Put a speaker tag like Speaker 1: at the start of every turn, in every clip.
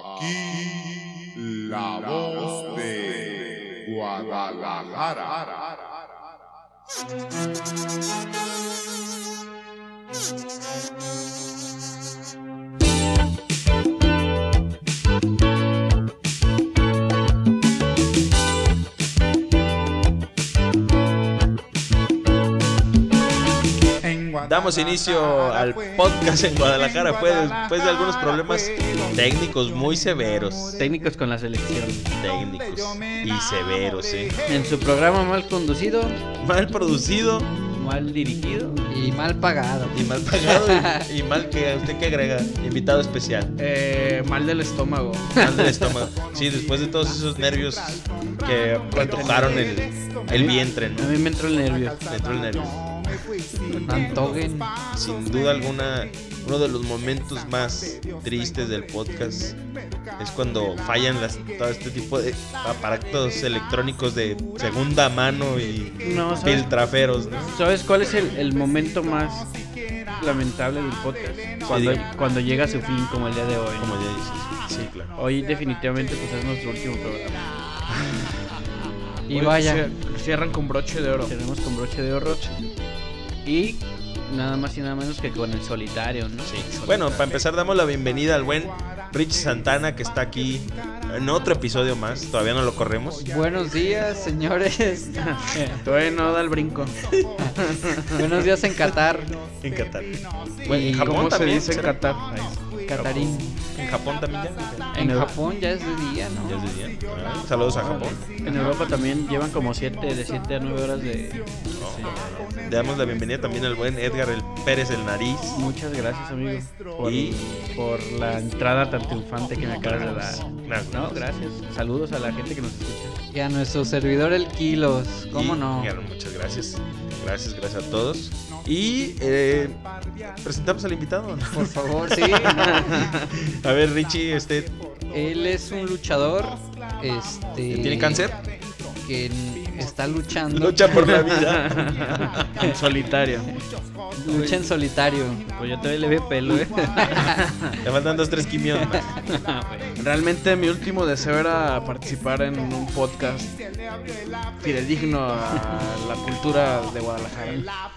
Speaker 1: Aquí la voz de Guadalajara.
Speaker 2: Damos inicio al podcast en Guadalajara fue después de algunos problemas técnicos muy severos.
Speaker 3: Técnicos con la selección.
Speaker 2: Técnicos y severos, eh.
Speaker 3: En su programa mal conducido,
Speaker 2: Mal producido
Speaker 3: mal dirigido.
Speaker 4: Y mal pagado.
Speaker 2: y mal pagado y, y mal que usted que agrega. Invitado especial.
Speaker 5: Eh, mal del estómago.
Speaker 2: Mal del estómago. Sí, después de todos esos nervios que retojaron el, el vientre,
Speaker 3: A
Speaker 2: ¿no?
Speaker 3: mí me entró el nervio.
Speaker 2: Dentro del nervio.
Speaker 3: Antojen.
Speaker 2: Sin duda alguna, uno de los momentos más tristes del podcast es cuando fallan las, todo este tipo de aparatos electrónicos de segunda mano y
Speaker 3: No, ¿sabes?
Speaker 2: filtraferos, ¿no?
Speaker 3: ¿Sabes cuál es el, el momento más lamentable del podcast? Cuando,
Speaker 2: diga.
Speaker 3: cuando llega a su fin, como el día de hoy. ¿no?
Speaker 2: Como ya dices. Sí, claro.
Speaker 3: Hoy definitivamente pues es nuestro último programa.
Speaker 4: Y
Speaker 5: Hoy
Speaker 4: vaya.
Speaker 5: cier- Cierran con broche de oro.
Speaker 3: Tenemos con broche de oro. Y nada más y nada menos que con el solitario, ¿no?
Speaker 2: Sí. Bueno, para empezar damos la bienvenida al buen Rich Santana que está aquí en otro episodio más. Todavía no lo corremos.
Speaker 4: Buenos días, señores.
Speaker 5: Todavía no da el brinco.
Speaker 4: Buenos días en Qatar.
Speaker 2: En Qatar.
Speaker 5: Bueno,
Speaker 4: ¿Y
Speaker 2: Japón
Speaker 5: ¿Cómo se
Speaker 2: también
Speaker 5: dice en
Speaker 2: será?
Speaker 5: Qatar?
Speaker 4: Catarín.
Speaker 2: En Japón también ya.
Speaker 4: En
Speaker 3: En
Speaker 4: Japón ya es de día, ¿no?
Speaker 2: Ya es de día. Ah, Saludos a Japón.
Speaker 3: En Europa también llevan como 7, de 7 a 9 horas de...
Speaker 2: No, Le damos la bienvenida también al buen Edgar el Pérez el Nariz.
Speaker 3: Muchas gracias, amigo, por,
Speaker 2: Y-
Speaker 3: por la entrada tan triunfante que me acabas de dar.
Speaker 2: Gracias.
Speaker 3: No, gracias. Saludos a la gente que nos escucha.
Speaker 4: Y a nuestro servidor el Kilos.
Speaker 2: Y,
Speaker 4: ¿Cómo no?
Speaker 2: claro, muchas gracias. Gracias, gracias a todos. Y eh, presentamos al invitado.
Speaker 4: Por favor, sí.
Speaker 2: A ver, Richie, este,
Speaker 4: Él es un luchador. Este.
Speaker 2: ¿tiene cáncer?
Speaker 4: Que n- está luchando.
Speaker 2: Lucha por la vida.
Speaker 3: En solitario.
Speaker 4: Lucha en solitario.
Speaker 3: Pues yo todavía le veo pelo, ¿eh?
Speaker 2: Le faltan dos, tres quimios más.
Speaker 5: Realmente mi último deseo era participar en un podcast fidedigno a la cultura de Guadalajara.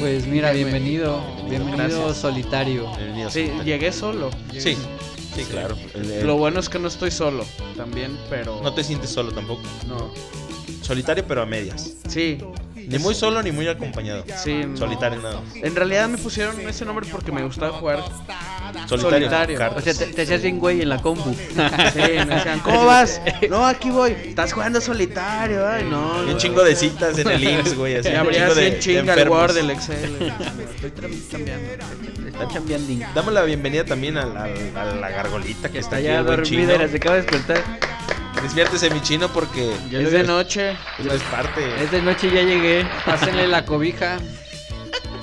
Speaker 4: Pues mira, bienvenido. Bienvenido
Speaker 5: Gracias.
Speaker 4: solitario.
Speaker 2: Bienvenido,
Speaker 5: Sí,
Speaker 2: Santana.
Speaker 5: llegué solo.
Speaker 2: Sí, sí, claro. El- el-
Speaker 5: Lo bueno es que no estoy solo también, pero...
Speaker 2: No te sientes solo tampoco.
Speaker 5: No.
Speaker 2: Solitario, pero a medias.
Speaker 5: Sí,
Speaker 2: Ni muy solo ni muy acompañado.
Speaker 5: sí. no.
Speaker 2: Solitario nada más.
Speaker 5: En realidad me pusieron ese nombre porque me gustaba jugar.
Speaker 2: Solitario.
Speaker 5: Solitario.
Speaker 3: O
Speaker 2: cartas.
Speaker 3: sea, te, te hacías bien güey en la compu.
Speaker 5: Sí, me decían, ¿cómo vas? No, aquí voy. Estás jugando solitario. Ay, no.
Speaker 2: Y
Speaker 5: güey.
Speaker 2: un chingo de citas en el IMSS, güey. Así,
Speaker 5: Y
Speaker 2: un
Speaker 5: abría
Speaker 2: chingo
Speaker 5: así
Speaker 2: de-
Speaker 5: en
Speaker 2: de
Speaker 5: chinga el
Speaker 2: enfermos.
Speaker 5: Word, el Excel. Estoy tra- cambiando.
Speaker 3: Está chambeando.
Speaker 2: Damos la bienvenida también al- al- a, la gargolita que está
Speaker 3: Está
Speaker 2: aquí,
Speaker 3: ya
Speaker 2: el buen chino.
Speaker 3: dormida y se acaba de despertar.
Speaker 2: Despiértese, mi chino, porque pues,
Speaker 5: Ya es de noche.
Speaker 2: no es parte.
Speaker 3: Es de noche y ya llegué.
Speaker 4: Pásenle la cobija.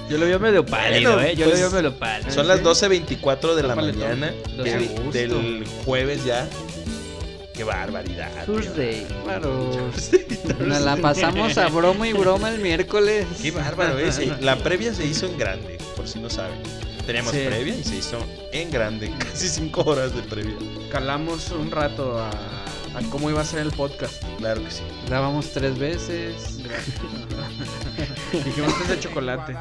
Speaker 3: Yo lo veo medio pálido,
Speaker 2: Bueno,
Speaker 3: ¿eh? Yo
Speaker 2: pues,
Speaker 3: lo veo medio pálido.
Speaker 2: Son las 12.24 de la
Speaker 5: Tómale, tómale.
Speaker 2: mañana
Speaker 3: Doce
Speaker 2: del-
Speaker 3: a gusto.
Speaker 2: del jueves ya. Qué barbaridad. tío.
Speaker 3: Tuesday.
Speaker 4: Claro. Nos la pasamos a broma y broma el miércoles.
Speaker 2: Qué bárbaro es. eh. La previa se hizo en grande, por si no saben. Teníamos
Speaker 5: Sí.
Speaker 2: previa y se hizo en grande. Casi cinco horas de previa.
Speaker 5: Calamos un rato a, a cómo iba a ser el podcast.
Speaker 2: Claro que sí.
Speaker 4: Grabamos tres veces.
Speaker 5: Dijimos que es de chocolate.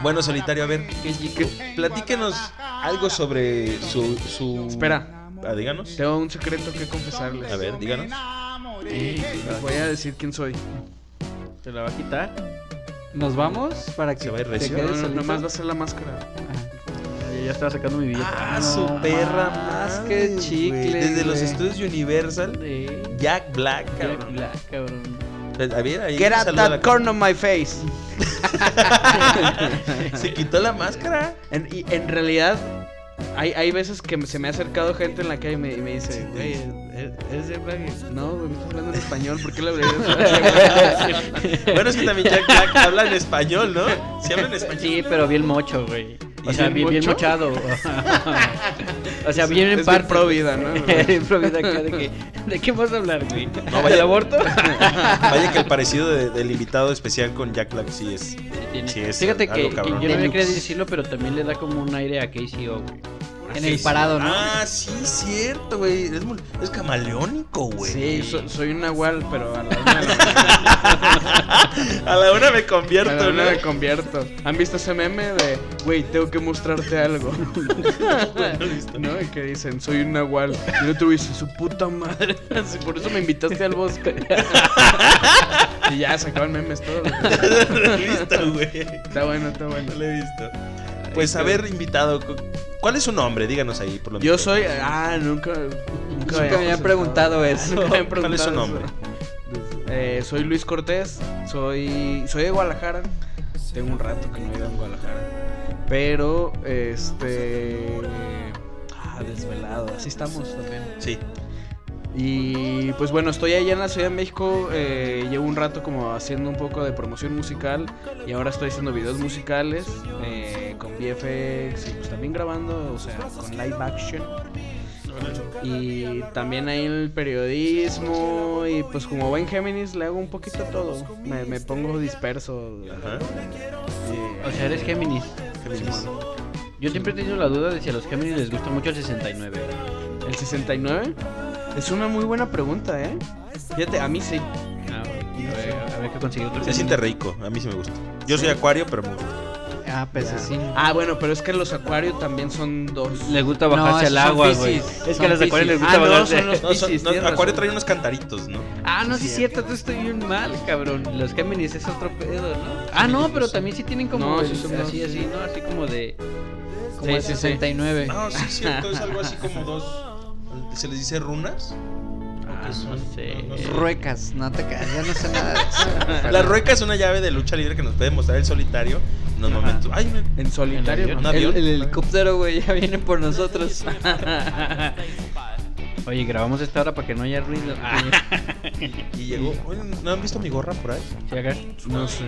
Speaker 2: Bueno, solitario, a ver,
Speaker 4: Qué chico.
Speaker 2: platíquenos algo sobre su. su...
Speaker 5: Espera,
Speaker 2: Ah, díganos.
Speaker 5: tengo un secreto que confesarles.
Speaker 2: A ver, díganos.
Speaker 5: Les voy a decir quién soy.
Speaker 3: ¿Te la va a quitar?
Speaker 4: ¿Nos vamos? Para que
Speaker 2: Se va a ir
Speaker 4: te
Speaker 2: recio.
Speaker 5: No,
Speaker 4: quedes
Speaker 5: no,
Speaker 4: solito?
Speaker 5: nomás va a ser la máscara.
Speaker 3: Yo ya estaba sacando mi billete.
Speaker 2: Ah,
Speaker 4: su perra
Speaker 2: más
Speaker 4: madre, güey.
Speaker 2: Desde los
Speaker 4: güey.
Speaker 2: estudios Universal,
Speaker 3: Eh,
Speaker 2: Jack Black,
Speaker 3: qué
Speaker 2: cabrón.
Speaker 3: bla- cabrón.
Speaker 2: Pues, a ver, ahí
Speaker 5: Get out
Speaker 2: saluda a la
Speaker 5: that corn on my face.
Speaker 2: Se quitó la máscara.
Speaker 5: En, y en realidad, hay, hay veces que se me ha acercado gente en la calle y me, y me dice, güey, ¿er- ¿eres de Black? No, güey, me estás hablando en español, ¿por qué le hablarías a Jack Black?
Speaker 2: Bueno, es que también Jack Black habla en español, ¿no? Sí habla en español.
Speaker 3: Sí, pero bien mocho, güey. O
Speaker 2: ¿Y
Speaker 3: sea,
Speaker 5: bien
Speaker 3: bien, bien
Speaker 5: mocho?
Speaker 3: mochado. o sea, bien en
Speaker 5: Es bien
Speaker 3: parte.
Speaker 5: pro vida, ¿no?
Speaker 3: Bien pro vida acá de que- ¿De qué vas a hablar, güey?
Speaker 2: No, vaya-
Speaker 3: ¿Del aborto?
Speaker 2: Vaya que el parecido de- del invitado especial con Jack Black sí es.
Speaker 3: Tiene-
Speaker 2: Sí, es
Speaker 3: Fíjate
Speaker 2: algo
Speaker 3: que, que
Speaker 2: cabrón.
Speaker 3: yo no había
Speaker 4: Deluxe.
Speaker 3: querido decirlo, pero también le da como un aire a KCO, güey.
Speaker 4: En el parado, ¿no?
Speaker 2: Ah, sí, cierto, güey. Es, mul- es camaleónico, güey.
Speaker 5: Sí, so- soy un nahual, pero a la una,
Speaker 2: A la una me
Speaker 5: a la
Speaker 2: convierto,
Speaker 5: una
Speaker 2: ¿no?
Speaker 5: me convierto. ¿Han visto ese meme de, güey, tengo que mostrarte algo? ¿No? Y que dicen, soy un nahual. Y el otro dice, su puta madre. Así, Por eso me invitaste al bosque. y ya sacaban memes todos.
Speaker 2: No lo he visto, güey.
Speaker 5: Está bueno, está bueno.
Speaker 2: No lo he visto. Pues a ver, invitado, cu- ¿cuál es su nombre? Díganos ahí, por lo
Speaker 5: Yo
Speaker 2: menos.
Speaker 5: soy. Ah, nunca. Nunca,
Speaker 4: Nunca me habían preguntado eso.
Speaker 5: Nunca me habían
Speaker 2: ¿Cuál es su
Speaker 5: preguntado
Speaker 2: nombre?
Speaker 5: eso. Eh, soy Luis Cortés. Soy, soy de Guadalajara. Tengo un rato que no he ido a Guadalajara. Pero, este. Ah, desvelado. Así estamos también.
Speaker 2: Sí.
Speaker 5: Y pues bueno, estoy allá en la Ciudad de México. eh, llevo un rato como haciendo un poco de promoción musical. Y ahora estoy haciendo videos musicales eh, con VFX y pues también grabando, o sea, con live action. Y también hay el periodismo. Y pues como buen Géminis, le hago un poquito a todo. Me, me pongo disperso.
Speaker 2: Ajá.
Speaker 5: eh,
Speaker 3: O sea, eres Géminis.
Speaker 5: Simón.
Speaker 3: Yo siempre he tenido la duda de si a los Géminis les gusta mucho el 69.
Speaker 5: ¿El 69? Es una muy buena pregunta, ¿eh? Fíjate, a mí sí.
Speaker 3: Ah, bueno, a ver, a ver qué conseguí otro
Speaker 2: Se
Speaker 3: Géminis.
Speaker 2: siente rico, a mí sí me gusta. Yo soy acuario, pero me gusta.
Speaker 4: Ah, pececín.
Speaker 5: Ah, bueno, pero es que los acuarios también son dos.
Speaker 3: Les gusta
Speaker 4: No,
Speaker 3: bajarse
Speaker 4: esos
Speaker 3: al
Speaker 4: son
Speaker 3: agua, güey.
Speaker 4: Piscis,
Speaker 3: Es que
Speaker 4: son
Speaker 3: a los acuarios les
Speaker 5: Piscis.
Speaker 3: gusta
Speaker 5: Ah, no,
Speaker 3: bajarse.
Speaker 5: son los-
Speaker 2: No, son-
Speaker 5: Piscis,
Speaker 2: no,
Speaker 5: tienes
Speaker 2: acuario
Speaker 5: razón. Eh.
Speaker 2: trae unos cantaritos, ¿no?
Speaker 3: Ah, no, sí es cierto, tú estoy bien mal, cabrón. Los Géminis es otro pedo, ¿no? Ah, no, pero también sí tienen como
Speaker 5: No,
Speaker 3: el-
Speaker 5: sí son
Speaker 3: así,
Speaker 5: dos.
Speaker 3: así, ¿no? Así como de...
Speaker 4: Como el
Speaker 5: Sí, sí, sí.
Speaker 4: 69.
Speaker 2: No, sí es cierto, es algo así como dos. ¿Se les dice runas?
Speaker 3: Ah, no sé.
Speaker 2: no sé.
Speaker 4: Ruecas, no te caes, ya no sé nada. de eso.
Speaker 2: La rueca es una llave de lucha libre que nos puede mostrar el solitario en los
Speaker 3: Ajá.
Speaker 2: momentos. Ay, me-
Speaker 5: En solitario.
Speaker 3: avión?
Speaker 5: ¿no?
Speaker 2: ¿Un avión?
Speaker 4: El, el helicóptero, güey, ya viene por nosotros.
Speaker 3: Oye, grabamos esta hora para que no haya ruido. Ah,
Speaker 2: y llegó. Oye, ¿No han visto mi gorra por ahí?
Speaker 3: Sí, acá.
Speaker 2: No sé.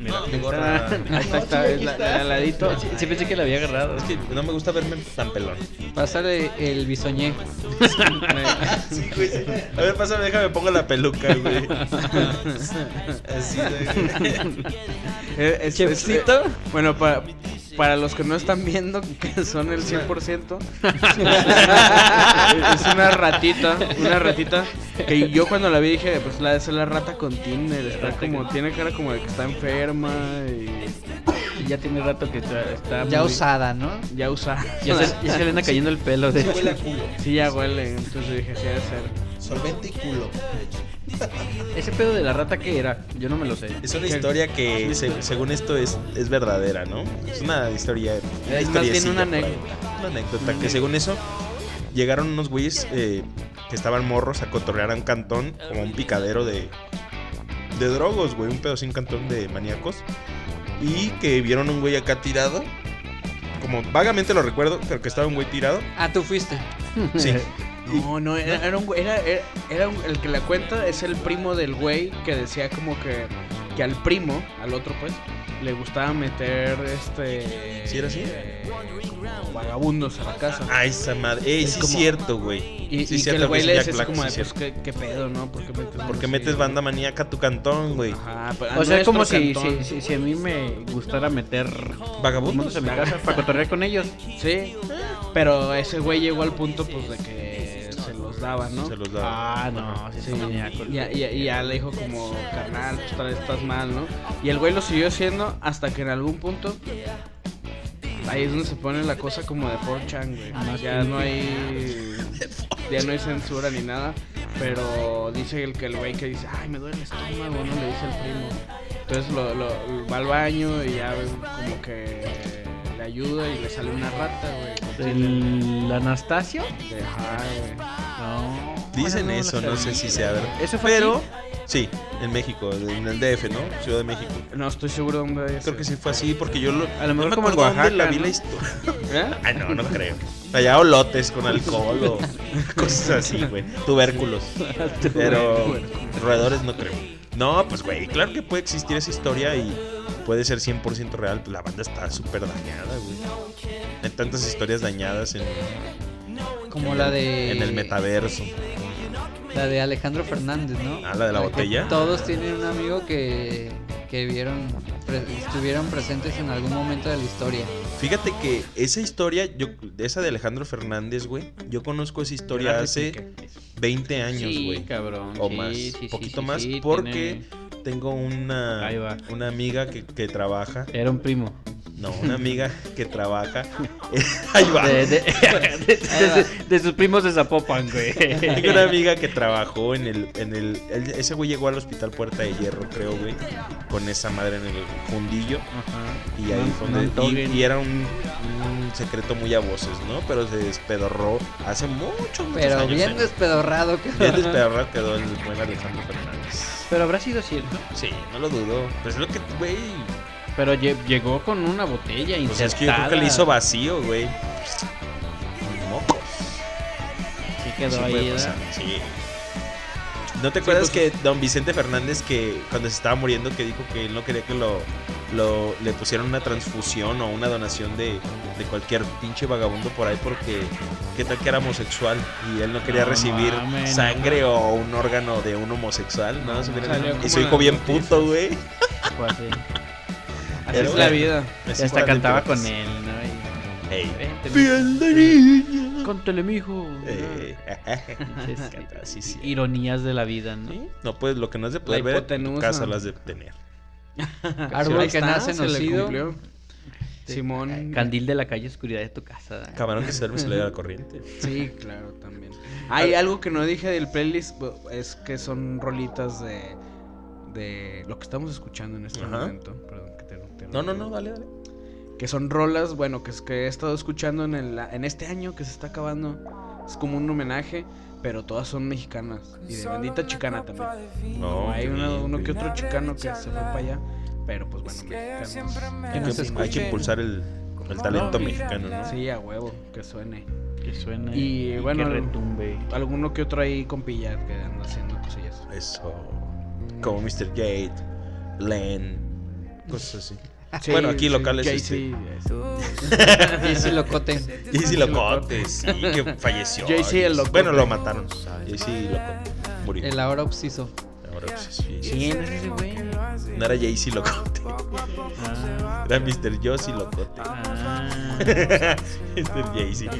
Speaker 3: Mira,
Speaker 2: mi gorra.
Speaker 5: Ahí está, está, es la- la- al ladito.
Speaker 3: Sí, sí pensé que la había agarrado.
Speaker 2: Es que no me gusta verme tan pelón.
Speaker 4: Pásale el bisoñé.
Speaker 2: Sí, güey. sí. A ver, pásame, déjame pongo la peluca, güey. Así, güey.
Speaker 5: Eh, es- es- eh, bueno, para, para los que no están viendo, que son el 100%, es una ratita, una ratita, que yo cuando la vi dije, pues la es la rata con Tinder, está como, tiene cara como de que está enferma y
Speaker 3: Ya tiene rato que está... está
Speaker 4: Ya
Speaker 3: muy-
Speaker 4: usada, ¿no?
Speaker 5: ya usa.
Speaker 3: Ya se, ya se le anda cayendo el pelo. De...
Speaker 2: Sí, huele a culo.
Speaker 5: Sí, ya huele, entonces dije, sí, debe ser.
Speaker 2: Solvente y culo.
Speaker 3: Ese pedo de la rata que era, yo no me lo sé.
Speaker 2: Es una historia que, se- según esto, es, es verdadera, ¿no? Es una historia. Una
Speaker 5: Es más bien
Speaker 2: historiecilla
Speaker 5: una
Speaker 2: por ahí. Una anécdota. Que según eso, llegaron unos güeyes eh, que estaban morros a cotorrear a un cantón, como un picadero de, de drogos, güey. Un pedacín cantón de maníacos. Y que vieron un güey acá tirado. Como vagamente lo recuerdo, pero que estaba un güey tirado.
Speaker 4: Ah, tú fuiste.
Speaker 2: Sí.
Speaker 5: No, no, era, era un güey- era, era, era un- el que la cuenta es el primo del güey que decía como que, que al primo, al otro pues, le gustaba meter este...
Speaker 2: ¿Sí era así?
Speaker 5: eh, como vagabundos a la casa.
Speaker 2: Ay, esa madre. Ey,
Speaker 5: Es
Speaker 2: sí,
Speaker 5: como-
Speaker 2: cierto, güey.
Speaker 5: y
Speaker 2: sí,
Speaker 5: y que
Speaker 2: cierto,
Speaker 5: el güey
Speaker 2: güey,
Speaker 5: le
Speaker 2: Jack
Speaker 5: decía así
Speaker 2: Black,
Speaker 5: como, de,
Speaker 2: sí,
Speaker 5: pues, ¿qué, qué pedo, ¿no? ¿Por qué metes,
Speaker 2: Porque
Speaker 5: así?
Speaker 2: metes banda maníaca a tu cantón, güey.
Speaker 5: Ajá, pues, pero a
Speaker 3: O sea, es como
Speaker 5: Ah, nuestro
Speaker 3: si, si,
Speaker 5: cantón.
Speaker 3: si, si a mí me gustara meter
Speaker 2: Vagabundos.
Speaker 3: mundos en mi casa para cotorrear con ellos.
Speaker 5: Sí, pero ese güey llegó al punto pues de que se los daba, ¿no?
Speaker 2: Se los daba.
Speaker 3: Ah, no, sí,
Speaker 5: Sí,
Speaker 3: sí, maníaco.
Speaker 5: y, ya- y ya- y ya le dijo como, carnal, pues, tal vez estás mal, ¿no? Y el güey lo siguió haciendo hasta que en algún punto... Ahí es donde se pone la cosa como de 4chan, güey. Ya no hay... Ya no hay censura ni nada. Pero dice el que el güey que dice, ay, me duele el estómago, ¿no? Le dice el primo. Entonces lo, lo- va al baño y ya como que le ayuda y le sale una rata, güey.
Speaker 3: ¿El Anastasio?
Speaker 5: De, "Ajá, güey".
Speaker 3: No.
Speaker 2: Dicen
Speaker 3: Bueno, no,
Speaker 2: eso,
Speaker 3: no
Speaker 2: no sé
Speaker 3: sé.
Speaker 2: si sea verdad.
Speaker 3: Eso fue
Speaker 2: Pero,
Speaker 3: aquí.
Speaker 2: sí, en México, en el DF, ¿no? Ciudad de México.
Speaker 5: No estoy seguro dónde es.
Speaker 2: Creo que sí fue así, porque yo lo.
Speaker 3: A lo mejor
Speaker 2: no me
Speaker 3: como en
Speaker 2: acuerdo dónde
Speaker 3: Oaxaca,
Speaker 2: la vi
Speaker 3: ¿no?
Speaker 2: la historia.
Speaker 5: ¿Eh?
Speaker 2: Ay, no, no creo. Allá olotes con alcohol o cosas así, güey. Tubérculos. Pero roedores no creo. No, pues, güey, claro que puede existir esa historia y puede ser 100% real. Pues la banda está súper dañada, güey. Hay tantas historias dañadas en,
Speaker 4: Como la de.
Speaker 2: en el metaverso.
Speaker 4: La de Alejandro Fernández, ¿no?
Speaker 2: Ah, la de la
Speaker 4: que
Speaker 2: botella.
Speaker 4: Todos tienen un amigo que, que vieron, pre- estuvieron presentes en algún momento de la historia.
Speaker 2: Fíjate que esa historia, yo, esa de Alejandro Fernández, güey, yo conozco esa historia hace 20 años,
Speaker 3: Sí,
Speaker 2: güey.
Speaker 3: cabrón.
Speaker 2: o
Speaker 3: sí,
Speaker 2: más,
Speaker 3: sí, sí,
Speaker 2: poquito
Speaker 3: sí,
Speaker 2: más,
Speaker 3: sí,
Speaker 2: porque
Speaker 3: tiene-
Speaker 2: tengo una,
Speaker 3: Ahí va.
Speaker 2: una amiga que, que trabaja,
Speaker 3: Era un primo.
Speaker 2: no, una amiga que trabaja, ahí va,
Speaker 3: De, de- de- de- de sus primos de Zapopan, güey.
Speaker 2: Tengo una amiga que trabajó en el, en el, el- ese güey llegó al hospital Puerta de Hierro, creo, güey, con esa madre en el fundillo
Speaker 3: Ajá.
Speaker 2: y ahí
Speaker 3: No-
Speaker 2: fue
Speaker 3: no
Speaker 2: donde- y-
Speaker 3: entoguen.
Speaker 2: y, era un, un secreto muy a voces, ¿no? Pero se despedorró hace mucho, muchos
Speaker 4: Pero
Speaker 2: años.
Speaker 4: bien
Speaker 2: ¿eh?
Speaker 4: despedorrado,
Speaker 2: Bien
Speaker 4: cabrón.
Speaker 2: despedorrado quedó el buen Alejandro Fernández.
Speaker 3: Pero habrá sido cierto.
Speaker 2: Sí, no lo dudo. Pues es lo que, güey,
Speaker 3: Pero lle- llegó con una botella
Speaker 2: pues
Speaker 3: insertada.
Speaker 2: es que yo creo que le hizo vacío, güey. Mocos.
Speaker 3: Sí quedó
Speaker 2: Sí
Speaker 3: ahí.
Speaker 2: puede
Speaker 3: ¿verdad?
Speaker 2: pasar, sí. pues, ¿No te acuerdas que don Vicente Fernández, que cuando se estaba muriendo, que dijo que él no quería que lo, lo- le pusieran una transfusión o una donación de, de cualquier pinche vagabundo por ahí porque qué tal que era homosexual y él no quería
Speaker 3: No
Speaker 2: recibir
Speaker 3: mames,
Speaker 2: sangre o un órgano de un homosexual? No, Se hubiera-
Speaker 5: Salió
Speaker 2: y
Speaker 5: como
Speaker 2: su hijo
Speaker 5: las
Speaker 2: bien
Speaker 5: noticias.
Speaker 2: puto, güey.
Speaker 3: Fue así.
Speaker 5: Así
Speaker 2: Pero
Speaker 5: es la
Speaker 2: bueno.
Speaker 5: vida.
Speaker 2: Así
Speaker 3: Y hasta
Speaker 2: fueran de
Speaker 3: cantaba
Speaker 2: piratas.
Speaker 3: con él, ¿no?
Speaker 2: Ey.
Speaker 3: Y, "Vente,
Speaker 2: Piel de niña.
Speaker 3: mijo, Contele, mijo. ¿no?
Speaker 2: Eh,
Speaker 3: Pinches
Speaker 2: cantaba así, sí.
Speaker 3: Ironías de la vida, ¿no?
Speaker 2: Sí, No, pues lo que no es de poder ver en tu
Speaker 5: hipotenusa.
Speaker 2: casa las de tener.
Speaker 4: Árbol
Speaker 5: Ahí
Speaker 4: que
Speaker 5: está,
Speaker 4: nace
Speaker 5: se le
Speaker 4: nocido.
Speaker 5: cumplió. Simón.
Speaker 3: Candil de la calle, oscuridad de tu casa. ¿no?
Speaker 2: Camarón que se duerme se le da la corriente.
Speaker 5: Sí, claro, también. Hay algo que no dije del playlist, bu- es que son rolitas de, de lo que estamos escuchando en este
Speaker 2: Ajá.
Speaker 5: momento. Perdón, que te, lo- te lo
Speaker 2: No, no,
Speaker 5: digo.
Speaker 2: no, dale, dale.
Speaker 5: Que son rolas, bueno, que es que he estado escuchando en, el, en este año que se está acabando. Es como un homenaje, pero todas son mexicanas. Y de bandita chicana también.
Speaker 2: No,
Speaker 5: Hay
Speaker 2: qué
Speaker 5: uno,
Speaker 2: bien,
Speaker 5: uno que
Speaker 2: güey.
Speaker 5: otro chicano que se fue para allá, pero pues bueno, mexicanos.
Speaker 4: Que
Speaker 2: Hay
Speaker 4: nos
Speaker 2: que- Hay que
Speaker 4: escuchen.
Speaker 2: impulsar el, el talento mexicano, ¿no?
Speaker 5: Sí, a huevo, que suene.
Speaker 3: Que suena
Speaker 5: Y, bueno,
Speaker 3: que retumbe.
Speaker 5: Alguno que otro ahí con pillar que anda haciendo cosillas.
Speaker 2: Eso. Como Mr. Gate, Len, cosas así.
Speaker 5: Sí,
Speaker 2: bueno, aquí
Speaker 5: sí, eh,
Speaker 2: locales.
Speaker 5: Jay-Z,
Speaker 2: este,
Speaker 4: Y si lo coten.
Speaker 2: Jay-Z Locote, sí, que falleció.
Speaker 5: Jay-Z el Locote.
Speaker 2: Bueno, lo mataron. Jay-Z Locote. Murió.
Speaker 4: El ahora obsiso.
Speaker 2: Ahora pues es Jay-Z.
Speaker 3: ¿Quién es ese güey?
Speaker 2: No era Jay-Z Locote.
Speaker 3: Ah,
Speaker 2: Era Mr. Yossi Locote.
Speaker 3: ah,
Speaker 2: Mr. Jay-Z.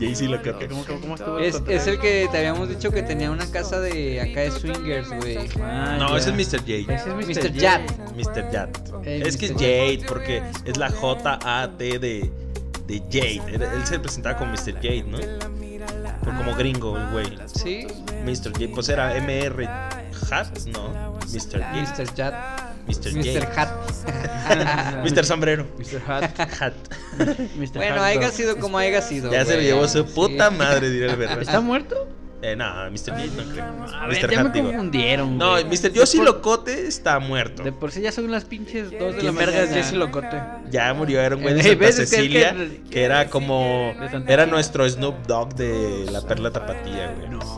Speaker 2: Jay-Z Locote.
Speaker 3: ¿Cómo, cómo, cómo estuvo
Speaker 4: Es,
Speaker 3: conteo?
Speaker 4: es el que te habíamos dicho que tenía una casa de acá de swingers, güey.
Speaker 3: Ah,
Speaker 2: No,
Speaker 3: ya.
Speaker 2: ese es Mr. Jay.
Speaker 3: Ese es
Speaker 4: Mr.
Speaker 3: Mr.
Speaker 4: Jad.
Speaker 3: Jack.
Speaker 2: Mr. Jad.
Speaker 4: Ey,
Speaker 2: es que
Speaker 4: Mr.
Speaker 2: es Jade, porque es la J-A-T de, de Jade. Él, él se presentaba como Mr. Jade, ¿no? Por como gringo, el güey.
Speaker 4: Sí,
Speaker 2: Mr. Jade, pues era MR Hat, ¿no? Mr. Jade.
Speaker 4: Mr. Jad.
Speaker 2: Mr.
Speaker 4: Mr.
Speaker 2: Jade.
Speaker 4: Hat.
Speaker 2: Mr. Sombrero.
Speaker 5: Mr. Hat.
Speaker 2: Hat.
Speaker 3: Mr.
Speaker 4: bueno,
Speaker 3: Hot
Speaker 4: haya
Speaker 3: Dog.
Speaker 4: sido como haya sido.
Speaker 2: Ya se lo
Speaker 4: güey. ¿eh?
Speaker 2: llevó su
Speaker 4: Sí.
Speaker 2: puta madre, diré el verdad.
Speaker 3: ¿Está muerto?
Speaker 2: Eh, no, Mr. Jade no creo. No,
Speaker 3: A ver,
Speaker 2: Mr.
Speaker 3: ya
Speaker 2: Hat,
Speaker 3: me
Speaker 2: digo.
Speaker 3: confundieron.
Speaker 2: No,
Speaker 3: güey.
Speaker 2: Mr. Yossi
Speaker 3: Por-
Speaker 2: Locote está muerto.
Speaker 3: De por sí ya son las pinches dos de la
Speaker 5: ¿Quién verga es
Speaker 3: mañana.
Speaker 5: Jesse Locote?
Speaker 2: Ya murió, era un güey de
Speaker 3: Eh,
Speaker 2: Santa
Speaker 3: ¿ves? Es que-
Speaker 2: Cecilia,
Speaker 3: es que-
Speaker 2: que, era como...
Speaker 3: De Santa
Speaker 2: Era
Speaker 3: Cecilia.
Speaker 2: nuestro Snoop Dogg de la Perla Tapatía, güey.
Speaker 5: No.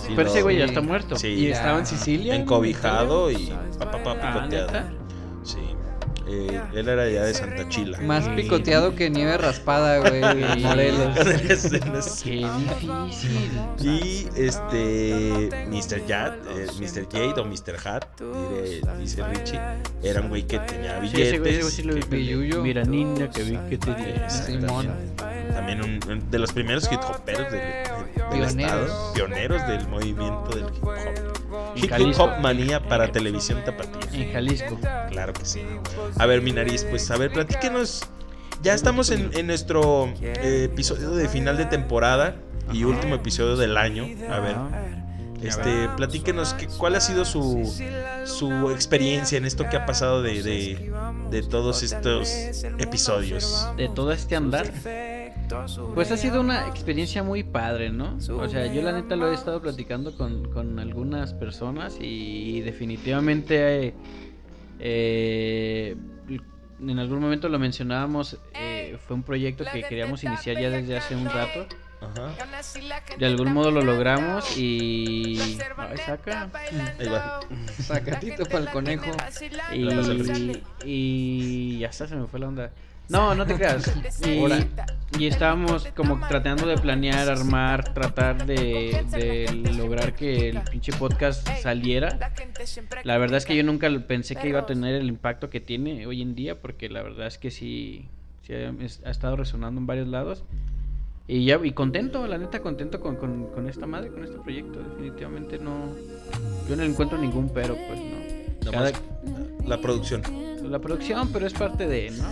Speaker 2: Sí,
Speaker 3: Pero ese
Speaker 2: lo-
Speaker 3: güey ya
Speaker 4: Sí.
Speaker 3: está muerto.
Speaker 2: Sí.
Speaker 5: Y
Speaker 4: Ya.
Speaker 5: estaba en Sicilia. ¿no?
Speaker 2: Encobijado y pa, pa, pa,
Speaker 3: Ah,
Speaker 2: picoteado.
Speaker 3: ¿neta?
Speaker 2: sí. Eh, él era ya de Santa Chila.
Speaker 4: Más picoteado que nieve raspada, güey, de Morelos.
Speaker 3: Qué difícil.
Speaker 2: y este Mr. Jad, eh, Mr. Jade o Mr. Hat, dire- dice Richie, era un güey que tenía
Speaker 3: Sí, ese güey, ese güey
Speaker 2: billetes.
Speaker 3: sí lo vi.
Speaker 4: Pilluyo.
Speaker 3: Mira, niña, que vi que te di.
Speaker 2: Exactamente.
Speaker 4: Simón.
Speaker 2: También un, un- de los primeros hip hoperos del, del
Speaker 4: Pioneros.
Speaker 2: estado, pioneros del movimiento del hip hop.
Speaker 3: En
Speaker 2: Hip
Speaker 3: Jalisco.
Speaker 2: hop manía para televisión tapatía.
Speaker 3: En Jalisco.
Speaker 2: Claro que sí. A ver, mi nariz, pues a ver, platíquenos. Ya estamos en, en nuestro eh, episodio de final de temporada y último episodio del año. A ver, este, platíquenos qué- cuál ha sido su, su experiencia en esto que ha pasado de, de, de todos estos episodios.
Speaker 3: de todo este andar. Pues ha sido una experiencia muy padre, ¿no? O sea, yo la neta lo he estado platicando con, con algunas personas y definitivamente eh, eh, en algún momento lo mencionábamos, eh, fue un proyecto que queríamos iniciar ya desde hace un rato.
Speaker 2: Ajá.
Speaker 3: De algún modo lo logramos y... Ay, saca.
Speaker 2: Ahí va.
Speaker 4: Sacatito para el conejo.
Speaker 3: Y,
Speaker 2: Lo pasa el Richie.
Speaker 3: y ya está, se me fue la onda. No, no te creas. Y,
Speaker 4: Ahora.
Speaker 3: y estábamos como tratando de planear, armar, tratar de, de lograr que el pinche podcast saliera. La verdad es que yo nunca lo- pensé que iba a tener el impacto que tiene hoy en día, porque la verdad es que sí, sí que es- ha estado resonando en varios lados. Y ya, y contento, la neta, contento con, con, con esta madre, con este proyecto. Definitivamente no. Yo no le encuentro ningún pero, pues no.
Speaker 2: Nomás
Speaker 3: Cada-
Speaker 2: la producción.
Speaker 3: la producción, pero es parte de, ¿no?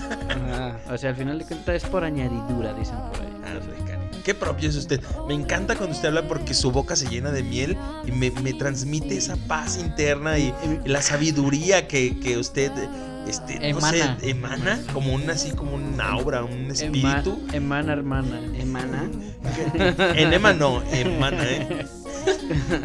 Speaker 3: O sea, al final de cuentas es por añadidura, dicen por ahí.
Speaker 2: Ah, Ricardo, Qué propio es usted. Me encanta cuando usted habla porque su boca se llena de miel y me, me transmite esa paz interna y, y la sabiduría que, que usted este, no sé,
Speaker 4: Emana.
Speaker 2: emana como un así como una aura, un
Speaker 3: Ema-
Speaker 2: espíritu.
Speaker 3: Emana, hermana.
Speaker 5: Emana.
Speaker 2: Enema no, emana, eh.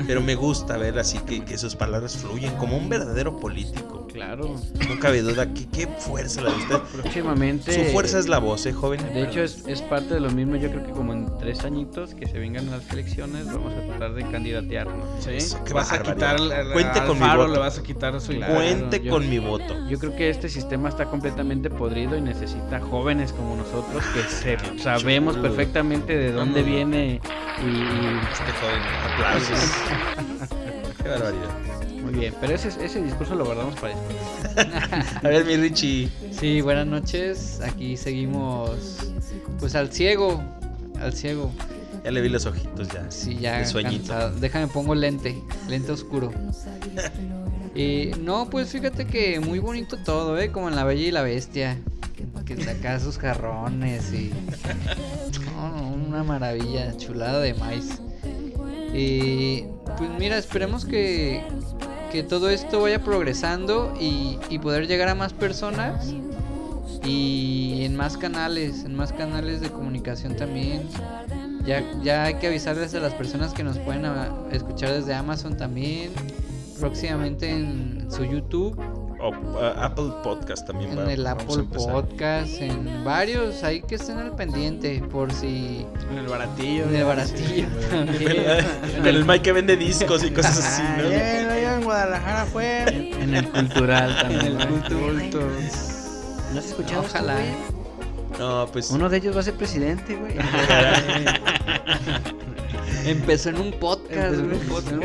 Speaker 2: Pero me gusta ver así que, que sus palabras fluyen como un verdadero político.
Speaker 3: Claro.
Speaker 2: No cabe duda que qué fuerza la de usted.
Speaker 3: Próximamente.
Speaker 2: Su fuerza es la voz, eh, joven.
Speaker 3: De hecho, es, es parte de lo mismo. Yo creo que como en tres añitos que se vengan las elecciones, vamos a tratar de candidatearnos.
Speaker 5: Sí.
Speaker 2: Eso, qué
Speaker 5: vas a
Speaker 2: barbaridad.
Speaker 5: quitar el,
Speaker 2: Cuente
Speaker 5: al
Speaker 2: con mi
Speaker 5: faro,
Speaker 2: voto.
Speaker 5: le vas a quitar su
Speaker 3: Claro.
Speaker 2: Cuente
Speaker 3: yo-
Speaker 2: con mi voto.
Speaker 3: Yo creo que este sistema está completamente podrido y necesita jóvenes como nosotros que se- sabemos
Speaker 2: chulo.
Speaker 3: perfectamente de dónde
Speaker 2: no, no.
Speaker 3: viene y,
Speaker 2: Este joven, aplausos. Qué barbaridad.
Speaker 3: y- muy bien. Pero ese, ese discurso lo guardamos para después.
Speaker 2: A ver, mi Richie.
Speaker 4: Sí, buenas noches. Aquí seguimos. Pues al ciego. Al ciego.
Speaker 2: Ya le vi los ojitos ya.
Speaker 4: Sí, ya
Speaker 2: De sueñito.
Speaker 4: cansado. Déjame pongo lente, lente oscuro. Y no, pues fíjate que muy bonito todo, ¿eh? Como en La Bella y la Bestia. Que saca sus jarrones y... No, no, una maravilla, chulada de maíz. Y pues mira, esperemos que, que todo esto vaya progresando y, y poder llegar a más personas. Y en más canales, en más canales de comunicación también. Ya, ya hay que avisarles a las personas que nos pueden a- escuchar desde Amazon también. Próximamente en su YouTube,
Speaker 2: O, uh, Apple Podcast también
Speaker 4: en
Speaker 2: va-
Speaker 4: el
Speaker 2: vamos a
Speaker 4: Apple
Speaker 2: empezar.
Speaker 4: Podcast, en varios. Ahí que estén al pendiente por si.
Speaker 5: En el baratillo.
Speaker 4: En el baratillo también.
Speaker 2: En el Mike que vende discos y cosas así,
Speaker 5: Ah,
Speaker 2: ¿no?
Speaker 5: ya, ya, ya, en Guadalajara fue.
Speaker 3: En el cultural
Speaker 5: En
Speaker 3: también.
Speaker 5: el culto.
Speaker 3: ¿No has escuchado?
Speaker 4: Ojalá.
Speaker 2: No, pues.
Speaker 3: Uno de ellos va a ser presidente, güey.
Speaker 4: Empezó en un podcast, güey.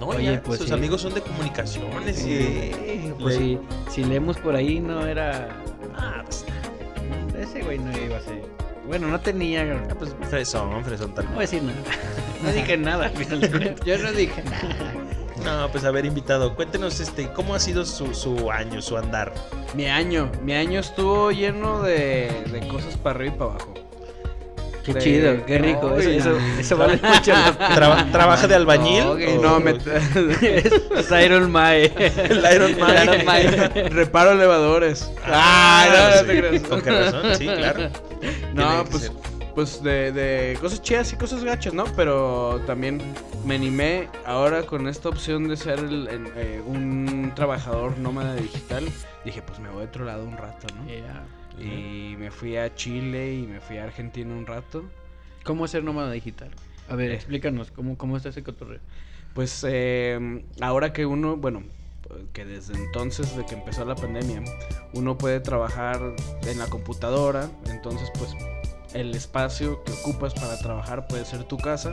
Speaker 2: No,
Speaker 3: Oye,
Speaker 2: ya,
Speaker 3: pues
Speaker 2: sus
Speaker 3: sí.
Speaker 2: amigos son de comunicaciones eh. y de-
Speaker 3: Pues
Speaker 2: le-
Speaker 3: si, si leemos por ahí no era...
Speaker 2: Ah, pues,
Speaker 3: Ese güey no iba a ser... Bueno, no tenía...
Speaker 2: ah, pues, fresón, fresón tal
Speaker 3: No voy a
Speaker 2: cual.
Speaker 3: decir nada. No dije nada al final de cuentas.
Speaker 4: Yo no dije nada.
Speaker 2: No, pues a ver, invitado, cuéntenos este, cómo ha sido su, su año, su andar.
Speaker 5: Mi año, mi año estuvo lleno de, de cosas para arriba y para abajo.
Speaker 3: Qué
Speaker 5: De-
Speaker 3: chido, qué rico.
Speaker 5: No,
Speaker 3: eso,
Speaker 5: güey,
Speaker 3: eso, eso vale mucho.
Speaker 2: Traba- ¿Trabaja de albañil?
Speaker 4: No, güey,
Speaker 2: o-
Speaker 5: No, me,
Speaker 3: es, es Iron Mae.
Speaker 2: El Iron Man.
Speaker 4: Iron Man.
Speaker 5: reparo elevadores.
Speaker 2: Ah,
Speaker 5: Ah, no, no te
Speaker 2: sí,
Speaker 5: creas.
Speaker 2: Con que razón, sí, claro. Tiene
Speaker 5: No,
Speaker 2: que
Speaker 5: pues,
Speaker 2: ser.
Speaker 5: pues de, de cosas chidas y cosas gachas, ¿no? Pero también me animé ahora con esta opción de ser el- el, eh, un trabajador nómada digital. Dije, pues me voy a otro lado un rato, ¿no?
Speaker 4: Eh,
Speaker 5: Y me fui a Chile y me fui a Argentina un rato.
Speaker 3: ¿Cómo ser nómada digital? A ver,
Speaker 5: Eh.
Speaker 3: explícanos, ¿cómo, cómo está ese cotorreo?
Speaker 5: Pues eh, ahora que uno, bueno, que desde entonces de que empezó la pandemia, uno puede trabajar en la computadora, entonces pues el espacio que ocupas para trabajar puede ser tu casa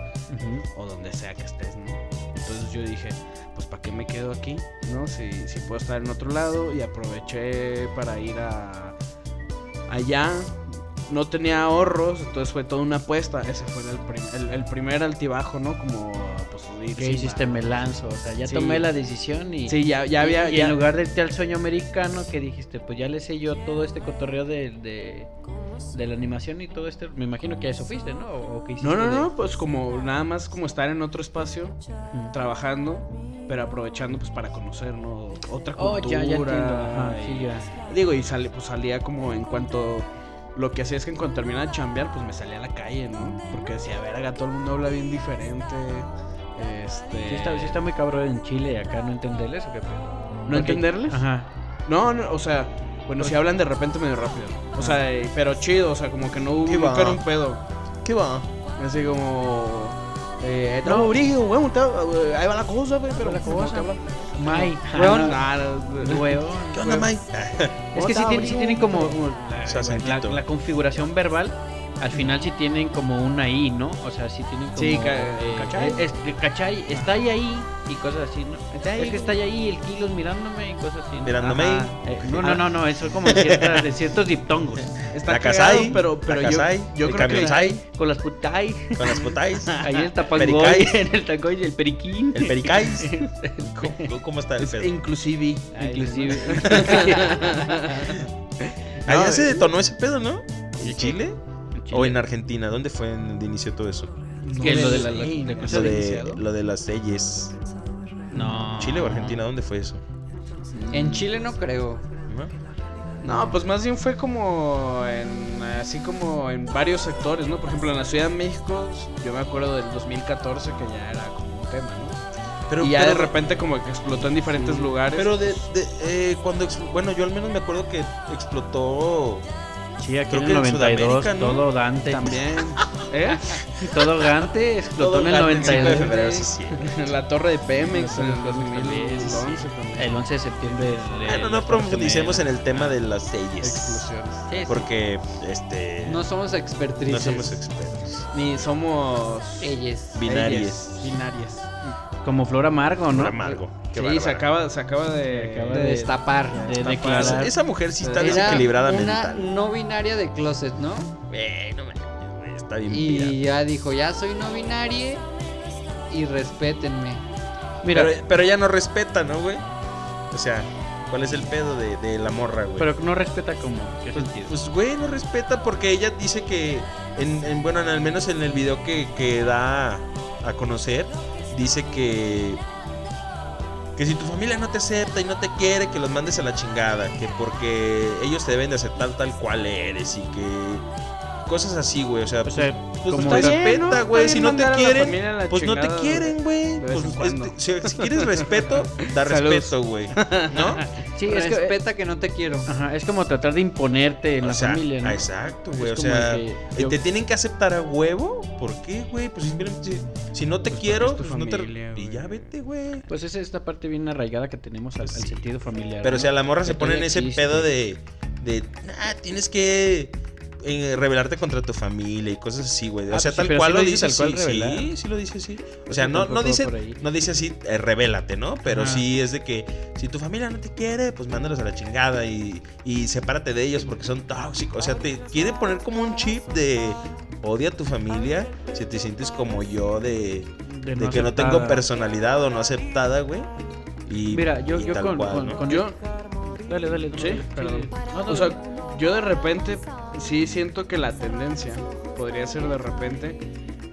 Speaker 5: o donde sea que estés, ¿no? Entonces yo dije, pues ¿para qué me quedo aquí? ¿No? Si, si puedo estar en otro lado y aproveché para ir a allá. No tenía ahorros, entonces fue toda una apuesta. Ese fue el, prim- el- el primer altibajo, ¿no? Como pues ir
Speaker 3: ¿Qué
Speaker 5: sin
Speaker 3: hiciste? Me lanzo. O sea, ya
Speaker 5: Sí.
Speaker 3: tomé la decisión y.
Speaker 5: Sí, ya, ya había.
Speaker 3: y- y
Speaker 5: ya-
Speaker 3: en lugar de irte al sueño americano, que dijiste, pues ya le sé yo todo este cotorreo de, de, de la animación y todo este. Me imagino que a eso fuiste, ¿no? ¿O, o qué hiciste
Speaker 5: No, no,
Speaker 3: de-
Speaker 5: no, pues como nada más como estar en otro espacio
Speaker 3: Ujú.
Speaker 5: trabajando, pero aprovechando pues para conocer, ¿no? Otra
Speaker 3: Oh,
Speaker 5: cultura.
Speaker 3: ya, ya entiendo. Ajá,
Speaker 5: y-
Speaker 3: sí, ya.
Speaker 5: Digo, y sale, pues salía como en cuanto. Lo que hacía es que en cuanto terminaba de chambear, pues me salía a la calle, ¿no? Porque decía, verga, todo el mundo habla bien diferente. Este.
Speaker 3: Sí está, sí está muy cabrón en Chile acá no entenderles o qué pedo.
Speaker 5: ¿No
Speaker 3: Porque-
Speaker 5: entenderles?
Speaker 3: Ajá.
Speaker 5: No, no, o sea, bueno, si hablan de repente medio rápido. O sea, eh, pero chido, o sea, como que no hubo
Speaker 2: Sí, va.
Speaker 5: nunca era un pedo.
Speaker 2: ¿Qué va?
Speaker 5: Así como. Eh, no, brillo, bueno, te- eh, ahí va la cosa, güey, pero pues, la cosa.
Speaker 3: Mai.
Speaker 5: Huevón.
Speaker 3: Ah,
Speaker 5: Nah,
Speaker 3: no,
Speaker 5: no,
Speaker 3: huevón.
Speaker 2: ¿Qué onda, Mike?
Speaker 3: Es que sí, tienen- sí tienen como
Speaker 2: Su
Speaker 3: la,
Speaker 2: acentito.
Speaker 3: la configuración verbal al final sí tienen como una I, ¿no? O sea, sí tienen como...
Speaker 5: Sí, ca-
Speaker 3: eh,
Speaker 5: ¿cachai?
Speaker 3: es- es- ¿cachai? Está ahí, ahí y cosas así, ¿no?
Speaker 5: Está
Speaker 3: Es que está ahí, ahí el kilos mirándome y cosas así. ¿no?
Speaker 2: Mirándome
Speaker 3: Ajá.
Speaker 2: ahí.
Speaker 3: Eh, no, no, no, no, eso es como ciertas- de ciertos diptongos.
Speaker 5: Está
Speaker 2: La casai,
Speaker 5: cagado, pero, pero yo, yo
Speaker 2: el
Speaker 5: creo que
Speaker 2: camionzai,
Speaker 3: Con las putai.
Speaker 2: con las potais,
Speaker 3: Ahí el tapangoy,
Speaker 2: Pericais.
Speaker 3: en el tacoy, el periquín.
Speaker 2: el pericais. ¿Cómo, cómo está el
Speaker 5: es
Speaker 2: pedo?
Speaker 5: inclusive.
Speaker 3: Inclusive.
Speaker 2: Allá
Speaker 5: no,
Speaker 2: se
Speaker 5: eh.
Speaker 2: detonó ese pedo, ¿no? ¿En
Speaker 3: Sí.
Speaker 2: Chile? ¿O en Argentina? ¿Dónde fue en- de inicio todo eso?
Speaker 3: Que lo de la-
Speaker 5: Sí,
Speaker 3: la- la cosa
Speaker 5: ¿no?
Speaker 2: Lo
Speaker 5: ¿Se ha
Speaker 2: de,
Speaker 5: iniciado?
Speaker 2: lo de las leyes.
Speaker 3: No.
Speaker 2: ¿Chile o Argentina? ¿Dónde fue eso?
Speaker 4: En Chile no creo.
Speaker 2: ¿No?
Speaker 5: No, pues más bien fue como en, así como en varios sectores, ¿no? Por ejemplo, en la Ciudad de México, yo me acuerdo del 2014 que ya era como un tema, ¿no?
Speaker 2: Pero,
Speaker 5: y ya
Speaker 2: pero-
Speaker 5: de repente como que explotó en diferentes lugares.
Speaker 2: Pero de, de, eh, cuando. expl- Bueno, yo al menos me acuerdo que explotó.
Speaker 3: Sí, aquí
Speaker 2: Creo
Speaker 3: en
Speaker 2: que
Speaker 3: el
Speaker 2: en
Speaker 3: 92,
Speaker 2: Sudamérica, ¿no?
Speaker 3: todo Dante.
Speaker 5: también, ¿eh?
Speaker 3: Todo Gante explotó en el
Speaker 2: Todo el 5 de
Speaker 3: 92.
Speaker 2: febrero, sí, sí.
Speaker 5: En la torre de Pemex en el 2011 también.
Speaker 3: El 11 de septiembre. del-
Speaker 2: pues. Bueno,
Speaker 3: del-
Speaker 2: no profundicemos en el tema de las leyes.
Speaker 5: Explosiones.
Speaker 3: Sí, sí.
Speaker 2: Porque, este.
Speaker 4: No somos expertrices.
Speaker 2: no somos expertos.
Speaker 5: Ni somos
Speaker 4: Ellas.
Speaker 2: Binarias.
Speaker 5: ellas, binarias.
Speaker 3: Como Flor Amargo, ¿no?
Speaker 2: Por amargo. Qué
Speaker 5: sí,
Speaker 2: bárbara.
Speaker 5: se acaba, se acaba de.
Speaker 3: Se acaba
Speaker 4: De destapar.
Speaker 3: De
Speaker 5: Está
Speaker 2: Esa,
Speaker 3: declarar.
Speaker 2: esa mujer sí está
Speaker 5: Era
Speaker 2: desequilibrada
Speaker 4: una
Speaker 2: mental.
Speaker 4: no binaria de closet, ¿no?
Speaker 2: Güey, no mames, güey, Está bien pirata.
Speaker 4: Y ya dijo, ya soy no binaria y respétenme.
Speaker 3: Mira, pero,
Speaker 2: Pero, pero ella no respeta, ¿no, güey? O sea, ¿cuál es el pedo de, de la morra, güey?
Speaker 3: no respeta como. ¿Qué
Speaker 2: Pues-
Speaker 3: sentido?
Speaker 2: Pues, güey, no respeta porque ella dice que, en, en- bueno, en- al menos en el video que, que da a conocer, dice que que si tu familia no te acepta y no te quiere, que los mandes a la chingada, que porque ellos te deben de aceptar tal cual eres y que cosas así, güey, o sea,
Speaker 3: o
Speaker 2: pues,
Speaker 3: sea,
Speaker 2: pues,
Speaker 3: como
Speaker 2: respeta,
Speaker 5: bien, ¿no? Está
Speaker 2: güey,
Speaker 5: bien
Speaker 2: si no te
Speaker 5: mandar a la familia a
Speaker 2: quieren,
Speaker 5: la
Speaker 2: pues no te
Speaker 5: chingada,
Speaker 2: quieren, güey,
Speaker 5: de vez
Speaker 2: pues,
Speaker 5: en cuando.
Speaker 2: este, si, si quieres respeto, da
Speaker 5: Salud.
Speaker 2: respeto, güey, ¿no?
Speaker 3: sí, es que-
Speaker 4: Respeta que, no te quiero.
Speaker 3: Ajá, es como tratar de imponerte
Speaker 2: pues.
Speaker 3: en
Speaker 2: O
Speaker 3: la
Speaker 2: sea,
Speaker 3: familia, ¿no?
Speaker 2: ah, Exacto, güey. O
Speaker 3: Es como
Speaker 2: sea,
Speaker 3: de
Speaker 2: eh,
Speaker 3: que yo-
Speaker 2: ¿te tienen que aceptar a huevo? ¿Por qué, güey? Pues simplemente, si, si no te
Speaker 5: Pues porque
Speaker 2: quiero,
Speaker 5: es tu
Speaker 2: pues no te.
Speaker 5: familia,
Speaker 2: y
Speaker 5: güey.
Speaker 2: ya vete, güey.
Speaker 3: Pues es esta parte bien arraigada que tenemos al, al
Speaker 2: Sí.
Speaker 3: sentido familiar.
Speaker 2: Pero
Speaker 3: ¿no?
Speaker 2: o sea, la morra se
Speaker 3: Que
Speaker 2: pone en
Speaker 3: todavía
Speaker 2: ese
Speaker 3: existe.
Speaker 2: pedo de. de ah, tienes que. eh, rebelarte contra tu familia y cosas así, güey.
Speaker 3: Ah,
Speaker 2: O sea,
Speaker 3: pues sí,
Speaker 2: tal
Speaker 3: pero
Speaker 2: cual
Speaker 3: sí
Speaker 2: lo
Speaker 3: lo dice
Speaker 2: dice,
Speaker 3: tal cual,
Speaker 2: así,
Speaker 3: rebelar.
Speaker 2: sí, sí lo dice así. O sea,
Speaker 3: que
Speaker 2: no, no
Speaker 3: tampoco
Speaker 2: dice,
Speaker 3: va por ahí.
Speaker 2: no dice así, eh, revélate, ¿no? Pero
Speaker 3: Ajá.
Speaker 2: sí es de que si tu familia no te quiere, pues mándalos a la chingada y, y sepárate de ellos porque son tóxicos. O sea, te quiere poner como un chip de odia a tu familia si te sientes como yo de, de que no tengo
Speaker 3: aceptada.
Speaker 2: personalidad o no aceptada, güey. Y,
Speaker 3: Mira, yo,
Speaker 2: y
Speaker 3: yo
Speaker 2: tal
Speaker 3: con,
Speaker 2: cual,
Speaker 3: con-
Speaker 2: ¿no?
Speaker 3: con-
Speaker 5: Yo,
Speaker 3: Dale, dale. tú,
Speaker 5: Sí,
Speaker 3: dale.
Speaker 5: perdón.
Speaker 3: No, no,
Speaker 5: o sea, yo de repente sí siento que la tendencia podría ser de repente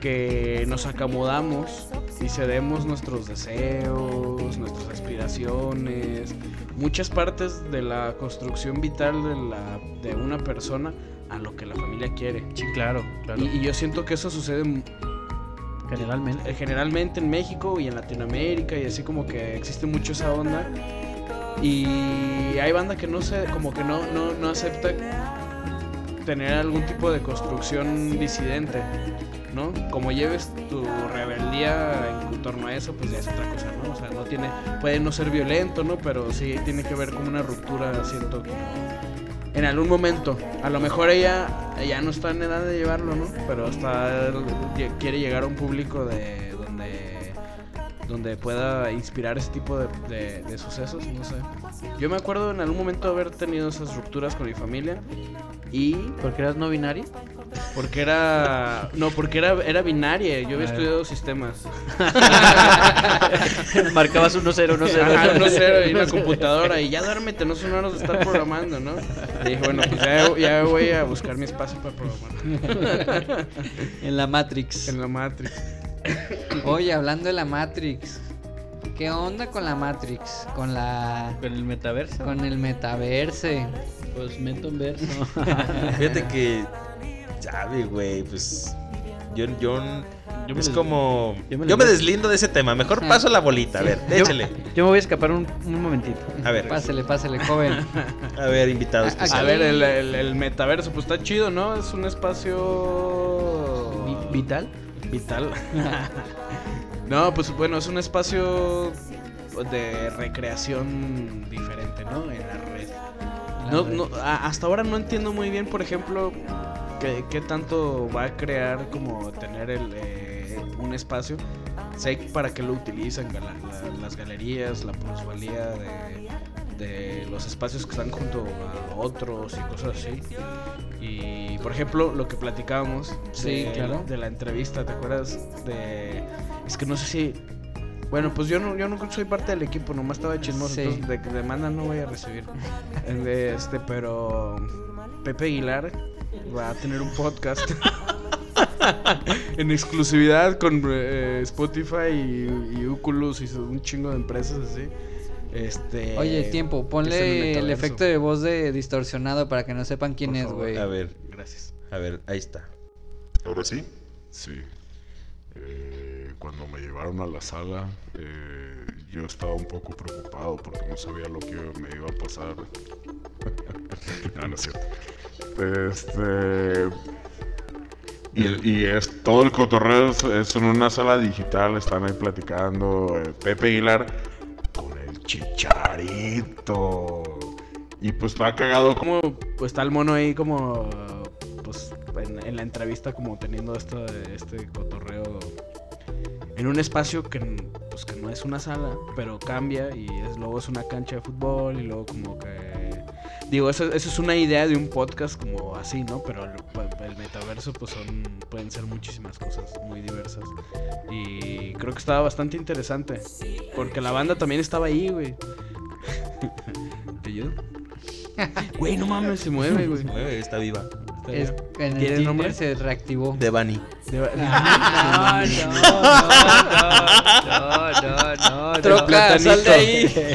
Speaker 5: que nos acomodamos y cedemos nuestros deseos, nuestras aspiraciones, muchas partes de la construcción vital de, la, de una persona a lo que la familia quiere.
Speaker 3: sí, claro, claro.
Speaker 5: Y, y yo siento que eso sucede mu-
Speaker 3: generalmente.
Speaker 5: eh, generalmente en México y en Latinoamérica y así como que existe mucho esa onda y hay banda que no se como que no no, no acepta tener algún tipo de construcción disidente ¿no? Como lleves tu rebeldía en torno a eso, pues ya es otra cosa, ¿no? O sea, no tiene, puede no ser violento, ¿no? Pero sí tiene que ver con una ruptura, siento que en algún momento, a lo mejor ella ya no está en edad de llevarlo, ¿no? Pero está lle- quiere llegar a un público de donde donde pueda inspirar ese tipo de, de- de sucesos, no sé. Yo me acuerdo en algún momento haber tenido esas rupturas con mi familia y
Speaker 3: Porque eras no binario.
Speaker 5: porque era. No, porque era, era binaria. Yo había
Speaker 3: Ah.
Speaker 5: estudiado sistemas.
Speaker 3: Marcabas 1-0, 1-0.
Speaker 5: Ajá, no sé, y la computadora. Y ya duérmete, no son horas de estar programando, ¿no? Y dije, bueno, pues ya, ya voy a buscar mi espacio para programar.
Speaker 4: En la Matrix.
Speaker 5: En la Matrix.
Speaker 4: Oye, hablando de la Matrix. ¿Qué onda con la Matrix? Con la.
Speaker 3: Con el metaverso.
Speaker 4: Con el metaverse.
Speaker 3: Pues metaverso.
Speaker 2: Fíjate que. Sabe, güey, pues. Yo, yo,
Speaker 3: Yo me
Speaker 2: es
Speaker 3: des-
Speaker 2: como. Yo
Speaker 3: yo
Speaker 2: me,
Speaker 3: me
Speaker 2: deslindo de ese tema. Mejor
Speaker 4: Ajá.
Speaker 2: paso la bolita. A ver,
Speaker 3: Yo,
Speaker 2: échale.
Speaker 3: yo me voy a escapar un, un momentito.
Speaker 2: A ver,
Speaker 4: Pásele, pásele, joven.
Speaker 2: a ver, invitado
Speaker 4: A-
Speaker 2: especial.
Speaker 5: A ver, el, el- el metaverso, pues está chido, ¿no? Es un espacio.
Speaker 3: Vi- ¿Vital?
Speaker 5: Vital. no, pues bueno, es un espacio de recreación diferente, ¿no? En la red. No, no, a- hasta ahora no entiendo muy bien, por ejemplo, ¿Qué, qué tanto va a crear como tener el, eh, un espacio? Sé para qué lo utilizan gala- la- las galerías, la plusvalía de, de los espacios que están junto a otros y cosas así. Y por ejemplo, lo que platicábamos
Speaker 4: Sí,
Speaker 5: de,
Speaker 4: claro.
Speaker 5: de la entrevista, ¿te acuerdas? De, es que no sé si. Bueno, pues yo no, yo no soy parte del equipo, nomás estaba chismoso.
Speaker 4: Sí.
Speaker 5: entonces de que demanda no voy a recibir. El de Este, pero Pepe Aguilar va a tener un podcast en exclusividad con eh, Spotify y, y Oculus y un chingo de empresas así. Este,
Speaker 4: Oye, tiempo,
Speaker 5: es en el
Speaker 4: ponle el
Speaker 5: metaverso.
Speaker 4: efecto de voz de distorsionado para que no sepan quién
Speaker 5: Por
Speaker 4: es,
Speaker 5: favor.
Speaker 4: güey.
Speaker 2: A ver,
Speaker 5: Gracias.
Speaker 2: a ver, ahí está.
Speaker 1: ¿Ahora sí? Sí. Eh, cuando me llevaron a la sala, eh, yo estaba un poco preocupado porque no sabía lo que me iba a pasar. no, no es cierto. Este. Y, el- y es todo el cotorreo es, es en una sala digital, están ahí platicando eh, Pepe Aguilar con el chicharito. Y pues está cagado
Speaker 5: Como pues, está el mono ahí como pues en, en la entrevista como teniendo esta- este cotorreo en un espacio que, n- pues, que no es una sala, pero cambia y es, luego es una cancha de fútbol y luego como que... Digo, eso, eso es una idea de un podcast como así, ¿no? Pero el, pa- el metaverso pues son, pueden ser muchísimas cosas muy diversas. Y creo que estaba bastante interesante. Porque la banda también estaba ahí, güey. ¿Te ayudo? Güey, no mames, se mueve, güey.
Speaker 2: Mueve, está viva.
Speaker 5: Está
Speaker 4: Es,
Speaker 5: bien.
Speaker 4: en el
Speaker 5: ¿Tiene
Speaker 4: Tinder
Speaker 5: nombre?
Speaker 4: se reactivó.
Speaker 2: De Bunny.
Speaker 5: De-
Speaker 4: Ah,
Speaker 3: No, no, no, no, no, no.
Speaker 4: Troca, sal de ahí.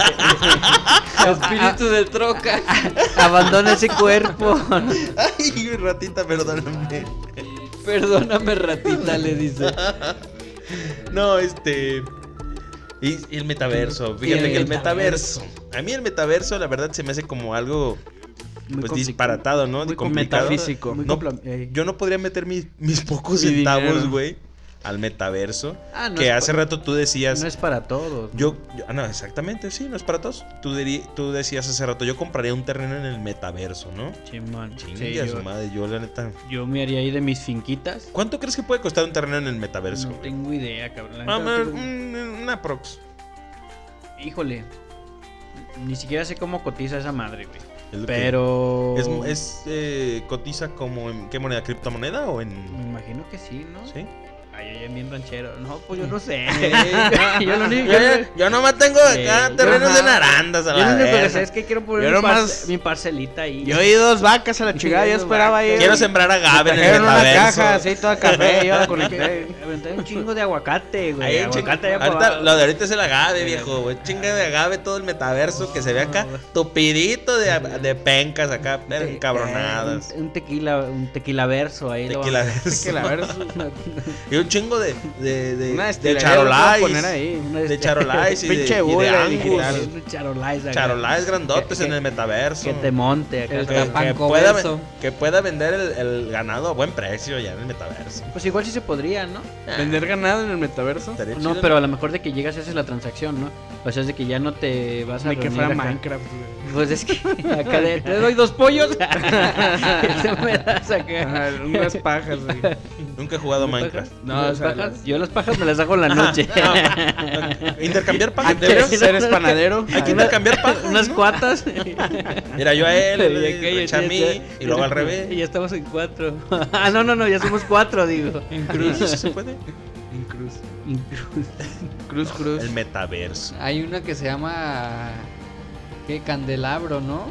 Speaker 3: Espíritu
Speaker 4: del troca. ah,
Speaker 3: Abandona ese cuerpo.
Speaker 2: Ay, ratita, perdóname.
Speaker 4: Perdóname, ratita, le dice.
Speaker 2: No, este. Y, y el metaverso. Fíjate
Speaker 4: el
Speaker 2: que el metaverso. A mí el metaverso, la verdad, se me hace como algo
Speaker 5: Muy
Speaker 2: pues,
Speaker 5: compli-
Speaker 2: disparatado, ¿no?
Speaker 5: muy
Speaker 2: Complicado.
Speaker 5: metafísico. Muy
Speaker 2: No,
Speaker 5: compla- eh.
Speaker 2: yo no podría meter mis, mis pocos
Speaker 5: Mi
Speaker 2: centavos,
Speaker 5: dinero.
Speaker 2: güey, al metaverso.
Speaker 3: Ah, no
Speaker 2: que
Speaker 3: es
Speaker 2: hace
Speaker 3: pa-
Speaker 2: rato tú decías.
Speaker 3: No es para todos.
Speaker 2: Yo, yo- ah, no, exactamente, sí, no es para todos. Tú, diri- tú decías hace rato, yo compraría un terreno en el metaverso, ¿no?
Speaker 3: Chimón.
Speaker 2: Chingue a su
Speaker 3: yo,
Speaker 2: madre, yo la neta.
Speaker 3: yo me haría ahí de mis finquitas.
Speaker 2: ¿Cuánto crees que puede costar un terreno en el metaverso?
Speaker 3: No
Speaker 2: güey?
Speaker 3: tengo idea, cabrón. La neta
Speaker 2: Ah,
Speaker 3: no
Speaker 2: ma-
Speaker 3: tengo-
Speaker 2: un- un aprox.
Speaker 3: Híjole. Ni siquiera sé cómo cotiza esa madre, güey.
Speaker 2: Es lo que-
Speaker 3: Pero.
Speaker 2: ¿Es, es, eh, cotiza como en qué moneda? ¿Criptomoneda o
Speaker 3: Me
Speaker 2: en.?
Speaker 3: imagino que sí, ¿no?
Speaker 2: ¿Sí?
Speaker 3: Ay, ay, ay, bien ranchero. No, pues yo no sé. yo lo único, yo,
Speaker 2: Yo, yo nomás tengo acá
Speaker 3: Sí, Eh, yo-
Speaker 2: terrenos de
Speaker 3: ajá.
Speaker 2: narandas. A
Speaker 3: yo lo
Speaker 2: la
Speaker 3: único que
Speaker 2: verga.
Speaker 3: sé es que quiero poner
Speaker 5: Yo
Speaker 3: mi,
Speaker 5: nomás-
Speaker 3: parce- mi parcelita ahí.
Speaker 5: Yo oí dos vacas a la chingada, yo esperaba ahí.
Speaker 2: Quiero sembrar agave en el
Speaker 5: Trajeron una
Speaker 2: metaverso.
Speaker 5: caja así toda café, yo la conecté.
Speaker 3: Aventar un chingo de aguacate, güey.
Speaker 2: Ahí, ching-
Speaker 3: aguacate allá por
Speaker 2: ahorita,
Speaker 3: abajo.
Speaker 2: lo de ahorita es el agave, viejo. güey. Chinga de agave todo el metaverso que se ve acá. Tupidito de, de pencas acá, pero
Speaker 3: Te-
Speaker 2: encabronadas.
Speaker 3: Eh, Un, un tequila, un tequila verso ahí. lo
Speaker 2: Tequila
Speaker 3: vamos
Speaker 5: Que la verdad es
Speaker 2: Y un chingo de, de, de,
Speaker 5: una
Speaker 2: de
Speaker 5: destilería lo puedo
Speaker 2: charolais.
Speaker 5: poner ahí.
Speaker 3: a-
Speaker 2: De charolais y de,
Speaker 5: Pinche
Speaker 2: y de
Speaker 5: bola
Speaker 2: Angus.
Speaker 5: digital.
Speaker 3: Un charolais. acá.
Speaker 2: Charolais grandotes
Speaker 3: Que-
Speaker 2: en el metaverso.
Speaker 3: Que te monte acá.
Speaker 4: El
Speaker 2: Que-
Speaker 3: cabrón.
Speaker 4: tapa-
Speaker 2: que,
Speaker 4: Tapanco
Speaker 2: pueda,
Speaker 4: verso.
Speaker 2: que pueda vender el, el ganado a buen precio ya en el metaverso.
Speaker 3: Pues igual sí se podría, ¿no?
Speaker 5: ¿Vender ganado en el metaverso?
Speaker 2: Estaría
Speaker 3: No,
Speaker 2: chido,
Speaker 3: pero a lo mejor de que llegas haces la transacción, ¿no? O sea, es de que ya no te vas a
Speaker 5: Ni que
Speaker 3: reunir
Speaker 5: fuera
Speaker 3: acá.
Speaker 5: Minecraft, güey.
Speaker 3: Pues es que acá de, te doy dos pollos. Te me das acá.
Speaker 5: Ajá, Unas pajas, güey.
Speaker 2: Nunca he jugado Minecraft.
Speaker 5: No,
Speaker 3: Las
Speaker 5: o sea,
Speaker 3: pajas- yo las pajas me las hago en la noche.
Speaker 2: No, intercambiar
Speaker 5: ¿Quieres
Speaker 2: paqueteros.
Speaker 3: Antes-
Speaker 5: ser es panadero?
Speaker 2: Hay que intercambiar pajas.
Speaker 3: Unas
Speaker 2: ¿no?
Speaker 3: cuatas.
Speaker 2: Mira, yo a él, él,
Speaker 3: Y aquello,
Speaker 2: Rich a
Speaker 3: ya-
Speaker 2: mí,
Speaker 3: ya-
Speaker 2: y luego al revés.
Speaker 3: Ya estamos en cuatro. Ah, no, no, no, ya somos cuatro, digo.
Speaker 2: Cruz, ¿se puede?
Speaker 5: En Cruz.
Speaker 3: Incluso.
Speaker 5: Cruz, cruz.
Speaker 2: El metaverso.
Speaker 4: Hay una que se llama. ¿Qué? Candelabro, ¿no?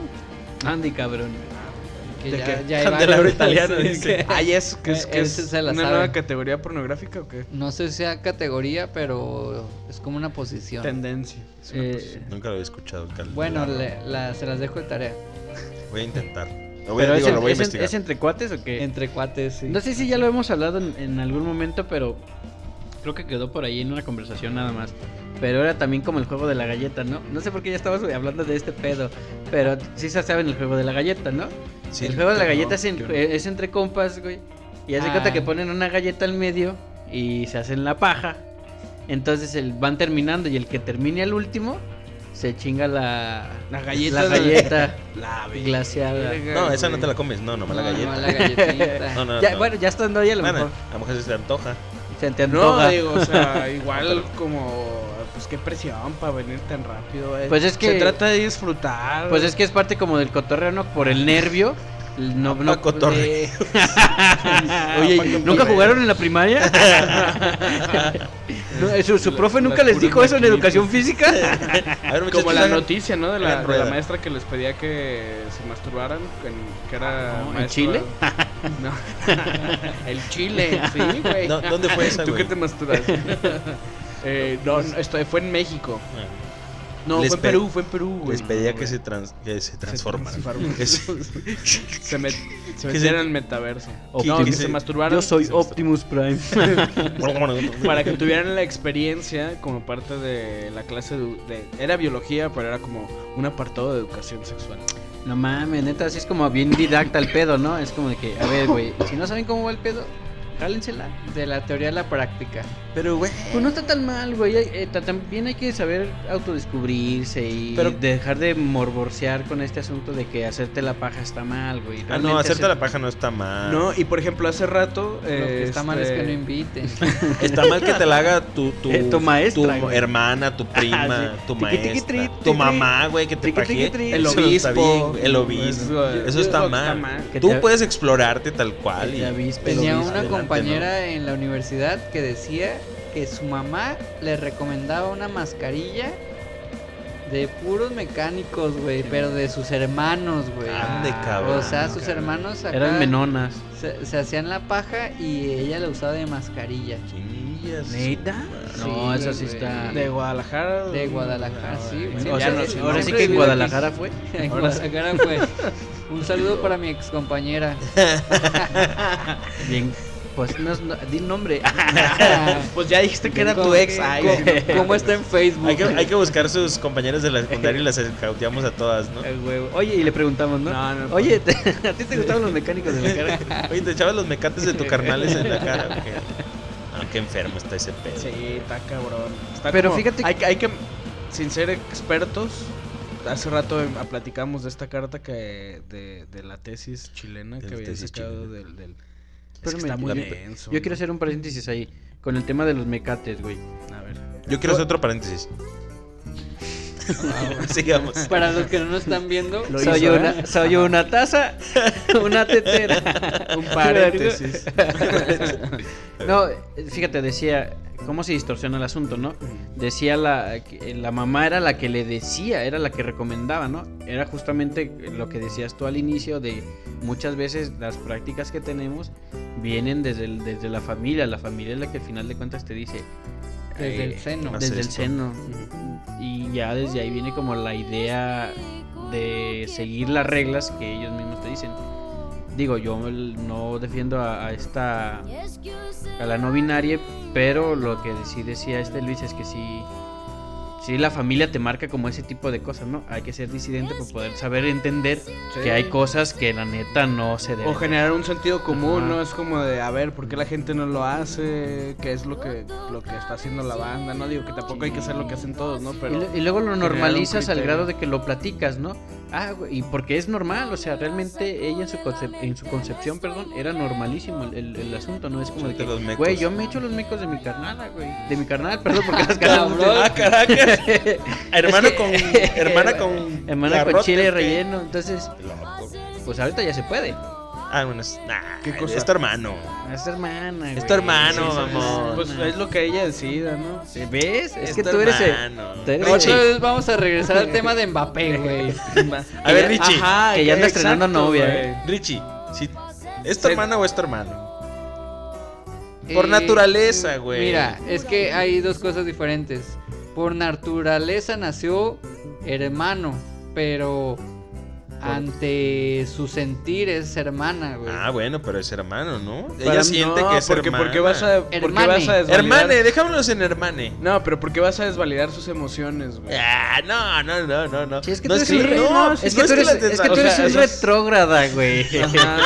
Speaker 3: Andy, cabrón.
Speaker 4: Que
Speaker 5: ¿De
Speaker 4: ya,
Speaker 5: qué?
Speaker 4: ya hay
Speaker 2: Candelabro
Speaker 4: varias.
Speaker 2: italiano,
Speaker 4: Sí,
Speaker 2: dice.
Speaker 5: Ay, es que es,
Speaker 4: Eh,
Speaker 5: que es
Speaker 4: ese se la
Speaker 5: una
Speaker 4: sabe.
Speaker 5: nueva categoría pornográfica o qué?
Speaker 4: No sé si sea categoría, pero es como una posición.
Speaker 5: Tendencia. Es una
Speaker 4: Eh,
Speaker 5: posición.
Speaker 2: Nunca lo había escuchado, alcalde.
Speaker 4: Bueno, le- la- se las dejo de tarea.
Speaker 2: Voy a intentar. Lo voy,
Speaker 3: Pero
Speaker 2: digo,
Speaker 3: es,
Speaker 2: lo
Speaker 3: en-
Speaker 2: voy a
Speaker 3: es en-
Speaker 2: investigar.
Speaker 3: es entre cuates o qué?
Speaker 4: Entre cuates, sí.
Speaker 3: No sé si ya lo hemos hablado en, en algún momento, pero creo que quedó por ahí en una conversación nada más. Pero era también como el juego de la galleta, ¿no? No sé por qué ya estabas hablando de este pedo, pero sí se saben el juego de la galleta, ¿no?
Speaker 2: Sí,
Speaker 3: el juego de la
Speaker 5: yo no,
Speaker 3: galleta es, en- eh,
Speaker 5: yo no.
Speaker 3: es entre compas, güey. Y hace
Speaker 4: Ah.
Speaker 3: cuenta que ponen una galleta al medio y se hacen la paja. Entonces el, van terminando y el que termine al último se chinga la,
Speaker 5: La galleta
Speaker 3: la
Speaker 5: de-
Speaker 3: galleta
Speaker 5: La verga,
Speaker 3: glaciada.
Speaker 2: No, esa no te la comes, no, nomás la
Speaker 4: No,
Speaker 2: galleta.
Speaker 4: no, la galletita.
Speaker 2: No, no,
Speaker 3: Ya,
Speaker 2: no.
Speaker 3: Bueno, ya estando ahí a lo
Speaker 2: Bueno,
Speaker 3: mejor
Speaker 2: a lo mejor se te antoja.
Speaker 3: se te
Speaker 5: No,
Speaker 3: antoja.
Speaker 5: digo, o sea, igual como. Pues qué presión para venir tan rápido, güey.
Speaker 3: Pues es que-
Speaker 5: Se trata de disfrutar.
Speaker 3: Pues es que es parte como del cotorreo, ¿no? Por el nervio. No,
Speaker 2: Apa
Speaker 3: no,
Speaker 2: cotorreo.
Speaker 3: de- Ah, Oye, ¿nunca
Speaker 5: pues,
Speaker 3: jugaron en la primaria? No, ¿Su, su profe nunca
Speaker 5: Las
Speaker 3: les
Speaker 5: puras
Speaker 3: dijo eso en
Speaker 5: maquinitas.
Speaker 3: educación física?
Speaker 2: A ver, muchachos,
Speaker 5: Como la
Speaker 2: hagan-
Speaker 5: noticia, ¿no? De la,
Speaker 2: hagan
Speaker 5: de la
Speaker 2: rueda.
Speaker 5: maestra que les pedía que se masturbaran, en- que
Speaker 4: Ah,
Speaker 5: era
Speaker 3: ¿en
Speaker 5: maestra-
Speaker 3: Chile?
Speaker 5: No. El Chile, sí, güey.
Speaker 2: No, ¿dónde fue esa,
Speaker 5: ¿Tú
Speaker 2: güey?
Speaker 5: qué te masturbas? eh, no, no, esto fue en México.
Speaker 3: Ah.
Speaker 5: No,
Speaker 2: Les
Speaker 5: fue en
Speaker 2: pe-
Speaker 5: Perú, fue en Perú, güey.
Speaker 2: Les pedía
Speaker 5: No,
Speaker 2: que
Speaker 5: güey.
Speaker 2: se, trans- que se transformaran.
Speaker 5: transformaran.
Speaker 2: Que se-
Speaker 5: se, met- se
Speaker 2: Que se-
Speaker 5: metieran al metaverso.
Speaker 2: O
Speaker 5: no,
Speaker 2: que
Speaker 5: que
Speaker 2: se-
Speaker 5: se masturbaran.
Speaker 3: Yo soy
Speaker 5: que se
Speaker 3: Optimus Prime.
Speaker 5: para que tuvieran la experiencia como parte de la clase de, de- era biología pero era como un apartado de educación sexual
Speaker 3: No mames, neta, así es como bien didacta el pedo, ¿no? Es como de que, a ver, güey, si no saben cómo va el pedo, jálensela.
Speaker 4: De la teoría a la práctica.
Speaker 2: Pero, güey.
Speaker 3: Pues no está tan mal, güey. hay- eh, ta- también hay que saber autodescubrirse y
Speaker 2: Pero-
Speaker 3: dejar de morborsear con este asunto de que hacerte la paja está mal, güey.
Speaker 2: Ah,
Speaker 3: Realmente
Speaker 2: no, hacerte
Speaker 3: hacer-
Speaker 2: la paja no está mal.
Speaker 5: no y por ejemplo hace rato
Speaker 4: Lo que Eh, está mal es que no
Speaker 5: este,
Speaker 4: inviten.
Speaker 2: Está mal que te la haga tu, tu,
Speaker 3: Eh, tu maestra,
Speaker 2: tu
Speaker 3: güey. Ah,
Speaker 2: hermana, tu prima,
Speaker 3: sí.
Speaker 2: tu
Speaker 3: Tiqui, tiqui,
Speaker 2: maestra,
Speaker 3: tri,
Speaker 2: tu
Speaker 3: tiqui,
Speaker 2: mamá, güey, que te
Speaker 3: tiqui, tiqui,
Speaker 2: pajeé.
Speaker 3: tri.
Speaker 5: el
Speaker 2: Eso no está bien,
Speaker 5: obispo
Speaker 2: güey, el obispo.
Speaker 5: Eso-
Speaker 2: Eso está
Speaker 5: eso
Speaker 2: mal.
Speaker 3: Que
Speaker 2: Tú
Speaker 3: te-
Speaker 2: puedes explorarte tal cual.
Speaker 3: que te
Speaker 2: Y...
Speaker 3: avispe el
Speaker 4: Tenía
Speaker 3: obispo.
Speaker 4: una
Speaker 2: adelante,
Speaker 4: compañera en la universidad que decía que su mamá le recomendaba una mascarilla de puros mecánicos, güey, pero de sus hermanos, güey.
Speaker 2: Ande, cabrón.
Speaker 4: o sea, sus hermanos acá
Speaker 3: Eran menonas.
Speaker 4: Se, se hacían la paja y ella la usaba de mascarilla.
Speaker 2: Chingas,
Speaker 3: ¿Neta?
Speaker 2: su madre.
Speaker 3: No,
Speaker 4: Sí,
Speaker 3: eso sí
Speaker 4: güey.
Speaker 3: está.
Speaker 5: de Guadalajara
Speaker 3: Mm,
Speaker 4: De Guadalajara, sí.
Speaker 5: güey.
Speaker 4: sí,
Speaker 3: O
Speaker 5: Ya
Speaker 3: sea,
Speaker 5: no,
Speaker 4: sí,
Speaker 5: sí,
Speaker 3: ahora
Speaker 5: no.
Speaker 3: sí
Speaker 4: siempre
Speaker 3: que en
Speaker 4: vive
Speaker 3: Guadalajara fue.
Speaker 4: aquí. En Guadalajara fue. Un saludo para mi excompañera.
Speaker 3: Bien. Pues no, es- no- di nombre. Ah,
Speaker 5: pues ya dijiste que era tu
Speaker 4: ¿Cómo-
Speaker 5: ex ay,
Speaker 4: cómo-
Speaker 5: güey.
Speaker 4: ¿Cómo está en Facebook?
Speaker 2: Hay que, hay que buscar sus compañeros de la secundaria y las escauteamos a todas, ¿no?
Speaker 3: Eh, güey, Oye, y le preguntamos, ¿no?
Speaker 5: No, no,
Speaker 3: Oye, ¿te- ¿a ti te gustaban los mecánicos de la cara?
Speaker 2: Oye, te echabas los mecates de tu carnales en la cara. güey. Ah, qué enfermo está ese pedo.
Speaker 5: sí está cabrón Está
Speaker 3: Pero
Speaker 5: como-
Speaker 3: fíjate que-
Speaker 5: hay, que- hay que sin ser expertos hace rato em, platicamos de esta carta que de, de la tesis chilena
Speaker 2: De
Speaker 5: que
Speaker 2: la
Speaker 5: había
Speaker 2: tesis
Speaker 5: sacado
Speaker 2: chilena.
Speaker 5: del, del- es que
Speaker 3: Espérame,
Speaker 5: está muy
Speaker 3: yo-
Speaker 5: denso,
Speaker 3: Yo quiero hacer un paréntesis ahí con el tema de los mecates, güey.
Speaker 5: A ver.
Speaker 2: Yo quiero hacer
Speaker 3: Pues-
Speaker 2: otro paréntesis.
Speaker 3: Ah,
Speaker 2: Sigamos.
Speaker 4: Para los que no nos están viendo,
Speaker 3: Soy una,
Speaker 5: ¿eh?
Speaker 3: soy una taza, una tetera.
Speaker 5: Un paréntesis.
Speaker 3: No, eh, fíjate, decía, ¿cómo se distorsiona el asunto, no? Decía la, que la mamá era la que le decía, era la que recomendaba, ¿no? Era justamente lo que decías tú al inicio de muchas veces las prácticas que tenemos vienen desde, el- desde la familia, la familia es la que al final de cuentas te dice,
Speaker 4: Desde el
Speaker 2: Eh,
Speaker 4: seno.
Speaker 2: no sé.
Speaker 3: desde el
Speaker 2: esto.
Speaker 3: seno. Y ya desde ahí viene como la idea de seguir las reglas que ellos mismos te dicen. Digo, yo el- no defiendo a, a esta a la no binaria, pero lo que sí decía este Luis es que sí sí la familia te marca como ese tipo de cosas, ¿no? Hay que ser disidente para poder saber entender que hay cosas que la neta no se deben.
Speaker 5: O generar un sentido común,
Speaker 3: Ajá.
Speaker 5: ¿no? Es como de, a ver, ¿por qué la gente no lo hace? ¿Qué es lo que, lo que está haciendo la banda? No digo que tampoco hay que hacer lo que hacen todos, ¿no?
Speaker 3: Y
Speaker 5: Pero
Speaker 3: lo- Y, luego lo
Speaker 5: generar un
Speaker 3: normalizas al
Speaker 5: criterio.
Speaker 3: grado de que lo platicas, ¿no? Ah, güey, y porque es normal, o sea, realmente ella en su, concep- en su concepción, perdón, era normalísimo el, el- el asunto, ¿no? Es como de
Speaker 2: Echarte los
Speaker 3: que,
Speaker 2: mecos.
Speaker 3: güey, yo me echo los mecos de mi carnala, güey. De mi carnal, perdón, porque las
Speaker 4: Cabrón.
Speaker 3: carnalas...
Speaker 2: Ah, caracas. Hermano
Speaker 3: Es que-
Speaker 2: con. Hermana con.
Speaker 3: Hermana con
Speaker 2: garrote,
Speaker 3: chile
Speaker 2: ¿qué?
Speaker 3: relleno, entonces,
Speaker 2: Loco.
Speaker 3: pues ahorita ya se puede.
Speaker 2: Ah, bueno, es. nah,
Speaker 5: ¿Qué cosa?
Speaker 2: Es tu hermano.
Speaker 3: Es tu hermana,
Speaker 2: Es
Speaker 3: güey.
Speaker 2: tu hermano,
Speaker 3: Sí, sí,
Speaker 2: mamón.
Speaker 5: pues
Speaker 3: hermana.
Speaker 5: es lo que ella decida, ¿no?
Speaker 3: ¿Ves? Es, que
Speaker 2: tu
Speaker 3: tú eres... el-
Speaker 2: hermano.
Speaker 3: tú eres el-
Speaker 4: Otra vez vamos a regresar al tema de Mbappé, güey.
Speaker 2: A ver, Richie.
Speaker 5: Ajá,
Speaker 3: que ya anda estrenando novia,
Speaker 5: güey.
Speaker 3: eh.
Speaker 2: Richie, si- ¿es tu
Speaker 5: Sí.
Speaker 2: hermana o es tu hermano? Por
Speaker 4: Eh,
Speaker 2: naturaleza, güey.
Speaker 4: Mira, es que hay dos cosas diferentes. Por naturaleza nació hermano, pero ante su sentir es hermana, güey.
Speaker 2: Ah, bueno, pero es hermano, ¿no?
Speaker 5: Para-
Speaker 2: Ella siente
Speaker 5: no,
Speaker 2: que es
Speaker 5: porque,
Speaker 2: hermana.
Speaker 5: ¿Por qué vas a, por qué
Speaker 4: Hermane.
Speaker 5: vas a desvalidar?
Speaker 2: Hermane, dejámonos en hermane.
Speaker 5: No, pero ¿por qué vas a desvalidar sus emociones, güey?
Speaker 2: Ah, no, no, no, no, no.
Speaker 3: Sí, es que
Speaker 2: no
Speaker 3: tú eres un
Speaker 2: que-
Speaker 3: re-
Speaker 2: no,
Speaker 3: es que tú
Speaker 2: las
Speaker 3: eres- es que
Speaker 2: desva-
Speaker 3: tú
Speaker 2: o
Speaker 3: eres
Speaker 2: sea,
Speaker 3: un
Speaker 2: esas-
Speaker 3: retrógrada, güey.
Speaker 5: Ajá.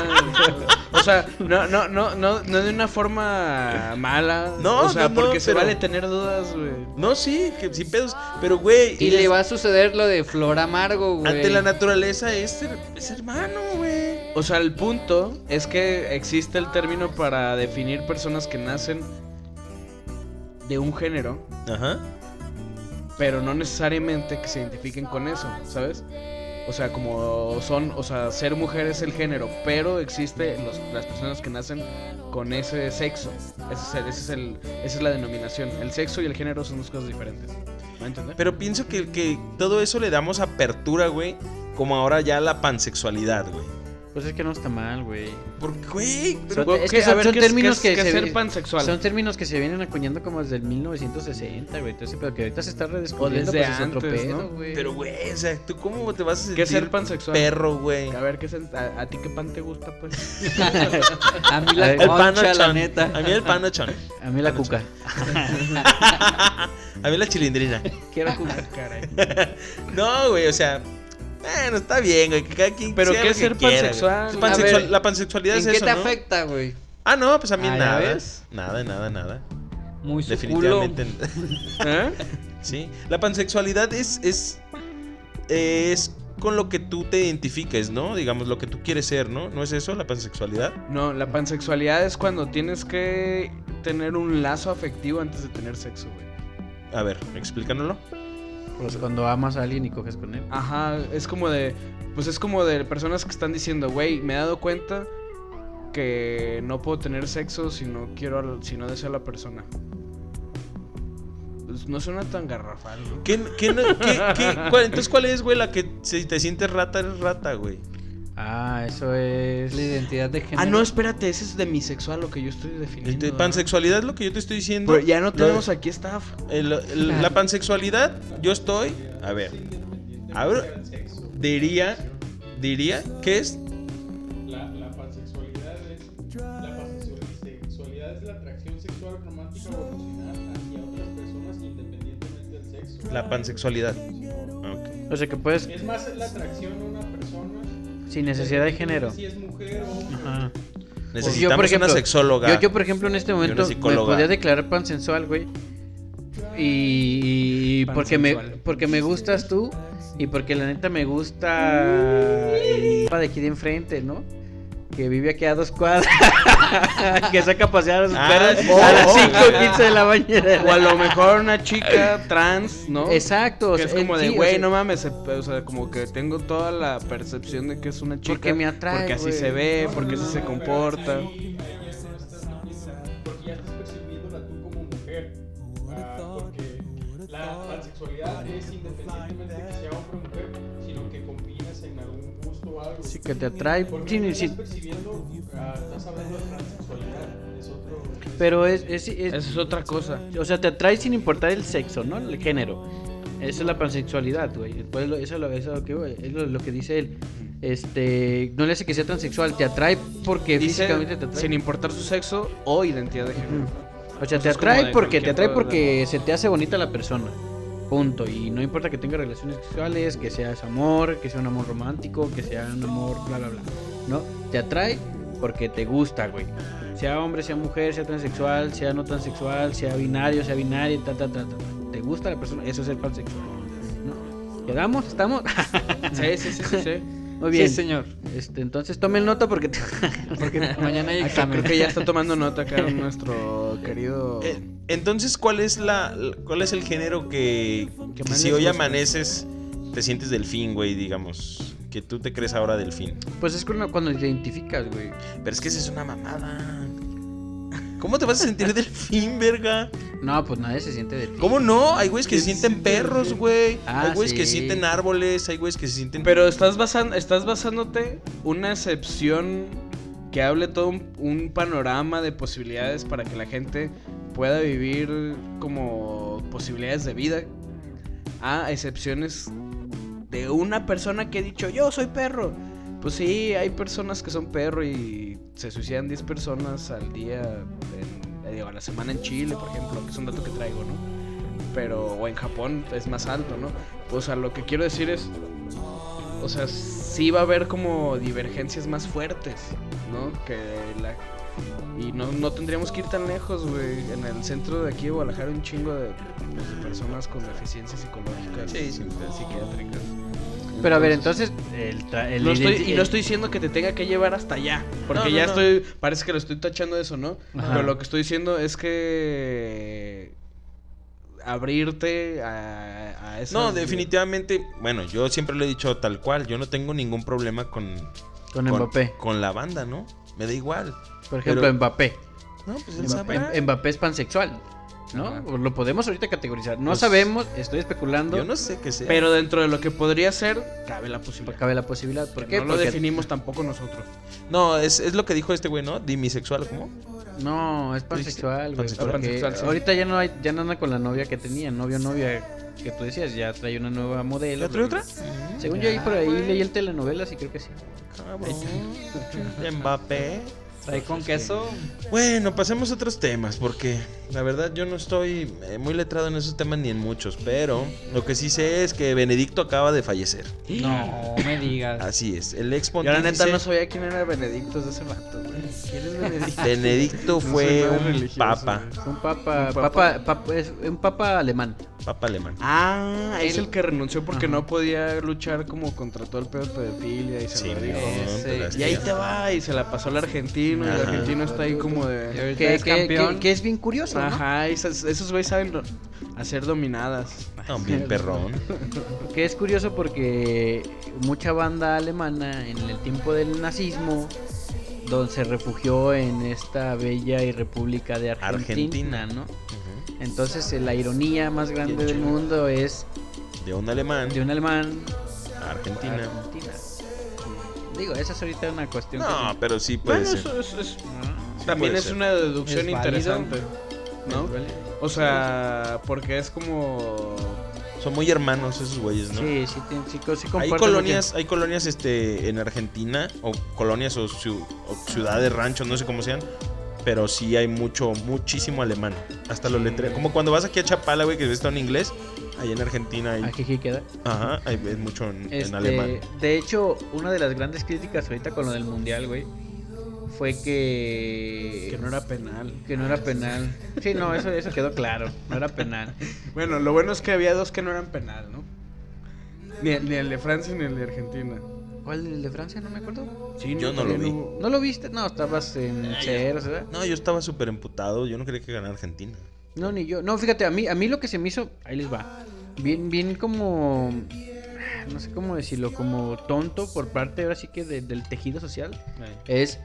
Speaker 5: O sea, no, no, no, no, no de una forma mala.
Speaker 2: No,
Speaker 5: o sea,
Speaker 2: no, no,
Speaker 5: porque se
Speaker 2: pero-
Speaker 5: vale tener dudas, güey.
Speaker 2: No, sí, que sin pedos. Pero, güey,
Speaker 4: Y
Speaker 2: es-
Speaker 4: le va a suceder lo de Flor Amargo, güey.
Speaker 2: ante la naturaleza es, her- es hermano, güey.
Speaker 5: O sea, el punto es que existe el término para definir personas que nacen de un género,
Speaker 2: Ajá.
Speaker 5: pero no necesariamente que se identifiquen con eso, ¿sabes? O sea, como son, o sea, ser mujer es el género, pero existe los- las personas que nacen con ese sexo. Ese es el- ese es el- esa es la denominación. El sexo y el género son dos cosas diferentes. ¿Me entiendes?
Speaker 2: Pero pienso que, que todo eso le damos apertura, güey. Como ahora ya la pansexualidad, güey.
Speaker 3: Pues es que no está mal, güey.
Speaker 2: Porque, güey, pero-
Speaker 3: Son,
Speaker 5: ¿qué-
Speaker 3: es que
Speaker 5: a
Speaker 3: son,
Speaker 5: ver,
Speaker 3: son
Speaker 5: qué es-
Speaker 3: términos
Speaker 5: qué es-
Speaker 3: que,
Speaker 5: qué es
Speaker 3: se
Speaker 5: ser
Speaker 3: vi-
Speaker 5: pansexual?
Speaker 3: Son términos que se vienen acuñando como desde el 1960, güey. Entonces, pero que ahorita se está redescubriendo
Speaker 5: O desde
Speaker 3: pues, es otro
Speaker 5: antes,
Speaker 3: pedo,
Speaker 5: ¿no?
Speaker 3: güey.
Speaker 2: pero, güey, o sea, ¿tú cómo te vas a sentir?
Speaker 5: ¿Qué es ser pansexual?
Speaker 2: Perro, güey.
Speaker 5: A ver, ¿qué es el- a, a ti qué pan te gusta, pues?
Speaker 4: A mí la
Speaker 3: El
Speaker 4: concha, la
Speaker 2: panochón.
Speaker 4: neta.
Speaker 2: A mí el panochón.
Speaker 3: A mí la cuca.
Speaker 2: A mí la chilindrina.
Speaker 3: Quiero cuca.
Speaker 5: Caray.
Speaker 2: No, güey, o sea. Bueno, está bien, güey. Que cada quien
Speaker 5: Pero
Speaker 2: sea
Speaker 5: ¿qué
Speaker 2: lo
Speaker 5: es
Speaker 2: que
Speaker 5: ser
Speaker 2: quiera, güey.
Speaker 5: pansexual?
Speaker 2: Es pansexual-
Speaker 4: A ver,
Speaker 2: la pansexualidad
Speaker 4: ¿En
Speaker 2: es
Speaker 4: qué
Speaker 2: eso,
Speaker 4: te
Speaker 2: ¿no?
Speaker 4: afecta, güey?
Speaker 2: Ah, no, pues a mí
Speaker 4: Ah, ¿ya
Speaker 2: nada.
Speaker 4: ves?
Speaker 2: Nada, nada, nada.
Speaker 4: Muy su culo.
Speaker 2: Definitivamente.
Speaker 5: ¿Eh?
Speaker 2: sí. La pansexualidad es, es. Es con lo que tú te identifiques, ¿no? Digamos, lo que tú quieres ser, ¿no? ¿No es eso la pansexualidad?
Speaker 5: No, la pansexualidad es cuando tienes que tener un lazo afectivo antes de tener sexo, güey.
Speaker 2: A ver, explícanoslo.
Speaker 3: Pues cuando amas a alguien y coges con él.
Speaker 5: Ajá, es como de. Pues es como de personas que están diciendo, güey, me he dado cuenta que no puedo tener sexo si no quiero, al- si no deseo a la persona. Pues no suena tan garrafal, ¿no?
Speaker 2: ¿Qué, qué no- qué- qué- cuál- entonces, ¿cuál es, güey, la que si te sientes rata, eres rata, güey?
Speaker 3: Ah, eso es.
Speaker 4: Es la identidad de género.
Speaker 5: Ah, no, espérate, ese es demisexual lo que yo estoy definiendo.
Speaker 2: Este,
Speaker 5: ¿no?
Speaker 2: pansexualidad es lo que yo te estoy diciendo.
Speaker 5: Pero ya no
Speaker 2: Lo-
Speaker 5: tenemos aquí staff.
Speaker 2: el- el- la pansexualidad, yo estoy. A ver. A ver. Diría. Diría que es.
Speaker 6: La, la pansexualidad es la pansexualidad es la atracción sexual romántica o emocional hacia otras personas independientemente del sexo.
Speaker 2: La pansexualidad. Ok.
Speaker 3: O sea que puedes
Speaker 6: Es más es la atracción a una persona
Speaker 3: sin necesidad de género.
Speaker 6: si es mujer o hombre.
Speaker 3: Ajá.
Speaker 2: Necesitamos
Speaker 3: Yo, por ejemplo,
Speaker 2: una sexóloga.
Speaker 3: Yo, yo, por ejemplo, en este momento me
Speaker 2: psicóloga.
Speaker 3: podría declarar pansensual, güey. Y, y porque me
Speaker 5: Pansensual.
Speaker 3: porque me gustas tú y porque la neta me gusta y de aquí de enfrente, ¿no? Que vive aquí a dos cuadras. que saca a pasear a sus
Speaker 2: Ah,
Speaker 3: perras
Speaker 2: sí,
Speaker 3: a
Speaker 2: sí,
Speaker 3: las
Speaker 2: sí.
Speaker 3: 5.15 de la
Speaker 5: O a
Speaker 3: mañana.
Speaker 5: lo mejor una chica trans, ¿no?
Speaker 3: Exacto. o
Speaker 5: Que es
Speaker 3: sea,
Speaker 5: como
Speaker 3: pues, eh, sí,
Speaker 5: de,
Speaker 3: o
Speaker 5: güey,
Speaker 3: sea,
Speaker 5: no mames, se- o sea, como que tengo toda la percepción de que es una chica.
Speaker 3: Porque me atrae,
Speaker 5: Porque así
Speaker 3: güey.
Speaker 5: se ve, porque así se comporta.
Speaker 6: Ahí, ahí ya no estás metiendo, porque ya estás percibiéndola tú como mujer. Ah, porque la pansexualidad es independientemente de que sea hombre o mujer, sino que combinas en algún gusto o algo.
Speaker 3: Sí, que te atrae.
Speaker 6: Porque
Speaker 3: sí,
Speaker 6: no
Speaker 3: sí,
Speaker 6: estás percibiendo, ah, estás hablando de transexualidad, es otro.
Speaker 3: pero es, es,
Speaker 5: Esa
Speaker 3: es-
Speaker 5: es otra cosa.
Speaker 3: O sea, te atrae sin importar el sexo, ¿no? El género. Esa es la pansexualidad, güey. Pues lo- eso, es lo- eso es lo que, voy, es lo, lo que dice él. Este, no le hace que sea transexual, te atrae porque
Speaker 5: Dice,
Speaker 3: físicamente te atrae.
Speaker 5: sin importar su sexo o identidad de género.
Speaker 3: o sea,
Speaker 5: Eso
Speaker 3: te
Speaker 5: Pues es como
Speaker 3: atrae
Speaker 5: de
Speaker 3: porque te
Speaker 5: cualquier
Speaker 3: atrae
Speaker 5: poder,
Speaker 3: porque se te hace bonita la persona. Punto. Y no importa que tenga relaciones sexuales, que seas amor, que sea un amor romántico, que sea un amor, bla, bla, bla. ¿No? Te atrae porque te gusta, güey. Sea hombre, sea mujer, sea transexual, sea no transexual, sea binario, sea binario, ta, ta, ta, ta. ta. ¿Te gusta la persona? Eso es ser pansexual. ¿no? ¿Quedamos? ¿Estamos?
Speaker 5: Sí, sí, sí, sí. sí.
Speaker 3: Muy bien.
Speaker 4: Sí, señor.
Speaker 3: Este, entonces tomen nota porque...
Speaker 4: Porque mañana hay
Speaker 5: Acá
Speaker 4: examen.
Speaker 5: creo que ya está tomando nota acá nuestro querido.
Speaker 2: Eh, entonces, ¿cuál es la, cuál es el género que,
Speaker 5: Que
Speaker 2: que
Speaker 5: más
Speaker 2: si
Speaker 5: les
Speaker 2: hoy
Speaker 5: gusta?
Speaker 2: amaneces te sientes delfín, güey, digamos, que tú te crees ahora delfín?
Speaker 3: pues es cuando cuando te identificas, güey.
Speaker 2: Pero es que esa es una mamada. ¿Cómo te vas a sentir delfín, verga?
Speaker 3: No, pues nadie se siente del
Speaker 2: ¿Cómo no? Hay güeyes que se sienten perros, güey.
Speaker 3: Ah,
Speaker 2: hay güeyes que
Speaker 3: sí.
Speaker 2: sienten árboles, hay güeyes que se sienten
Speaker 5: Pero estás, basan- estás basándote una excepción que hable todo un, un panorama de posibilidades para que la gente pueda vivir como posibilidades de vida. A excepciones de una persona que ha dicho, yo soy perro. Pues sí, hay personas que son perro y se suicidan 10 personas al día, en- eh, digo, a la semana en Chile, por ejemplo, que es un dato que traigo, ¿no? Pues Pero, o en Japón es más alto, ¿no? O sea, lo que quiero decir es, o sea, s- sí va a haber como divergencias más fuertes, ¿no? Que la... Y no, no tendríamos que ir tan lejos, güey. En el centro de aquí de Guadalajara un chingo de, pues, de personas con deficiencias psicológicas.
Speaker 2: Sí, sí.
Speaker 5: psiquiátricas.
Speaker 3: Pero a ver, entonces. El tra- el
Speaker 5: No estoy,
Speaker 3: identi-
Speaker 5: y no estoy diciendo que te tenga que llevar hasta allá. Porque
Speaker 2: No, no,
Speaker 5: ya
Speaker 2: no.
Speaker 5: estoy. Parece que lo estoy tachando de eso, ¿no?
Speaker 3: Ajá.
Speaker 5: Pero lo que estoy diciendo es que. Abrirte a, a esas-
Speaker 2: No, definitivamente, bueno, yo siempre lo he dicho tal cual, yo no tengo ningún problema con
Speaker 3: Con Mbappé.
Speaker 2: con la banda, ¿no? Me da igual.
Speaker 3: Por ejemplo,
Speaker 2: pero-
Speaker 3: Mbappé.
Speaker 2: No, pues él sabrá.
Speaker 3: Mbappé. Mbappé es pansexual. ¿No?
Speaker 5: Ajá.
Speaker 3: O Lo podemos ahorita categorizar. No
Speaker 2: Pues,
Speaker 3: sabemos, estoy especulando.
Speaker 2: Yo no sé qué sea.
Speaker 5: Pero dentro de lo que podría ser, cabe la posibilidad.
Speaker 3: Pues Cabe la posibilidad. ¿Por
Speaker 5: Que
Speaker 3: qué?
Speaker 5: no lo
Speaker 3: Porque-
Speaker 5: definimos tampoco nosotros.
Speaker 2: no, es, es lo que dijo este güey, ¿no? Dimisexual, ¿cómo?
Speaker 3: No, es pansexual, güey.
Speaker 2: Pansexual.
Speaker 3: porque
Speaker 5: Pansexual, sí.
Speaker 3: Ahorita ya no, hay, ya no anda con la novia que tenía, novio novia que tú decías, ya trae una nueva modelo.
Speaker 2: ¿La trae otra?
Speaker 3: Según yo ahí por ahí
Speaker 5: Ah,
Speaker 3: leí
Speaker 5: pues.
Speaker 3: el telenovelas y creo que sí.
Speaker 2: Cabrón. Mbappé.
Speaker 4: Trae con queso.
Speaker 2: Bueno, pasemos a otros temas, porque la verdad yo no estoy eh, muy letrado en esos temas ni en muchos, pero lo que sí sé es que Benedicto acaba de fallecer.
Speaker 4: No me digas.
Speaker 2: Así es, el ex
Speaker 5: Yo la
Speaker 2: pontífice
Speaker 5: neta no sabía quién era Benedicto desde hace rato, güey. ¿Quién es Benedicto?
Speaker 2: Benedicto fue
Speaker 5: nada
Speaker 2: un
Speaker 5: religioso,
Speaker 2: papa,
Speaker 5: güey.
Speaker 3: Un papa,
Speaker 5: Un papa.
Speaker 3: papa, papa- es un papa alemán.
Speaker 2: papa alemán.
Speaker 5: Ah, es el que renunció porque
Speaker 3: Ajá.
Speaker 5: no podía luchar como contra todo el pedo de pedofilia y se
Speaker 2: Sí,
Speaker 5: lo
Speaker 2: no,
Speaker 5: dijo.
Speaker 2: te las
Speaker 5: Y ahí
Speaker 2: tira.
Speaker 5: te va, y se la pasó al argentino, y el
Speaker 2: Ajá.
Speaker 5: argentino está ahí como de...
Speaker 4: Ahorita
Speaker 3: Que,
Speaker 4: es
Speaker 3: que-
Speaker 4: campeón.
Speaker 3: que- que es bien curioso, ¿no?
Speaker 5: Ajá, esos, esos güeyes saben do- hacer dominadas.
Speaker 2: No, bien perrón.
Speaker 3: Que es curioso porque mucha banda alemana en el tiempo del nazismo donde se refugió en esta bella y república de Argentina,
Speaker 2: Argentina.
Speaker 3: ¿no? Entonces eh, la ironía más grande del mundo es
Speaker 2: De un alemán,
Speaker 3: de un alemán
Speaker 2: a Argentina.
Speaker 3: Argentina. Digo, esa es ahorita una cuestión.
Speaker 2: No, pero sí puede
Speaker 5: Bueno,
Speaker 2: ser.
Speaker 5: eso es... es- también
Speaker 2: puede
Speaker 5: es
Speaker 2: ser.
Speaker 5: una deducción
Speaker 4: Es válido.
Speaker 5: interesante, ¿no? O sea, porque es como...
Speaker 2: Son muy hermanos esos güeyes,
Speaker 3: que
Speaker 2: Pues ¿no?
Speaker 3: sí, sí, tiene- sí, co- sí
Speaker 2: Hay
Speaker 3: comparto
Speaker 2: colonias, hay colonias este, en Argentina, o colonias o, ciu- o ciudades, ranchos, no sé cómo sean, pero sí hay mucho, muchísimo alemán. Hasta lo letre. Como cuando vas aquí a Chapala, güey, que ves todo en inglés, ahí en Argentina hay,
Speaker 3: lo que- Ajijí Ah, queda.
Speaker 2: ajá, hay es mucho en, en
Speaker 3: Este,
Speaker 2: alemán.
Speaker 3: De hecho, una de las grandes críticas ahorita con lo del mundial, güey, fue que.
Speaker 5: Que no era penal.
Speaker 3: que no era penal. Sí, no, eso, eso quedó claro. No era penal.
Speaker 5: Bueno, lo bueno es que había dos que no eran penal, ¿no? Ni, ni el de Francia ni el de Argentina.
Speaker 3: ¿Cuál el de Francia? No me acuerdo.
Speaker 5: Sí,
Speaker 2: Yo no lo
Speaker 5: también
Speaker 2: vi. Ah,
Speaker 5: hubo-
Speaker 3: ¿No lo viste? No, estabas en ceros, ¿verdad?
Speaker 2: No, yo estaba súper emputado, yo no quería que ganara Argentina.
Speaker 3: No, ni yo. No, fíjate, a mí, a mí lo que se me hizo, ahí les va. Bien, bien como, no sé cómo decirlo, como tonto por parte ahora sí que de- del tejido social. Es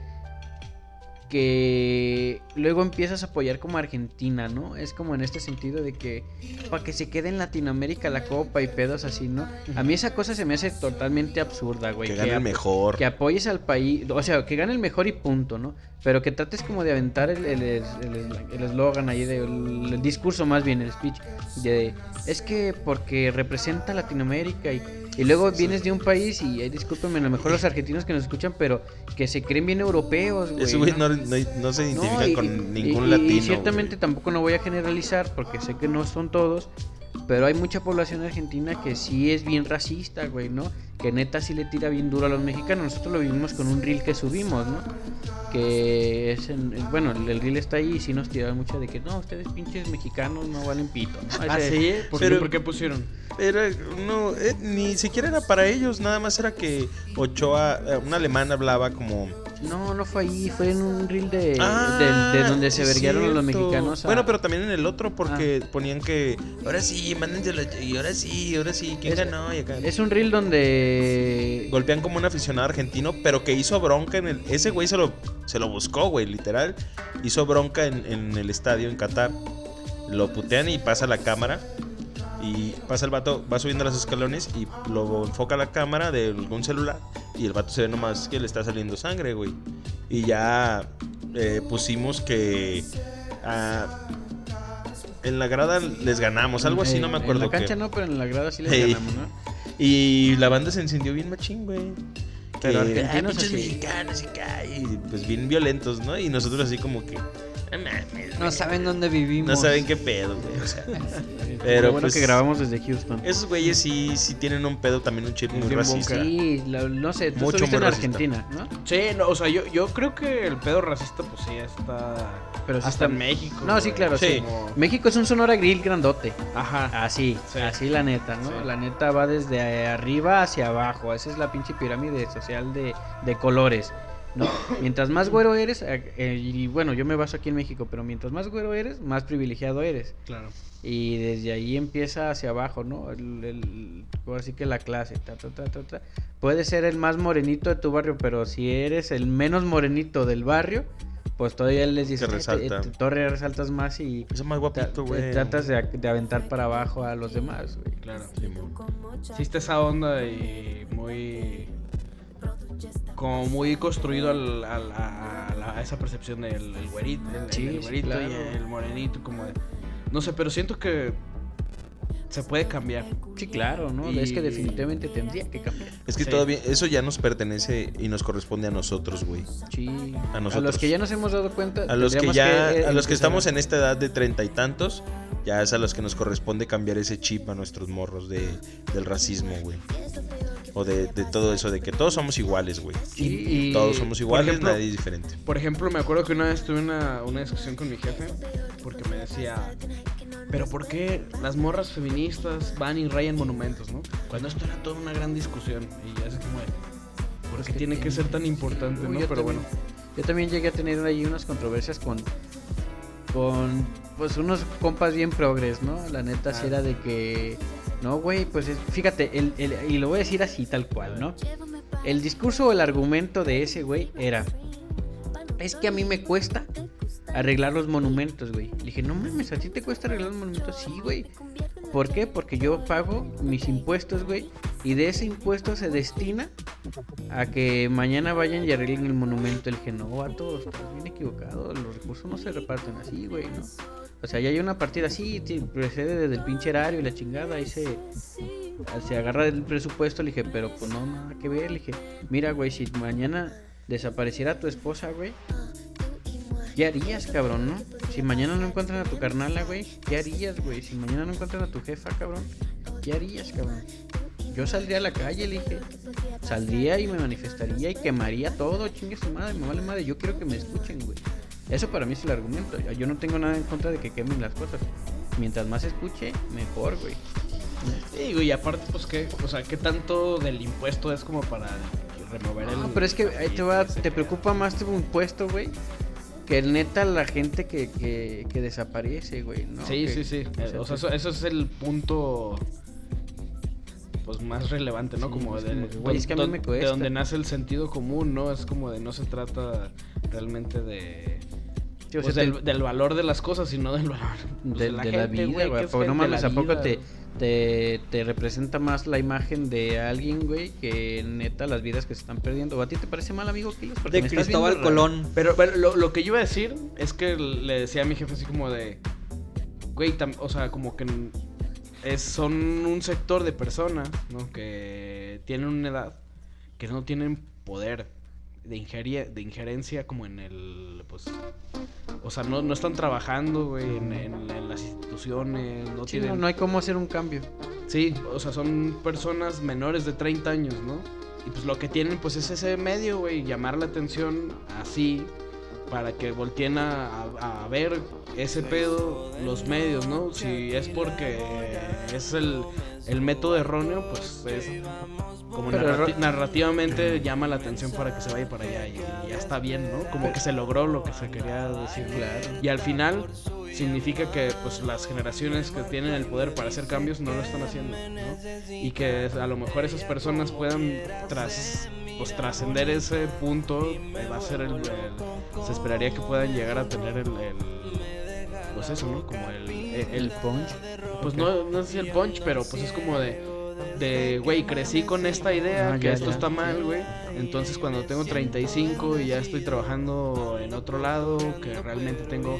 Speaker 3: que luego empiezas a apoyar como a Argentina, ¿no? Es como en este sentido de que para que se quede en Latinoamérica la copa y pedos así, ¿no? A mí esa cosa se me hace totalmente absurda, güey.
Speaker 2: que gane el
Speaker 3: ap-
Speaker 2: mejor.
Speaker 3: que apoyes al país, o sea, que gane el mejor y punto, ¿no? Pero que trates como de aventar el el- el- el- el eslogan ahí, de- el, el discurso más bien, el speech, de es que porque representa Latinoamérica y, y luego vienes de un país y, eh, discúlpenme, a lo mejor los argentinos que nos escuchan, pero que se creen bien europeos, güey.
Speaker 2: Ese güey no, no- no se
Speaker 3: No,
Speaker 2: identifica
Speaker 3: y-
Speaker 2: con
Speaker 3: y-
Speaker 2: ningún
Speaker 3: y- y
Speaker 2: latino.
Speaker 3: ciertamente
Speaker 2: güey.
Speaker 3: tampoco no voy a generalizar porque sé que no son todos, pero hay mucha población argentina que sí es bien racista, güey, ¿no? Que neta sí le tira bien duro a los mexicanos. Nosotros lo vivimos con un reel que subimos, ¿no? Que es, en- es- bueno, el, el reel está ahí y sí nos tiraron mucho de que no, ustedes pinches mexicanos no valen pito. ¿no?
Speaker 5: Ah,
Speaker 3: Ese-
Speaker 5: sí, ¿Por,
Speaker 2: Pero-
Speaker 5: qué, por qué pusieron?
Speaker 2: Era, no, eh, ni siquiera era para ellos, nada más era que Ochoa, eh, un alemán hablaba como...
Speaker 3: No, no fue ahí, fue en un reel de,
Speaker 2: "Ah,
Speaker 3: de- de donde se
Speaker 2: sí es
Speaker 3: verguearon a los
Speaker 2: cierto".
Speaker 3: mexicanos. a-
Speaker 2: Bueno, pero también en el otro porque ponían que... Ahora sí, mándenselo, y ahora sí, ahora sí, ¿quién
Speaker 3: Es-
Speaker 2: ganó? Y acá...
Speaker 3: Es un reel donde...
Speaker 2: Golpean como un aficionado argentino, pero que hizo bronca en el... Ese güey se lo, se lo buscó, güey, literal. Hizo bronca en, en el estadio en Qatar. Lo putean y pasa la cámara. Y pasa el vato, va subiendo los escalones y lo enfoca la cámara de algún celular. Y el vato se ve nomás que le está saliendo sangre, güey. Y ya eh, pusimos que... ah, en la grada les ganamos, Pues algo así,
Speaker 3: Eh,
Speaker 2: no me acuerdo.
Speaker 3: En la
Speaker 2: qué.
Speaker 3: cancha no, pero en la grada sí les
Speaker 2: Ey.
Speaker 3: ganamos, ¿no?
Speaker 2: Y la banda se encendió bien machín, güey.
Speaker 3: Pero
Speaker 2: Que,
Speaker 3: argentinos
Speaker 2: "Ah, pinches
Speaker 3: así".
Speaker 2: mexicanos y ca- y pues bien violentos, ¿no? Y nosotros así como que, No mames,
Speaker 4: No saben dónde vivimos.
Speaker 2: No saben qué pedo, güey. O sea, pero
Speaker 3: bueno
Speaker 2: pues,
Speaker 3: que grabamos desde Houston.
Speaker 2: esos güeyes sí, sí tienen un pedo también, un chip muy
Speaker 5: bien
Speaker 2: racista.
Speaker 3: Sí, lo- no sé, tú
Speaker 2: Mucho,
Speaker 3: estuviste
Speaker 2: muy
Speaker 3: en
Speaker 2: racista.
Speaker 3: Argentina, ¿no?
Speaker 5: Sí, no, o sea, yo, yo creo que el pedo racista, pues sí, está.
Speaker 3: Pero sí está-
Speaker 5: hasta en México.
Speaker 3: No, sí,
Speaker 5: güey.
Speaker 3: claro, sí.
Speaker 2: Sí.
Speaker 5: Como-
Speaker 3: México es un Sonora Grill grandote.
Speaker 5: Ajá.
Speaker 3: Así,
Speaker 5: Sí.
Speaker 3: así la neta, ¿no?
Speaker 5: Sí.
Speaker 3: La neta va desde eh, arriba hacia abajo. Esa es la pinche pirámide social de, de colores. ¿no? Mientras más güero eres, eh, eh, y bueno, yo me baso aquí en México, pero mientras más güero eres, más privilegiado eres.
Speaker 5: Claro.
Speaker 3: Y desde ahí empieza hacia abajo, ¿no? El, el- ahora sí que la clase. Ta, ta, ta, ta, ta. Puede ser el más morenito de tu barrio, pero si eres el menos morenito del barrio, pues todavía les dices, "Eh, te-
Speaker 2: resalta.
Speaker 3: te- todavía resaltas más y
Speaker 2: Eso es más
Speaker 3: ta-
Speaker 2: guapito, güey.
Speaker 3: tratas de, de aventar para abajo a los demás, güey.
Speaker 5: Claro.
Speaker 2: Simón.
Speaker 5: Sí, está esa onda y muy. Como muy construido al, al- a, a la- a esa percepción del el güerito, el,
Speaker 3: Sí,
Speaker 5: el
Speaker 3: sí,
Speaker 5: güerito
Speaker 3: claro.
Speaker 5: y el morenito, como de. No sé, pero siento que se puede cambiar.
Speaker 3: Sí, claro, ¿no?
Speaker 5: Y-
Speaker 3: Es que definitivamente tendría que cambiar.
Speaker 2: Es que
Speaker 5: Sí.
Speaker 2: todavía eso ya nos pertenece y nos corresponde a nosotros, güey.
Speaker 3: Sí.
Speaker 2: A
Speaker 3: A los
Speaker 2: nosotros.
Speaker 3: que ya nos hemos dado cuenta.
Speaker 2: A los que
Speaker 3: tendríamos
Speaker 2: ya, a los
Speaker 3: eh, empezar
Speaker 2: que estamos en esta edad de treinta y tantos, ya es a los que nos corresponde cambiar ese chip a nuestros morros de, del racismo, güey. O de, de todo eso, de que todos somos iguales, güey.
Speaker 5: Y- y-
Speaker 2: Todos somos
Speaker 5: por
Speaker 2: iguales,
Speaker 5: ejemplo,
Speaker 2: nadie es diferente.
Speaker 5: Por ejemplo, me acuerdo que una vez tuve una, una discusión con mi jefe porque me decía, pero ¿por qué las morras feministas van y rayan monumentos, no? Cuando esto era toda una gran discusión y ya se como de, ¿por qué tiene que ser tan importante,
Speaker 3: Uy,
Speaker 5: no?
Speaker 3: yo
Speaker 5: Pero
Speaker 3: también-
Speaker 5: bueno,
Speaker 3: Yo también llegué a tener ahí unas controversias con. Con. Pues unos compas bien progres, ¿no? La neta sí
Speaker 5: Ah.
Speaker 3: era de que. No, güey, pues es- fíjate, el- el- y lo voy a decir así, tal cual, ¿no? El discurso o el argumento de ese güey era. Es que a mí me cuesta arreglar los monumentos, güey. Le dije, no mames, ¿a ti te cuesta arreglar los monumentos? Sí, güey. ¿Por qué? Porque yo pago mis impuestos, güey. Y de ese impuesto se destina a que mañana vayan y arreglen el monumento. El dije, no, vato, estás bien equivocado. Los recursos no se reparten así, güey, ¿no? O sea, ya hay una partida así, sí, procede desde el pinche erario y la chingada. Ahí se, se agarra el presupuesto. Le dije, pero pues no, nada que ver. Le dije, mira, güey, si mañana desapareciera tu esposa, güey. ¿Qué harías, cabrón, no? Si mañana no encuentran a tu carnala, güey. ¿Qué harías, güey? Si mañana no encuentran a tu jefa, cabrón. ¿Qué harías, cabrón? Yo saldría a la calle, le dije. Saldría y me manifestaría y quemaría todo, chingue su madre, me vale madre. Yo quiero que me escuchen, güey. Eso para mí es el argumento. Yo no tengo nada en contra de que quemen las cosas. Mientras más escuche, mejor, güey.
Speaker 5: sí, digo, y aparte, pues, ¿qué, o sea, ¿qué tanto del impuesto es como para remover el...
Speaker 3: No, pero es que ahí te, va,
Speaker 5: ese
Speaker 3: te
Speaker 5: pedo?
Speaker 3: preocupa más tu impuesto, güey. Que neta la gente que, que, que desaparece, güey. ¿no?
Speaker 5: Sí,
Speaker 3: Que-
Speaker 5: sí, sí.
Speaker 3: o sea,
Speaker 5: O sea,
Speaker 3: Ah, sí.
Speaker 5: eso, eso es el punto pues más relevante, ¿no?
Speaker 3: Sí,
Speaker 5: como
Speaker 3: es
Speaker 5: de,
Speaker 3: como que, güey, es que a mí
Speaker 5: don-
Speaker 3: me
Speaker 5: de
Speaker 3: cuesta.
Speaker 5: donde nace el sentido común, ¿no? Es como de no se trata realmente de
Speaker 3: Sí, o
Speaker 5: pues,
Speaker 3: sea, te-
Speaker 5: del, del valor de las cosas, sino del valor pues,
Speaker 3: de, de la,
Speaker 5: gente,
Speaker 3: vida,
Speaker 5: güey,
Speaker 3: güey.
Speaker 5: que es
Speaker 3: Porque no
Speaker 5: gente,
Speaker 3: mames,
Speaker 5: la
Speaker 3: ¿a poco
Speaker 5: vida,
Speaker 3: te, te, te representa más la imagen de alguien, güey, que neta las vidas que se están perdiendo? ¿O a ti te parece mal, amigo? Kilos? Porque
Speaker 4: De
Speaker 3: me estás
Speaker 4: Cristóbal
Speaker 3: viendo raro.
Speaker 4: Colón.
Speaker 5: Pero, pero lo, lo que yo iba a decir es que le decía a mi jefe así como de, güey, tam- o sea, como que n- es, son un sector de personas, ¿no? Que tienen una edad, que no tienen poder de, ingerie- de injerencia como en el, pues, o sea, no, no están trabajando, güey, en, en- en las instituciones, no
Speaker 3: Sí, no,
Speaker 5: tienen...
Speaker 3: no hay cómo hacer un cambio.
Speaker 5: Sí, o sea, son personas menores de 30 años, ¿no? Y pues lo que tienen pues es ese medio, güey, llamar la atención así para que volteen a, a- a ver ese pedo los medios, ¿no? Si es porque es el, el método erróneo, pues es como
Speaker 3: Pero
Speaker 5: narrati-
Speaker 3: erró-
Speaker 5: narrativamente llama la atención para que se vaya para allá y, y ya está bien, ¿no? Como que se logró lo que se quería decir. Claro. Y al final significa que pues las generaciones que tienen el poder para hacer cambios no lo están haciendo, ¿no? Y que a lo mejor esas personas puedan tras pues trascender ese punto eh, va a ser el, el- se esperaría que puedan llegar a tener el, el- pues eso, ¿no? Como el, el, el-
Speaker 3: punch.
Speaker 5: pues no, no sé si el punch, pero pues es como de, de, güey, crecí con esta idea,
Speaker 3: Ah,
Speaker 5: que
Speaker 3: ya,
Speaker 5: esto
Speaker 3: ya.
Speaker 5: está mal, güey. Entonces cuando tengo 35 y ya estoy trabajando en otro lado, que realmente tengo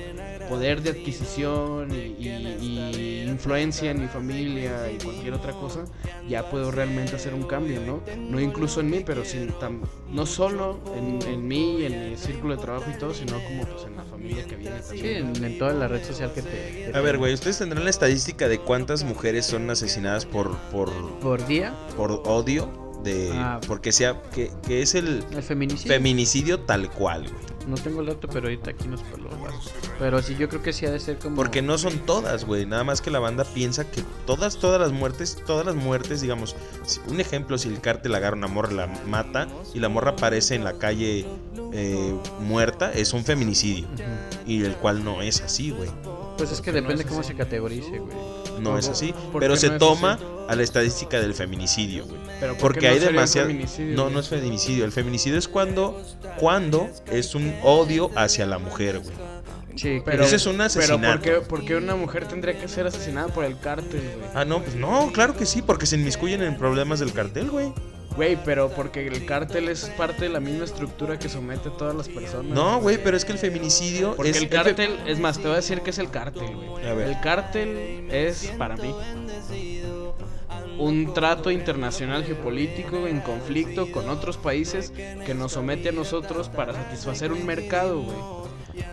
Speaker 5: poder de adquisición y, y- y influencia en mi familia y cualquier otra cosa, ya puedo realmente hacer un cambio, ¿no? No incluso en mí, pero sin tam- no solo en, en mí y en mi círculo de trabajo y todo, sino como pues en la familia que viene
Speaker 3: Sí,
Speaker 5: también.
Speaker 3: en, en toda la red social que te. que
Speaker 2: A
Speaker 3: te-
Speaker 2: ver, güey, ¿ustedes tendrán la estadística de cuántas mujeres son asesinadas por por,
Speaker 3: Por día,
Speaker 2: por odio? De,
Speaker 3: Ah.
Speaker 2: porque sea que, que es el
Speaker 3: el feminicidio.
Speaker 2: feminicidio tal cual, güey.
Speaker 3: no tengo el dato, pero ahorita aquí nos lo Pero sí, yo creo que sí ha de ser como.
Speaker 2: Porque no son todas, güey. Nada más que la banda piensa que todas, todas las muertes, todas las muertes, digamos, si- un ejemplo, si el cártel agarra una morra, la mata y la morra aparece en la calle eh, muerta, es un feminicidio.
Speaker 3: Ujú.
Speaker 2: Y el cual no es así, güey.
Speaker 3: Pues es que depende cómo se categorice, güey.
Speaker 2: No es así.
Speaker 5: ¿Por
Speaker 2: Pero
Speaker 5: qué
Speaker 2: se
Speaker 5: no es
Speaker 2: toma a la estadística del feminicidio, güey.
Speaker 5: Pero ¿por
Speaker 2: Porque
Speaker 5: qué no
Speaker 2: hay
Speaker 5: sería un
Speaker 2: demasiado...
Speaker 5: feminicidio,
Speaker 2: No,
Speaker 5: güey?
Speaker 2: no es feminicidio. El feminicidio es cuando, cuando es un odio hacia la mujer, güey.
Speaker 3: Sí,
Speaker 5: Pero-
Speaker 2: Ese pues es un asesinato.
Speaker 5: Pero ¿por qué, por qué una mujer tendría que ser asesinada por el cártel, güey?
Speaker 2: Ah, no, pues no, claro que sí, porque se inmiscuyen en problemas del cartel, güey.
Speaker 5: Güey, pero porque el cártel es parte de la misma estructura que somete a todas las personas.
Speaker 2: No, güey, pero es que el feminicidio
Speaker 5: Porque
Speaker 2: es
Speaker 5: el cártel, es más, te voy a decir que es el cártel, güey.
Speaker 2: A ver.
Speaker 5: El cártel es, para mí, un trato internacional geopolítico en conflicto con otros países que nos somete a nosotros para satisfacer un mercado, güey.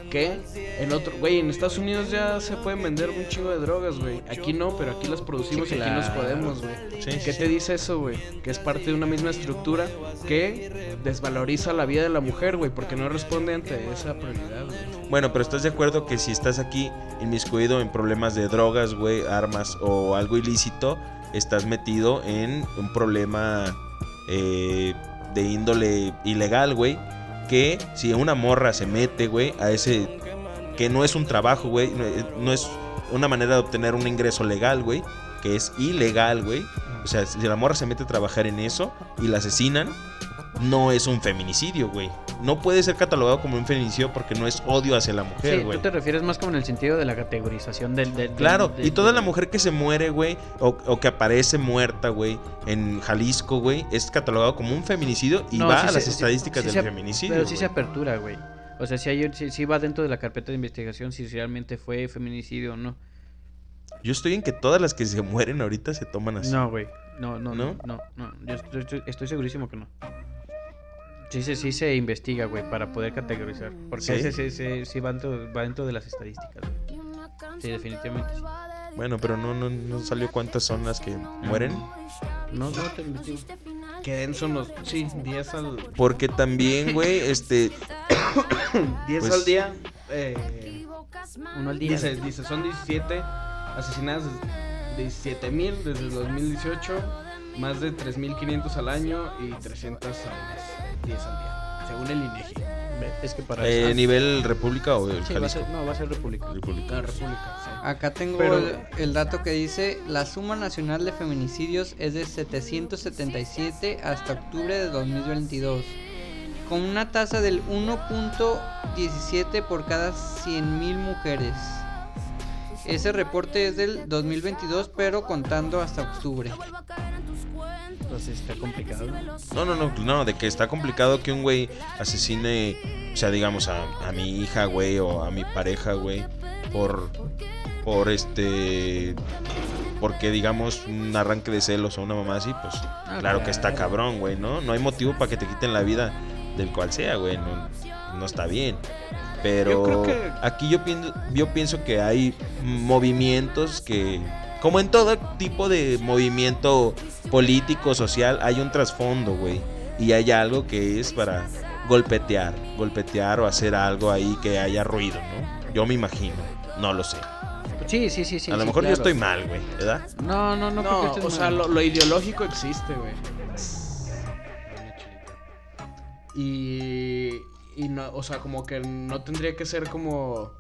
Speaker 5: Que en otro, güey, en Estados Unidos ya se pueden vender un chingo de drogas, güey. Aquí no, pero aquí las producimos
Speaker 3: Sí,
Speaker 5: y aquí nos
Speaker 3: claro.
Speaker 5: podemos, güey.
Speaker 2: Sí,
Speaker 5: ¿Qué
Speaker 2: sí,
Speaker 5: te dice eso, güey? Que es parte de una misma estructura que desvaloriza la vida de la mujer, güey, porque no responde ante esa prioridad, güey.
Speaker 2: Bueno, pero estás de acuerdo que si estás aquí inmiscuido en problemas de drogas, güey, armas o algo ilícito, estás metido en un problema eh, de índole ilegal, güey. Que si una morra se mete, güey, a ese. que no es un trabajo, güey, no, eh, no es una manera de obtener un ingreso legal, güey, que es ilegal, güey. O sea, si la morra se mete a trabajar en eso y la asesinan, no es un feminicidio, güey. No puede ser catalogado como un feminicidio porque no es odio hacia la mujer,
Speaker 3: Sí,
Speaker 2: güey.
Speaker 3: tú te refieres más como en el sentido de la categorización del. del- del-
Speaker 2: Claro,
Speaker 3: del-
Speaker 2: y toda la mujer que se muere, güey, o, o que aparece muerta, güey, en Jalisco, güey, es catalogado como un feminicido y
Speaker 3: No,
Speaker 2: va
Speaker 3: sí
Speaker 2: a
Speaker 3: se-
Speaker 2: las
Speaker 3: sí-
Speaker 2: estadísticas
Speaker 3: sí
Speaker 2: del
Speaker 3: se ap-
Speaker 2: feminicidio.
Speaker 3: Pero sí se
Speaker 2: güey.
Speaker 3: apertura, güey. O sea, si hay, si, va dentro de la carpeta de investigación si realmente fue feminicidio o no.
Speaker 2: Yo estoy en que todas las que se mueren ahorita se toman así.
Speaker 3: No, güey. No, no, no,
Speaker 2: ¿No?
Speaker 3: no, no. Yo estoy, estoy- estoy segurísimo que no. Sí, se- sí se investiga, güey, para poder categorizar. Porque
Speaker 2: ¿Sí?
Speaker 3: ese sí, sí- sí va, dentro, va dentro de las estadísticas. güey. Sí, definitivamente. sí.
Speaker 2: Bueno, pero no, no, no salió cuántas son las que mueren.
Speaker 3: No, no te investigo.
Speaker 5: Que denso los, sí, 10 al,
Speaker 2: Porque también, güey, este,
Speaker 5: 10
Speaker 2: Pues-
Speaker 5: al día, eh,
Speaker 3: Uno al día.
Speaker 5: dice, dice, son 17 asesinadas, 17 mil desde el 2018, más de 3.500 al año y 300 al mes, 10 al día, según el INEGI,
Speaker 3: Es que para
Speaker 2: eh,
Speaker 3: eso-
Speaker 2: nivel República o el
Speaker 3: Sí, va a
Speaker 2: Jalisco.
Speaker 3: ser, no, va a ser Ah, republicano.
Speaker 5: la República,
Speaker 4: Acá tengo
Speaker 5: Pero-
Speaker 4: el, el dato que dice, la suma nacional de feminicidios es de 777 hasta octubre de 2022, con una tasa del 1.17 por cada 100.000 mujeres. Ese reporte es del 2022, pero contando hasta octubre.
Speaker 3: Entonces Pues, está complicado.
Speaker 2: No, no, no, no, de que está complicado que un güey asesine, o sea, digamos, a, a mi hija, güey, o a mi pareja, güey, por, por este, porque digamos, un arranque de celos o una mamá así, pues, claro que está cabrón, güey, ¿no? No hay motivo para que te quiten la vida del cual sea, güey, no, no está bien. Pero
Speaker 5: Yo creo que-
Speaker 2: aquí yo pienso, yo pienso que hay movimientos que, como en todo tipo de movimiento político, social, hay un trasfondo, güey. Y hay algo que es para golpetear, golpetear o hacer algo ahí que haya ruido, ¿no? Yo me imagino, no lo sé.
Speaker 3: Sí, sí, sí, sí.
Speaker 2: a lo
Speaker 3: sí,
Speaker 2: mejor yo
Speaker 3: claro.
Speaker 2: estoy mal, güey, ¿verdad?
Speaker 3: No, no, no.
Speaker 5: No,
Speaker 3: creo que estés
Speaker 5: o sea,
Speaker 3: mal.
Speaker 5: lo, lo ideológico existe, güey. Y, y no, o sea, como que no tendría que ser como...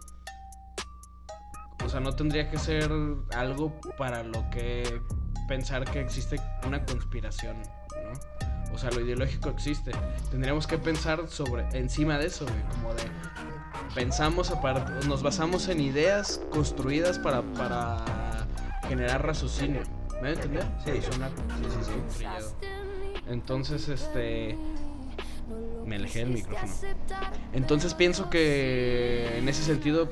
Speaker 5: O sea, no tendría que ser algo para lo que pensar que existe una conspiración, ¿no? O sea, lo ideológico existe. Tendríamos que pensar sobre encima de eso, güey, como de pensamos aparte, nos basamos en ideas construidas para, para generar raciocinio. ¿Me voy a entender? Sí, sí, sí. Entonces, este, me alejé del micrófono. Entonces pienso que en ese sentido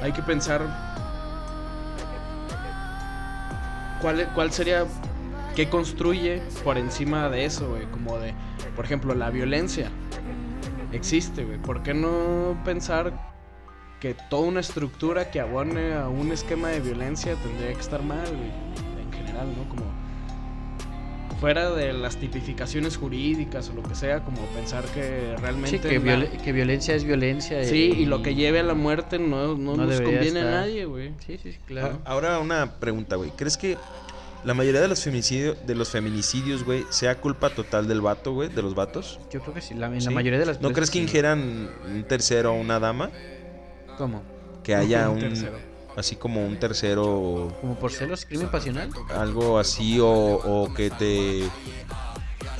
Speaker 5: hay que pensar cuál, cuál sería, qué construye por encima de eso, güey. Como de, por ejemplo, la violencia existe, güey. ¿Por qué no pensar que toda una estructura que abone a un esquema de violencia tendría que estar mal, güey? En general, ¿no? Como fuera de las tipificaciones jurídicas o lo que sea, como pensar que realmente...
Speaker 3: Sí, que,
Speaker 5: la-
Speaker 3: viol- que violencia es violencia. eh,
Speaker 5: Sí, y lo que lleve a la muerte no,
Speaker 3: No
Speaker 5: no, nos
Speaker 3: debería
Speaker 5: conviene a
Speaker 3: estar.
Speaker 5: nadie, güey.
Speaker 3: Sí, sí, sí, claro.
Speaker 2: A- Ahora una pregunta, güey. ¿Crees que la mayoría de los feminicidios, de los feminicidios, güey, sea culpa total del vato, güey, de los vatos?
Speaker 3: Yo creo que sí, la, en la
Speaker 2: ¿Sí?
Speaker 3: mayoría de las
Speaker 2: ¿No
Speaker 3: veces
Speaker 2: crees que
Speaker 3: sí.
Speaker 2: ingieran un tercero o una dama?
Speaker 3: ¿Cómo?
Speaker 2: Que haya un,
Speaker 5: tercero.
Speaker 2: así como un tercero,
Speaker 3: ¿Como por celos, crimen pasional?
Speaker 2: algo así, o, o que te...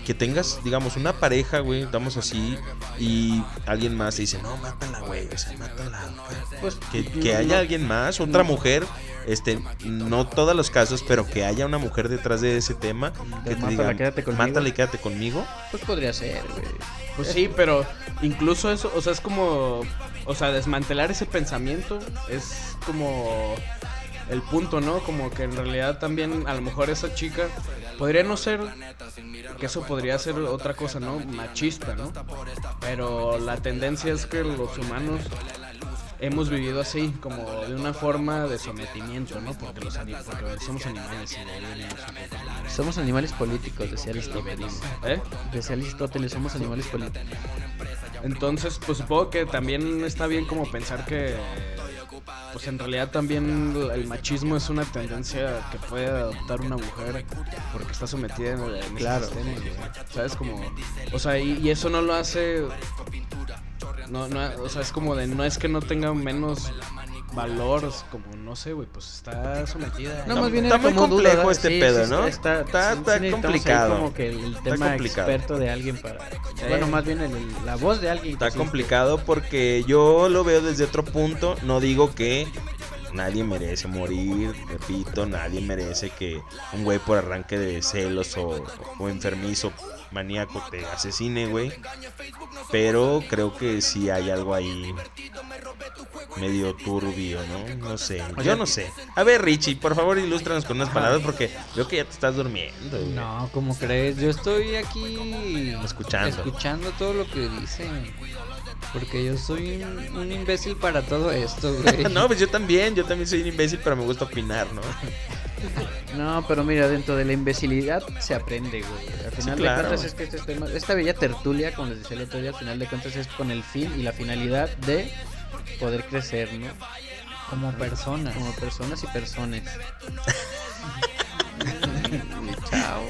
Speaker 2: Que tengas, digamos, una pareja, güey, estamos así, y alguien más te dice, no, mátala, güey, o sea, mátala. güey".
Speaker 3: Pues
Speaker 2: Que, que haya alguien más, otra mujer, este, no todos los casos, pero que haya una mujer detrás de ese tema, que
Speaker 3: Pues
Speaker 2: te
Speaker 3: mátala,
Speaker 2: diga,
Speaker 3: quédate conmigo".
Speaker 2: mátala y quédate conmigo.
Speaker 3: Pues podría ser, güey.
Speaker 5: Pues sí, pero incluso eso, o sea, es como, o sea, desmantelar ese pensamiento es como el punto, ¿no? Como que en realidad también a lo mejor esa chica podría no ser, que eso podría ser otra cosa, ¿no? Machista, ¿no? Pero la tendencia es que los humanos hemos vivido así, como de una forma de sometimiento, ¿no? Porque, los, ani- porque somos animales. y de ahí venimos un poco los animales.
Speaker 3: Somos animales políticos, decía Aristóteles.
Speaker 5: ¿Eh?
Speaker 3: Decía Aristóteles, somos animales políticos.
Speaker 5: Entonces, pues supongo que también está bien como pensar que pues en realidad también el machismo es una tendencia que puede adoptar una mujer porque está sometida en el en ese
Speaker 3: Claro.
Speaker 5: sistema, güey. ¿Sabes? Como, o sea, y, y eso no lo hace, no, no, o sea, es como de, no es que no tenga menos valor, es como, no sé, güey, pues está sometida.
Speaker 3: No,
Speaker 2: Está-
Speaker 3: más bien
Speaker 2: está
Speaker 3: era
Speaker 2: muy
Speaker 3: como duda,
Speaker 2: complejo
Speaker 3: ¿verdad?
Speaker 2: este
Speaker 3: Sí, sí,
Speaker 2: pedo,
Speaker 3: sí,
Speaker 2: ¿no?
Speaker 3: Está,
Speaker 2: Está-
Speaker 3: sí,
Speaker 2: está
Speaker 3: sí necesitamos ahí
Speaker 2: complicado.
Speaker 3: como que el
Speaker 2: Está
Speaker 3: tema
Speaker 2: complicado. Eh.
Speaker 3: experto de alguien para... Bueno, más bien el- la voz de alguien. que
Speaker 2: Está
Speaker 3: sí-
Speaker 2: complicado porque yo lo veo desde otro punto. No digo que nadie merece morir, repito, nadie merece que un güey por arranque de celos o, o enfermizo maníaco te asesine, güey. Pero creo que sí hay algo ahí medio turbio, ¿no? No sé, yo no sé. A ver, Richie, por favor, ilústranos con unas palabras porque veo que ya te estás durmiendo, güey.
Speaker 4: No, ¿cómo crees? Yo estoy aquí
Speaker 2: Escuchando.
Speaker 4: escuchando todo lo que dicen. Porque yo soy un, un imbécil para todo esto, güey.
Speaker 2: No, pues yo también, yo también soy un imbécil, pero me gusta opinar, ¿no?
Speaker 3: No, pero mira, dentro de la imbecilidad se aprende, güey. Al final
Speaker 2: claro,
Speaker 3: de cuentas
Speaker 2: güey.
Speaker 3: es que este tema- esta bella tertulia, como les decía el otro día, al final de cuentas es con el fin y la finalidad de poder crecer, ¿no?
Speaker 4: Como persona.
Speaker 3: Como personas y personas. Chao.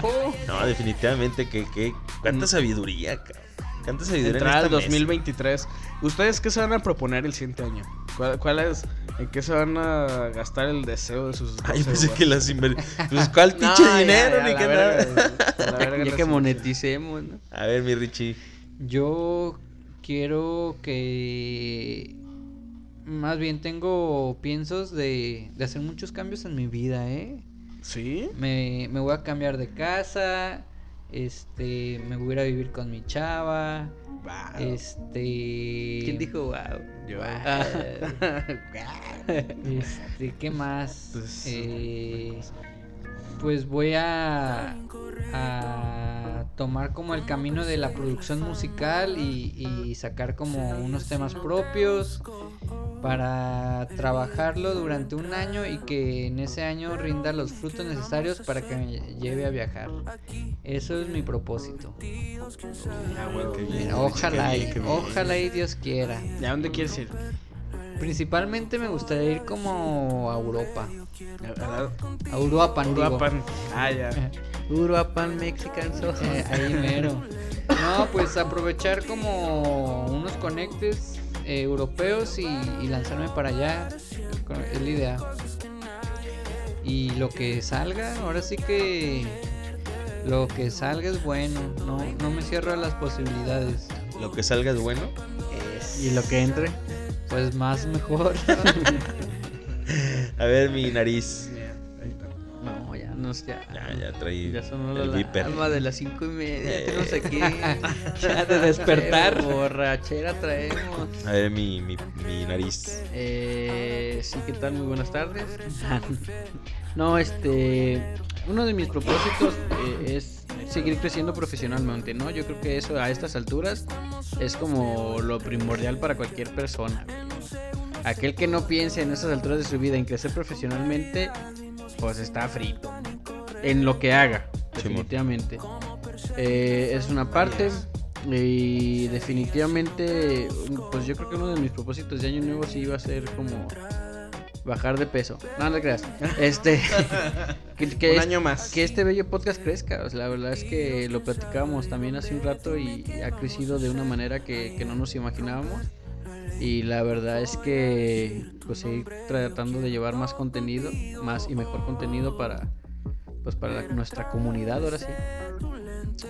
Speaker 4: Ojo.
Speaker 2: No, definitivamente que, que cuánta sabiduría, cabrón. Cuánta sabiduría
Speaker 5: Mm. Entrar al
Speaker 2: en esta mesa.
Speaker 5: 2023. ¿Ustedes qué se van a proponer el siguiente año? ¿Cuál, cuál es, ¿En qué se van a gastar el deseo de sus
Speaker 2: Ay, Ah, yo
Speaker 5: 12
Speaker 2: pensé
Speaker 5: uvas?
Speaker 2: que las inver... Pues cuál
Speaker 5: No,
Speaker 2: pinche
Speaker 5: ya,
Speaker 2: dinero,
Speaker 5: ya,
Speaker 2: ni
Speaker 5: la
Speaker 2: que
Speaker 5: verga,
Speaker 2: nada.
Speaker 5: güey. La verga,
Speaker 3: Ya
Speaker 5: no
Speaker 3: que
Speaker 5: sé.
Speaker 3: moneticemos, ¿no?
Speaker 2: A ver, mi Richie.
Speaker 4: Yo quiero que... Más bien tengo piensos de, de hacer muchos cambios en mi vida, ¿eh?
Speaker 5: ¿Sí?
Speaker 4: Me, me voy a cambiar de casa. Este, me voy a ir a vivir con mi chava. Este.
Speaker 3: Ah, ¿Quién dijo wow?
Speaker 5: Yo.
Speaker 4: Ah, este, ¿qué más?
Speaker 5: Pues-
Speaker 4: Eh, pues voy a, a tomar como el camino de la producción musical y, y sacar como unos temas propios para trabajarlo durante un año y que en ese año rinda los frutos necesarios para que me lleve a viajar. Eso es mi propósito. Ojalá, y- ojalá y Dios quiera.
Speaker 5: ¿Y a dónde quieres ir?
Speaker 4: Principalmente me gustaría ir como a Europa.
Speaker 5: ¿A
Speaker 4: A Europa, digo.
Speaker 5: Uruapan. Ah, ya.
Speaker 3: Uruapan Mexican Sauce.
Speaker 4: Eh, ahí mero. No, pues aprovechar como unos conectes eh, europeos y, y lanzarme para allá. Con- Es la idea. Y lo que salga, ahora sí que lo que salga es bueno. No, no me cierro a las posibilidades.
Speaker 2: Lo que salga es bueno.
Speaker 3: Y lo que entre.
Speaker 4: Pues más mejor.
Speaker 2: A ver, mi nariz.
Speaker 5: Ahí está.
Speaker 3: No, ya, nos ya.
Speaker 2: Ya, ya traí
Speaker 3: Ya sonó
Speaker 2: el
Speaker 3: la
Speaker 2: viper.
Speaker 7: Alma de las cinco y media,
Speaker 2: Eh.
Speaker 7: tenemos aquí.
Speaker 4: Ya de despertar.
Speaker 7: Borrachera traemos.
Speaker 2: A ver, mi, mi, mi nariz.
Speaker 3: Eh, sí, ¿qué tal? Muy buenas tardes. no, este. Uno de mis propósitos eh, es seguir creciendo profesionalmente, ¿no? Yo creo que eso a estas alturas es como lo primordial para cualquier persona. Aquel que no piense en estas alturas de su vida en crecer profesionalmente, pues está frito. En lo que haga,
Speaker 2: Simón.
Speaker 3: definitivamente. Eh, es una parte. Y definitivamente, pues yo creo que uno de mis propósitos de año nuevo sí iba a ser como bajar de peso. No, no te creas. Este, que, que
Speaker 5: Un
Speaker 3: es-
Speaker 5: año más.
Speaker 3: que este bello podcast crezca. O sea, la verdad es que lo platicábamos también hace un rato y ha crecido de una manera que, que no nos imaginábamos. Y la verdad es que pues seguir tratando de llevar más contenido, más y mejor contenido para pues para la- nuestra comunidad ahora sí.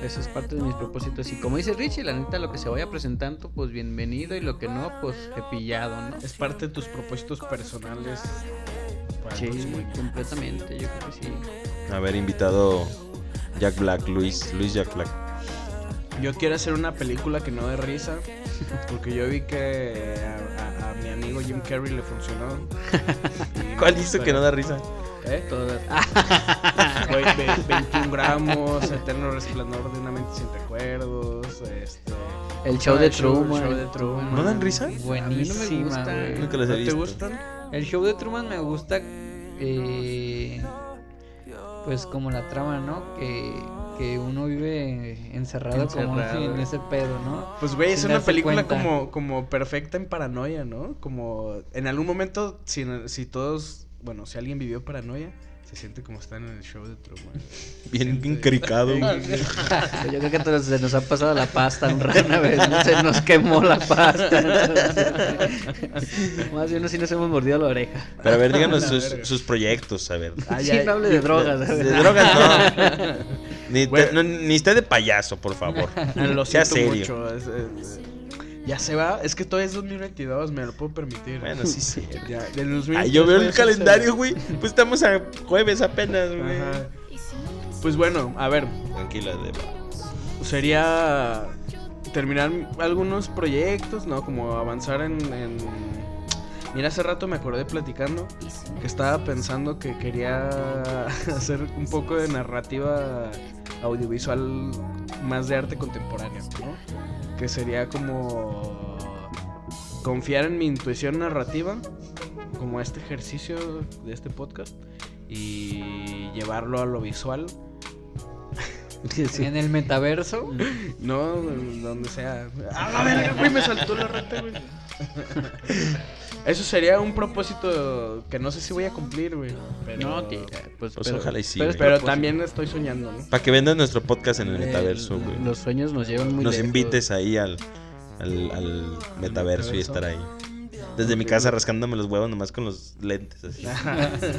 Speaker 3: Eso es parte de mis propósitos. Y como dice Richie, la neta lo que se vaya presentando, pues bienvenido y lo que no, pues cepillado, ¿no?
Speaker 5: Es parte de tus propósitos personales. para el
Speaker 3: Sí,
Speaker 5: próximo año.
Speaker 3: completamente, yo creo que sí.
Speaker 2: A ver, invitado Jack Black, Luis, Luis Jack Black.
Speaker 5: Yo quiero hacer una película que no dé risa, porque yo vi que a, a- a mi amigo Jim Carrey le funcionó. Y-
Speaker 2: ¿Cuál hizo que no
Speaker 5: pero-
Speaker 2: da risa?
Speaker 5: ¿Eh? Güey, ve- 21 gramos, Eterno Resplandor de una mente sin recuerdos, este...
Speaker 3: El show de
Speaker 5: el show-
Speaker 3: Truman.
Speaker 5: el show de Truman.
Speaker 2: ¿No dan risa?
Speaker 5: Ah,
Speaker 4: Buenísima,
Speaker 3: gusta.
Speaker 4: güey.
Speaker 2: Nunca las he
Speaker 5: ¿No te
Speaker 2: visto.
Speaker 5: gustan?
Speaker 4: El show de Truman me gusta. eh, pues como la trama, ¿no? Que, que uno vive encerrado, como
Speaker 3: Encerrado.
Speaker 4: en ese pedo, ¿no?
Speaker 5: Pues güey, es
Speaker 4: Sin
Speaker 5: una
Speaker 4: darse
Speaker 5: película
Speaker 4: cuenta.
Speaker 5: como, como perfecta en paranoia, ¿no? Como en algún momento, si, si todos, bueno, si alguien vivió paranoia, se siente como estar en el show de Truman.
Speaker 2: Bien
Speaker 5: Siente-
Speaker 2: encricado.
Speaker 5: Ah,
Speaker 3: Yo creo que todos se nos ha pasado la pasta un rato una vez, ¿no? se nos quemó la pasta. Más de uno sí nos hemos mordido la oreja.
Speaker 2: Pero a ver, díganos
Speaker 5: La
Speaker 2: sus,
Speaker 5: verga. Ah,
Speaker 2: sus proyectos, a ver.
Speaker 5: Ay,
Speaker 3: sí,
Speaker 5: ay,
Speaker 3: no hable de drogas.
Speaker 2: De,
Speaker 3: ¿sabes?
Speaker 2: de drogas no. Ni, te-
Speaker 5: Bueno.
Speaker 2: no, ni esté de payaso, por favor.
Speaker 5: Lo
Speaker 2: Sea
Speaker 5: siento
Speaker 2: serio.
Speaker 5: mucho. es- es- ya se va, es que todavía es 2022, me lo puedo permitir.
Speaker 2: Bueno, sí, sí.
Speaker 5: Ya, del 2022
Speaker 2: Ay, yo veo
Speaker 5: ya
Speaker 2: el
Speaker 5: se va.
Speaker 2: calendario, güey. Pues estamos a jueves apenas, güey.
Speaker 5: Ajá. Pues bueno, a ver,
Speaker 2: Tranquila, Deba.
Speaker 5: sería terminar algunos proyectos, ¿no? Como avanzar en... en- Mira, hace rato me acordé platicando que estaba pensando que quería hacer un poco de narrativa audiovisual más de arte contemporáneo, ¿no? Que sería como confiar en mi intuición narrativa, como este ejercicio de este podcast, y llevarlo a lo visual.
Speaker 4: En el metaverso.
Speaker 2: Mm.
Speaker 5: No, donde sea. ¡A la verga, güey! Me saltó la rata, güey. Eso sería un propósito que no sé si voy a cumplir, güey. Pero,
Speaker 3: No, tía, pues,
Speaker 2: Pues
Speaker 3: pero-
Speaker 2: ojalá y sí.
Speaker 3: pero
Speaker 2: güey.
Speaker 5: pero también estoy soñando, ¿no?
Speaker 2: Para que vendas nuestro podcast en el
Speaker 3: Eh,
Speaker 2: metaverso, güey.
Speaker 3: Los sueños nos llevan muy
Speaker 2: Nos
Speaker 3: lejos.
Speaker 2: invites ahí al, al, al metaverso y
Speaker 5: metaverso.
Speaker 2: estar ahí. Desde mi casa rascándome los huevos nomás con los lentes así.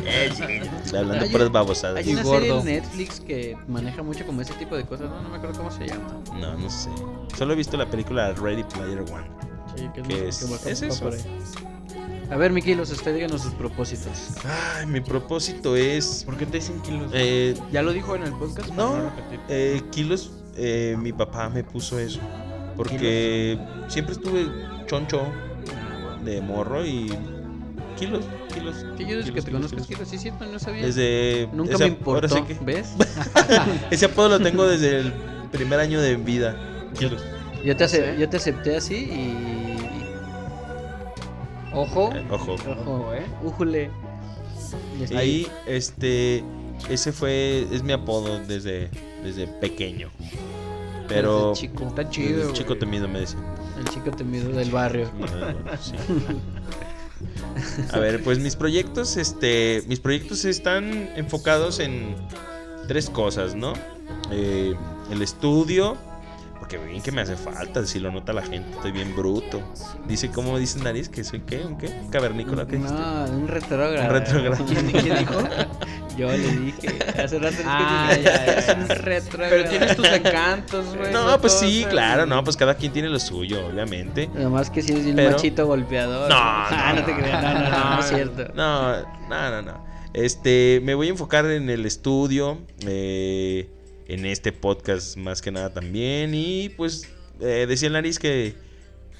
Speaker 2: Eh, sí, Hablando
Speaker 3: Hay
Speaker 2: puras
Speaker 3: un-
Speaker 2: babosadas.
Speaker 3: Hay una
Speaker 4: gordo.
Speaker 3: serie en Netflix que maneja mucho como ese tipo de cosas. No, no me acuerdo cómo se llama.
Speaker 2: No, no sé. Solo he visto la película Ready Player One.
Speaker 3: Sí, que
Speaker 2: ¿Qué
Speaker 3: lo-
Speaker 2: es?
Speaker 3: que va-
Speaker 2: ¿Es
Speaker 3: va
Speaker 2: eso?
Speaker 3: por ahí. A ver, Miquilos, usted díganos sus propósitos.
Speaker 2: Ay, mi propósito es.
Speaker 5: ¿Por qué te dicen kilos?
Speaker 2: Eh,
Speaker 5: ya lo dijo en el podcast.
Speaker 2: No.
Speaker 5: para repetir.
Speaker 2: eh, kilos, eh, mi papá me puso eso. Porque siempre estuve choncho de morro y. Kilos, kilos.
Speaker 3: Que yo desde que
Speaker 2: kilos,
Speaker 3: te
Speaker 2: kilos,
Speaker 3: conozco,
Speaker 2: kilos.
Speaker 3: es que sí, cierto, no sabía.
Speaker 2: Desde.
Speaker 3: Nunca
Speaker 2: ese-
Speaker 3: me
Speaker 2: ahora
Speaker 3: importó,
Speaker 2: sí que-
Speaker 3: ¿ves?
Speaker 2: Ese apodo lo tengo desde el primer año de vida. Kilos.
Speaker 3: Yo te, ace- yo te acepté así y...
Speaker 4: Ojo.
Speaker 2: Eh, Ojo.
Speaker 3: Ojo,
Speaker 5: ¿eh?
Speaker 3: Újule. Y está ahí.
Speaker 2: Y este. Ese fue. Es mi apodo desde, desde pequeño. Pero.
Speaker 4: desde chico.
Speaker 5: Está
Speaker 2: desde
Speaker 5: chido.
Speaker 2: chico
Speaker 5: güey.
Speaker 2: temido me decía.
Speaker 3: El chico temido del barrio.
Speaker 2: Ah, bueno, sí. A ver, pues mis proyectos, este, mis proyectos están enfocados en tres cosas, ¿no? Eh, el estudio, porque bien que me hace falta, si lo nota la gente, estoy bien bruto. Dice, ¿cómo dice nariz? ¿Que soy qué? ¿Un qué? ¿Un cavernícola? ¿Qué dijiste?
Speaker 3: No, un retrógrado.
Speaker 2: Un retrógrado.
Speaker 3: ¿Quién, quién dijo? Yo le dije. Hace rato
Speaker 5: Ah,
Speaker 3: le
Speaker 5: ya, ya, ya.
Speaker 3: un retrógrado.
Speaker 5: Pero tienes tus encantos, güey.
Speaker 2: No, pues
Speaker 5: todos
Speaker 2: sí,
Speaker 5: son-
Speaker 2: claro, no, pues cada quien tiene lo suyo, obviamente.
Speaker 3: Nomás que si eres bien
Speaker 2: Pero-
Speaker 3: machito golpeador.
Speaker 2: No,
Speaker 3: Ah,
Speaker 2: no,
Speaker 3: no te creas. No, no, no, no es cierto.
Speaker 2: No, no, no, no. Este, me voy a enfocar en el estudio, eh, en este podcast más que nada también. Y pues eh, decía el nariz que,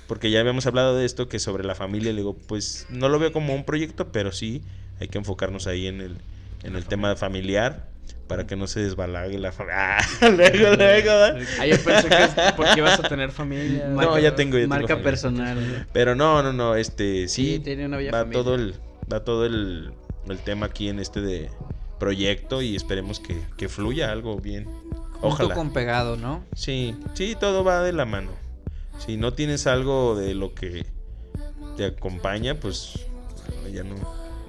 Speaker 2: porque ya habíamos hablado de esto, que sobre la familia, le digo, pues no lo veo como un proyecto, pero sí hay que enfocarnos ahí en el, en el tema familiar. Para que no se desbalague la familia. Ah, luego, luego, ¿verdad?
Speaker 5: Ah, yo pensé que es porque vas a tener familia.
Speaker 2: No, ya tengo, ya tengo
Speaker 3: Marca
Speaker 2: familia.
Speaker 3: personal.
Speaker 2: Pero no, no, no, este, sí,
Speaker 3: Sí, tiene una bella
Speaker 2: va
Speaker 3: familia.
Speaker 2: todo el va todo el, el tema aquí en este de proyecto y esperemos que, que fluya algo bien.
Speaker 4: Junto
Speaker 2: Ojalá.
Speaker 4: con pegado, ¿no?
Speaker 2: Sí, sí, todo va de la mano. Si no tienes algo de lo que te acompaña, pues ya no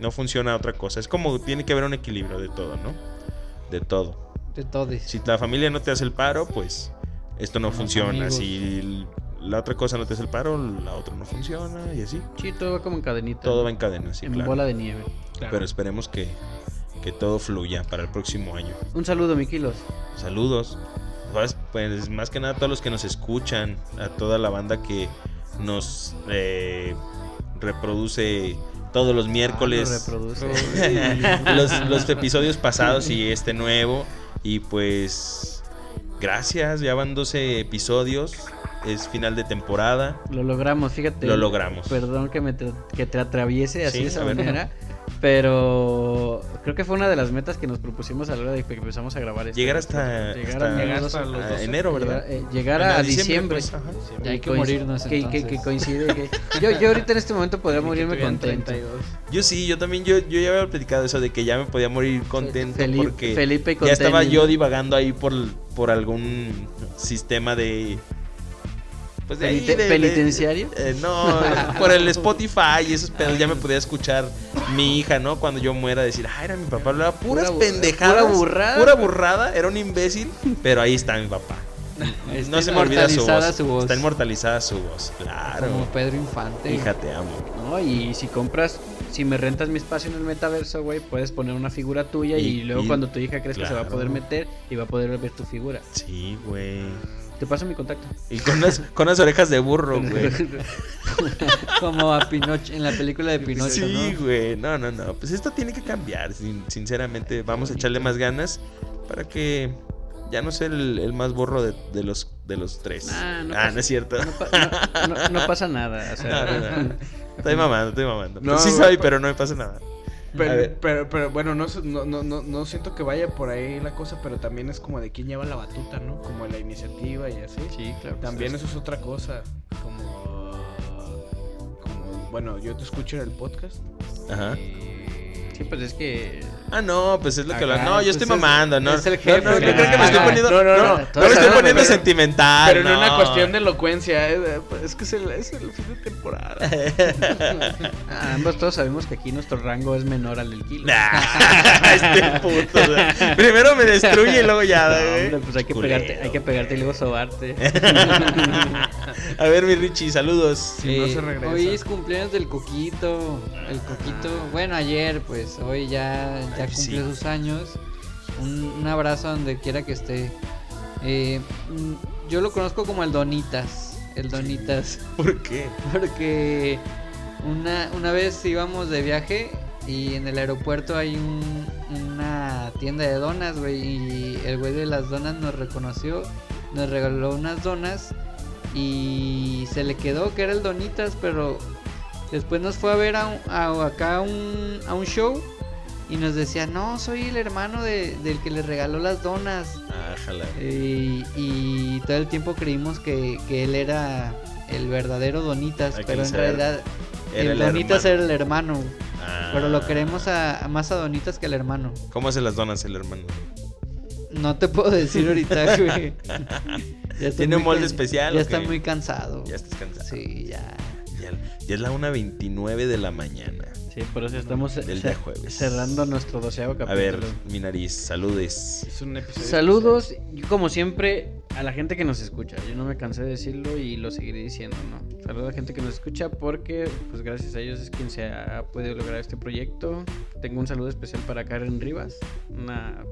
Speaker 2: no funciona otra cosa. Es como tiene que haber un equilibrio de todo, ¿no? De todo.
Speaker 4: De todos.
Speaker 2: Si la familia no te hace el paro, pues esto no funciona.
Speaker 4: amigos.
Speaker 2: Si l- la otra cosa no te hace el paro, la otra no funciona y así.
Speaker 3: Sí, todo va como en cadenita.
Speaker 2: Todo
Speaker 3: ¿no?
Speaker 2: va en cadena, sí,
Speaker 3: en
Speaker 2: claro.
Speaker 3: bola de nieve.
Speaker 2: Pero esperemos que, que todo fluya para el próximo año.
Speaker 3: Un saludo, Miquilos.
Speaker 2: Ah, Saludos. Pues, pues, más que nada a todos los que nos escuchan, a toda la banda que nos eh, reproduce todos los miércoles.
Speaker 3: Ah, lo reproduce.
Speaker 2: los, los episodios pasados y este nuevo. Y pues, gracias, ya van 12 episodios. Es final de temporada.
Speaker 3: Lo logramos, fíjate.
Speaker 2: Lo logramos.
Speaker 3: Perdón que, me te, que te atraviese así
Speaker 2: Sí,
Speaker 3: de esa
Speaker 2: a ver.
Speaker 3: manera. Pero creo que fue una de las metas que nos propusimos a la hora de que empezamos a grabar esto.
Speaker 2: Llegar hasta,
Speaker 3: Llegar a-
Speaker 2: hasta-
Speaker 5: Llegar
Speaker 3: los-
Speaker 5: hasta los
Speaker 2: a
Speaker 5: 12.
Speaker 2: enero, ¿verdad?
Speaker 3: Llegar, eh, llegar a,
Speaker 2: En
Speaker 3: diciembre.
Speaker 2: pues, ajá.
Speaker 4: Ya hay que
Speaker 3: coinc-
Speaker 4: morirnos,
Speaker 3: que, que- que
Speaker 4: entonces.
Speaker 3: coincide que- yo, yo ahorita en este momento podría morirme
Speaker 5: Tuvieron
Speaker 3: contento.
Speaker 5: 32.
Speaker 2: Yo sí, yo también, yo, yo ya había platicado eso de que ya me podía morir contento
Speaker 3: Felipe,
Speaker 2: porque
Speaker 3: Felipe con
Speaker 2: ya estaba
Speaker 3: tenis,
Speaker 2: yo
Speaker 3: ¿no?
Speaker 2: divagando ahí por, por algún sistema de... Pues ahí,
Speaker 3: Penite- penitenciario.
Speaker 2: eh, no, por el Spotify y esos pedos ya me podía escuchar mi hija, ¿no? Cuando yo muera decir, ah, era mi papá, era puras
Speaker 3: Pura bu-
Speaker 2: pendejadas.
Speaker 3: pura burrada.
Speaker 2: Pura burrada, era un imbécil, pero ahí está mi papá. no se me olvida su
Speaker 4: inmortalizada
Speaker 2: voz.
Speaker 4: su voz.
Speaker 2: Está inmortalizada su voz, claro.
Speaker 4: Como Pedro Infante.
Speaker 2: Hija, te amo.
Speaker 3: No, y si compras, si me rentas mi espacio en el metaverso, güey, puedes poner una figura tuya y,
Speaker 2: Y-
Speaker 3: luego
Speaker 2: y-
Speaker 3: cuando tu hija crees que se va a
Speaker 2: claro.
Speaker 3: poder meter y va a poder ver tu figura.
Speaker 2: Sí, güey.
Speaker 3: Te paso mi contacto.
Speaker 2: Y con las, con las orejas de burro, güey.
Speaker 4: Como a Pinocho, en la película de Pinocho,
Speaker 2: Sí,
Speaker 4: ¿no?
Speaker 2: güey. No, no, no. Pues esto tiene que cambiar. sin- sinceramente, vamos a echarle más ganas para que ya no sea el, el más burro de, de los, de los tres.
Speaker 3: Nah, no
Speaker 2: ah,
Speaker 3: pasa-
Speaker 2: no es cierto.
Speaker 3: No, pa- no- no- no pasa nada. O sea,
Speaker 2: No, no, no. Estoy mamando, estoy mamando.
Speaker 5: No,
Speaker 2: Pues sí
Speaker 5: güey,
Speaker 2: soy,
Speaker 5: pa-
Speaker 2: pero no me pasa nada. A
Speaker 5: Pero,
Speaker 2: ver.
Speaker 5: pero, pero bueno, no, sé- no, no, no, no siento que vaya por ahí la cosa, pero también es como de quién lleva la batuta, ¿no? Como la iniciativa y así.
Speaker 3: sí, claro.
Speaker 5: También eso es otra cosa, como, como bueno, yo te escucho en el podcast.
Speaker 2: Ajá.
Speaker 3: Sí, pues es que.
Speaker 2: Ah, no, pues es lo que
Speaker 5: Acá,
Speaker 2: hablaba. No, yo
Speaker 5: pues
Speaker 2: estoy
Speaker 5: es-
Speaker 2: mamando, no.
Speaker 4: es el jefe,
Speaker 2: No, no, yo
Speaker 4: claro.
Speaker 2: creo que me estoy poniendo.
Speaker 5: No, no, no.
Speaker 2: No me estoy
Speaker 5: Pero-
Speaker 2: poniendo
Speaker 5: pero-
Speaker 2: sentimental.
Speaker 5: Pero en
Speaker 2: no.
Speaker 5: una cuestión de elocuencia, eh, es que es el, es el fin de temporada.
Speaker 3: ah, ambos todos sabemos que aquí nuestro rango es menor al del kilo.
Speaker 2: Nah, este puto. o sea, Primero me destruye y luego ya.
Speaker 3: No,
Speaker 2: güey.
Speaker 3: hombre, pues hay que
Speaker 2: Ah, eh. Culero.
Speaker 3: pegarte, hay que pegarte y luego sobarte.
Speaker 2: A ver, mi Richie, saludos.
Speaker 5: Si no se regresa.
Speaker 4: Eh, Hoy es cumpleaños del Coquito. El Coquito, bueno, ayer, pues hoy ya, ya
Speaker 2: Ay, sí.
Speaker 4: cumplió sus años. Un, un abrazo donde quiera que esté. Eh, mm, yo lo conozco como el Donitas. El Donitas.
Speaker 2: ¿Por qué?
Speaker 4: Porque una, una vez íbamos de viaje y en el aeropuerto hay un- una tienda de donas, güey. Y el güey de las donas nos reconoció, nos regaló unas donas y se le quedó que era el Donitas, pero después nos fue a ver a, un- a- acá a un, a un show y nos decía, no, soy el hermano de- del que le regaló las donas.
Speaker 2: Ájala.
Speaker 4: Y, y todo el tiempo creímos que, que él era el verdadero Donitas,
Speaker 2: Hay que
Speaker 4: pero en
Speaker 2: ser
Speaker 4: realidad
Speaker 2: Era
Speaker 4: el
Speaker 2: el
Speaker 4: Donitas
Speaker 2: hermano.
Speaker 4: era el hermano.
Speaker 2: Ah.
Speaker 4: Pero lo queremos a, a más a Donitas que al hermano.
Speaker 2: ¿Cómo se las donas el hermano?
Speaker 4: No te puedo decir ahorita, güey. Ya estoy
Speaker 2: ¿Tiene
Speaker 4: muy
Speaker 2: un molde
Speaker 4: can-
Speaker 2: especial
Speaker 4: Ya
Speaker 2: o
Speaker 4: está
Speaker 2: qué?
Speaker 4: muy cansado.
Speaker 2: Ya estás cansado.
Speaker 4: Sí, ya.
Speaker 2: Ya, ya es la 1.29 de la mañana.
Speaker 3: Sí, por eso estamos
Speaker 2: Del
Speaker 3: cer-
Speaker 2: día jueves.
Speaker 3: cerrando nuestro doceavo
Speaker 2: A
Speaker 3: capítulo.
Speaker 2: ver, mi nariz, saludes.
Speaker 5: Es un episodio.
Speaker 3: Saludos, y como siempre, a la gente que nos escucha. Yo no me cansé de decirlo y lo seguiré diciendo, ¿no? Saludos a la gente que nos escucha porque, pues gracias a ellos es quien se ha podido lograr este proyecto. Tengo un saludo especial para Karen Rivas, una,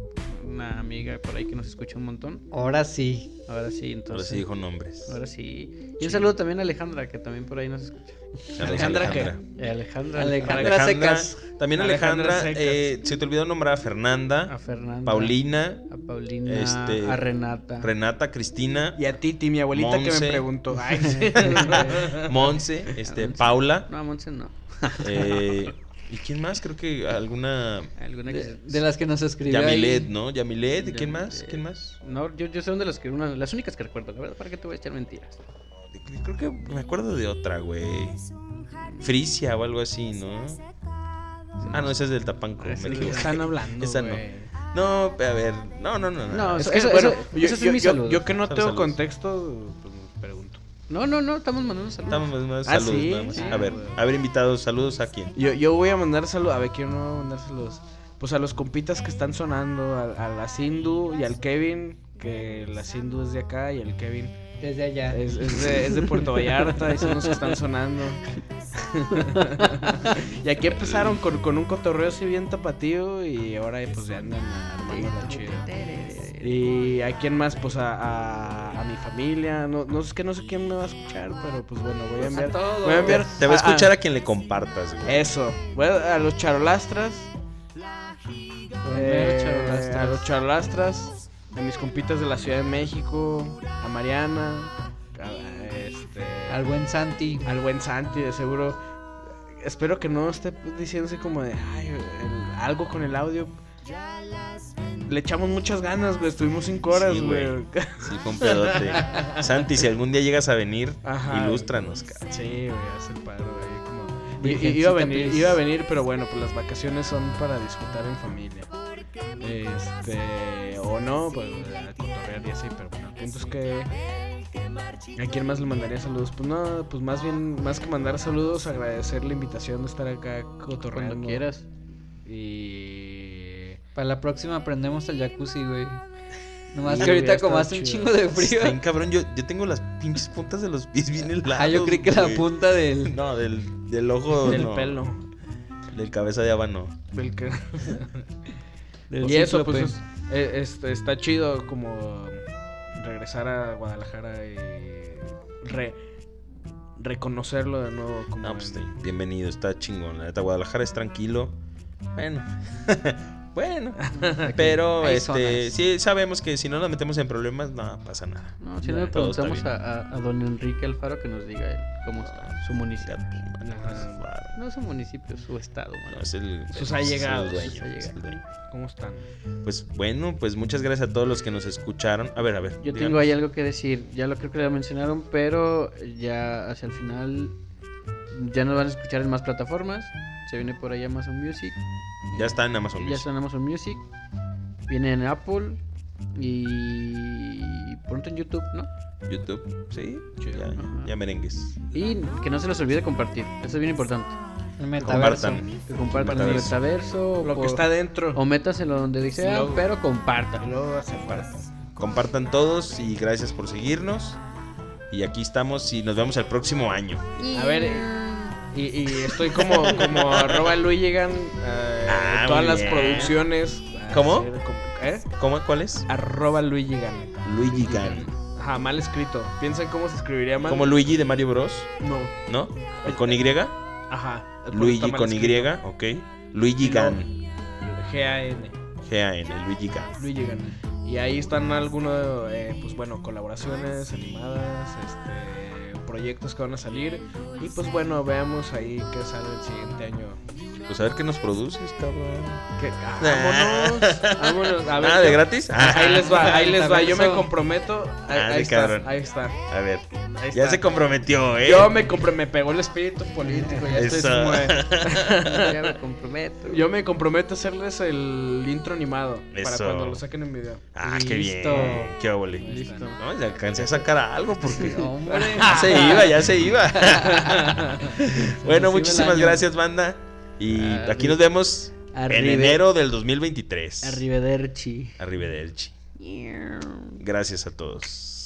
Speaker 3: una amiga por ahí que nos escucha un montón.
Speaker 4: Ahora sí.
Speaker 3: Ahora sí,
Speaker 2: Ahora
Speaker 3: entonces.
Speaker 2: sí dijo nombres.
Speaker 3: Ahora sí. Y un saludo también a Alejandra, que también por ahí nos escucha.
Speaker 2: Saludos,
Speaker 5: Alejandra, ¿qué?
Speaker 3: Eh, Alejandra.
Speaker 4: Alejandra.
Speaker 2: Alejandra
Speaker 4: secas.
Speaker 2: También Alejandra,
Speaker 5: Alejandra secas.
Speaker 2: eh, se te olvidó nombrar a
Speaker 3: A
Speaker 2: Fernanda,
Speaker 3: Fernanda.
Speaker 2: Paulina,
Speaker 3: A Paulina.
Speaker 2: Este,
Speaker 3: a Renata.
Speaker 2: Renata, Cristina,
Speaker 5: Y a Titi, mi abuelita que
Speaker 2: Monse.
Speaker 5: me preguntó. Ay, sí.
Speaker 3: Eh,
Speaker 2: Monse, este,
Speaker 3: Monse.
Speaker 2: Paula.
Speaker 3: no, a Monse no.
Speaker 2: eh, ¿Y quién más? Creo que alguna...
Speaker 3: Alguna que
Speaker 4: De,
Speaker 3: se-
Speaker 4: de las que nos escribió.
Speaker 2: Yamilet,
Speaker 4: ahí.
Speaker 2: ¿no? Yamilet, ¿y quién más?
Speaker 3: Yamilet.
Speaker 2: ¿Quién más?
Speaker 3: No, yo, yo sé una de las que una, las únicas que recuerdo, la verdad, ¿para qué te voy a echar mentiras?
Speaker 2: Creo que me acuerdo de otra, güey. Frisia o algo así, ¿no? Ah, no, esa es del Tapanco, me
Speaker 3: Esa es
Speaker 2: equivoqué.
Speaker 5: Están hablando.
Speaker 2: Esa no.
Speaker 5: güey.
Speaker 2: No, a ver, no, no, no.
Speaker 3: No,
Speaker 5: Es
Speaker 3: eso,
Speaker 5: que,
Speaker 3: eso-
Speaker 5: bueno,
Speaker 3: eso-
Speaker 5: yo,
Speaker 3: esos son
Speaker 5: yo-
Speaker 3: mis
Speaker 5: yo-
Speaker 3: saludos.
Speaker 5: yo que no
Speaker 2: Son
Speaker 5: tengo
Speaker 2: saludos.
Speaker 5: contexto, pues me pregunto.
Speaker 3: No, no, no, estamos mandando saludos.
Speaker 2: Estamos más, más
Speaker 5: Ah,
Speaker 2: saludos,
Speaker 5: sí,
Speaker 2: nada más.
Speaker 5: sí,
Speaker 2: A ver,
Speaker 5: güey.
Speaker 2: a ver, invitados, saludos a quién.
Speaker 5: Yo, yo voy a mandar saludos. A ver, ¿quién no voy a mandar saludos? Pues a los compitas que están sonando, a, a la Sindu y al Kevin, que la Sindu es de acá y el Kevin
Speaker 4: Desde allá.
Speaker 5: es, es de, es de Puerto Vallarta y son los que están sonando. y aquí empezaron con, con un cotorreo así bien tapatío y ahora pues ya andan armando la chida. Y a quién más, pues a, a- a mi familia, no, no es que no sé quién me va a escuchar, pero pues bueno, voy a enviar.
Speaker 4: todos.
Speaker 5: voy a
Speaker 2: Te,
Speaker 5: enviar
Speaker 2: te va a escuchar
Speaker 5: a-
Speaker 2: a quien le compartas, güey.
Speaker 5: eso. Voy a, a los charolastras. eh,
Speaker 4: charolastras.
Speaker 5: a los charolastras. A mis compitas de la Ciudad de México. A Mariana. a- este,
Speaker 4: Al buen Santi.
Speaker 5: al buen Santi, de seguro. Espero que no esté diciendo así como de "Ay, el- algo con el audio. Le echamos muchas ganas, güey. Estuvimos cinco horas,
Speaker 2: Sí, güey.
Speaker 5: güey.
Speaker 2: Sí, fue un pedote. Santi, si algún día llegas a venir,
Speaker 5: Ajá.
Speaker 2: ilústranos, cabrón.
Speaker 5: Sí, güey, hace el paro ahí como. I-
Speaker 4: Virgencita,
Speaker 5: iba, a venir,
Speaker 4: please.
Speaker 5: iba a venir, pero bueno, pues las vacaciones son para disfrutar en familia. Este, o no, pues a cotorrear y así, pero bueno, el punto es que. ¿A quién más le mandaría saludos? Pues no, pues más bien, más que mandar saludos, agradecer la invitación de estar acá cotorreando.
Speaker 3: Cuando quieras.
Speaker 5: Y.
Speaker 4: Para la próxima aprendemos el jacuzzi, güey. Nomás
Speaker 5: Sí,
Speaker 4: que
Speaker 5: hubiera
Speaker 4: ahorita
Speaker 5: estado
Speaker 4: como hace un
Speaker 5: chido.
Speaker 4: chingo de
Speaker 2: Está
Speaker 4: frío.
Speaker 2: bien, cabrón, yo, yo tengo las pinches puntas de los pies bien helados.
Speaker 4: Ah, yo creí que la
Speaker 2: güey.
Speaker 4: punta del.
Speaker 2: No, del, del ojo.
Speaker 5: Del
Speaker 2: no.
Speaker 5: pelo.
Speaker 2: Del cabeza de habano.
Speaker 5: Del que.
Speaker 4: del
Speaker 5: y eso,
Speaker 4: cíclope.
Speaker 5: pues, es- e- este, está chido como regresar a Guadalajara y re- reconocerlo de nuevo. Como
Speaker 2: No, pues sí,
Speaker 5: en-
Speaker 2: bienvenido, está chingón. La neta, Guadalajara es tranquilo. Bueno. bueno. Pero
Speaker 4: Hay
Speaker 2: este,
Speaker 4: zonas.
Speaker 2: sí sabemos que si no nos metemos en problemas, no pasa nada.
Speaker 3: No, si no le
Speaker 2: Todo está
Speaker 3: preguntamos
Speaker 2: bien.
Speaker 3: a, a- a don Enrique Alfaro que nos diga él cómo está su municipio.
Speaker 2: Ajá.
Speaker 3: No su municipio, su estado,
Speaker 2: No,
Speaker 3: mano.
Speaker 2: es el-
Speaker 5: Sus
Speaker 2: es
Speaker 5: allegados,
Speaker 2: el dueño,
Speaker 3: sus allegados.
Speaker 2: es el dueño.
Speaker 5: ¿Cómo están?
Speaker 2: Pues bueno, pues muchas gracias a todos los que nos escucharon. A ver, a ver.
Speaker 3: Yo
Speaker 2: díganos.
Speaker 3: tengo ahí algo que decir, ya lo creo que lo mencionaron, pero ya hacia el final ya nos van a escuchar en más plataformas. Se viene por ahí Amazon Music.
Speaker 2: Ya está en Amazon
Speaker 3: Ya
Speaker 2: Music.
Speaker 3: está en Amazon Music. Viene en Apple. Y pronto en YouTube, ¿no?
Speaker 2: YouTube. Sí,
Speaker 5: Chido.
Speaker 2: ya,
Speaker 3: Ajá.
Speaker 2: ya merengues.
Speaker 3: Y que no se les olvide compartir. Eso es bien importante.
Speaker 4: El metaverso.
Speaker 2: Compartan.
Speaker 3: Que compartan el
Speaker 2: Metaverso.
Speaker 3: metaverso.
Speaker 5: Lo
Speaker 3: por-
Speaker 5: que está dentro.
Speaker 3: O métaselo donde desea,
Speaker 5: Luego.
Speaker 3: pero compartan.
Speaker 5: Lo hacen para-
Speaker 2: Compartan todos y gracias por seguirnos. Y aquí estamos y nos vemos el próximo año.
Speaker 5: A ver, y, y estoy como, como arroba Luis llegan eh,
Speaker 2: Ah,
Speaker 5: en todas
Speaker 2: muy
Speaker 5: las
Speaker 2: bien.
Speaker 5: producciones.
Speaker 2: ¿Cómo?
Speaker 5: Hacer como- ¿Eh?
Speaker 2: ¿Cómo? ¿Cuál es?
Speaker 5: Arroba Luis llegan.
Speaker 2: Luigi Gan.
Speaker 5: Ajá, mal escrito. Piensen cómo se escribiría mal.
Speaker 2: Como Luigi de Mario Bros,
Speaker 5: No.
Speaker 2: ¿no? Con Y.
Speaker 5: Ajá.
Speaker 2: Luigi
Speaker 5: Está mal
Speaker 2: con Y,
Speaker 5: escrito.
Speaker 2: ok. Luigi Gan.
Speaker 5: G-A-N.
Speaker 2: G-A-N, Luigi Gan.
Speaker 5: Luigi Gan. Y ahí están algunos, eh, pues bueno, colaboraciones animadas, este, proyectos que van a salir. Y pues bueno, veamos ahí qué sale el siguiente año.
Speaker 2: Pues a ver qué nos produces, cabrón.
Speaker 5: Que- ah, vámonos, vámonos. A ver,
Speaker 2: ah,
Speaker 5: ¿qué-
Speaker 2: ¿de gratis? Ah,
Speaker 5: Ahí les va, ahí les va. Yo me
Speaker 4: Metaverso.
Speaker 5: comprometo. Ahí,
Speaker 2: Ah, de
Speaker 5: ahí
Speaker 2: cabrón.
Speaker 5: está, ahí está.
Speaker 2: A ver,
Speaker 5: ahí
Speaker 2: ya
Speaker 5: está.
Speaker 2: se comprometió, ¿eh?
Speaker 5: Yo me compro, me pegó el espíritu político. Ya estoy
Speaker 2: Eso.
Speaker 5: como de-
Speaker 7: Ya me comprometo.
Speaker 5: yo me comprometo a hacerles el intro animado para
Speaker 2: Eso.
Speaker 5: cuando lo saquen en video.
Speaker 2: Ah, qué bien.
Speaker 4: Listo.
Speaker 2: Qué óvole.
Speaker 5: Listo.
Speaker 2: No, ya alcancé a sacar a algo porque...
Speaker 4: Hombre.
Speaker 2: Ya se iba, ya se iba. bueno,
Speaker 4: nos iba el
Speaker 2: muchísimas
Speaker 4: año.
Speaker 2: gracias, banda. Y
Speaker 3: Arri-
Speaker 2: aquí nos vemos en
Speaker 3: Arrive-
Speaker 2: enero del 2023.
Speaker 3: Arrivederci.
Speaker 2: Arrivederci. Gracias a todos.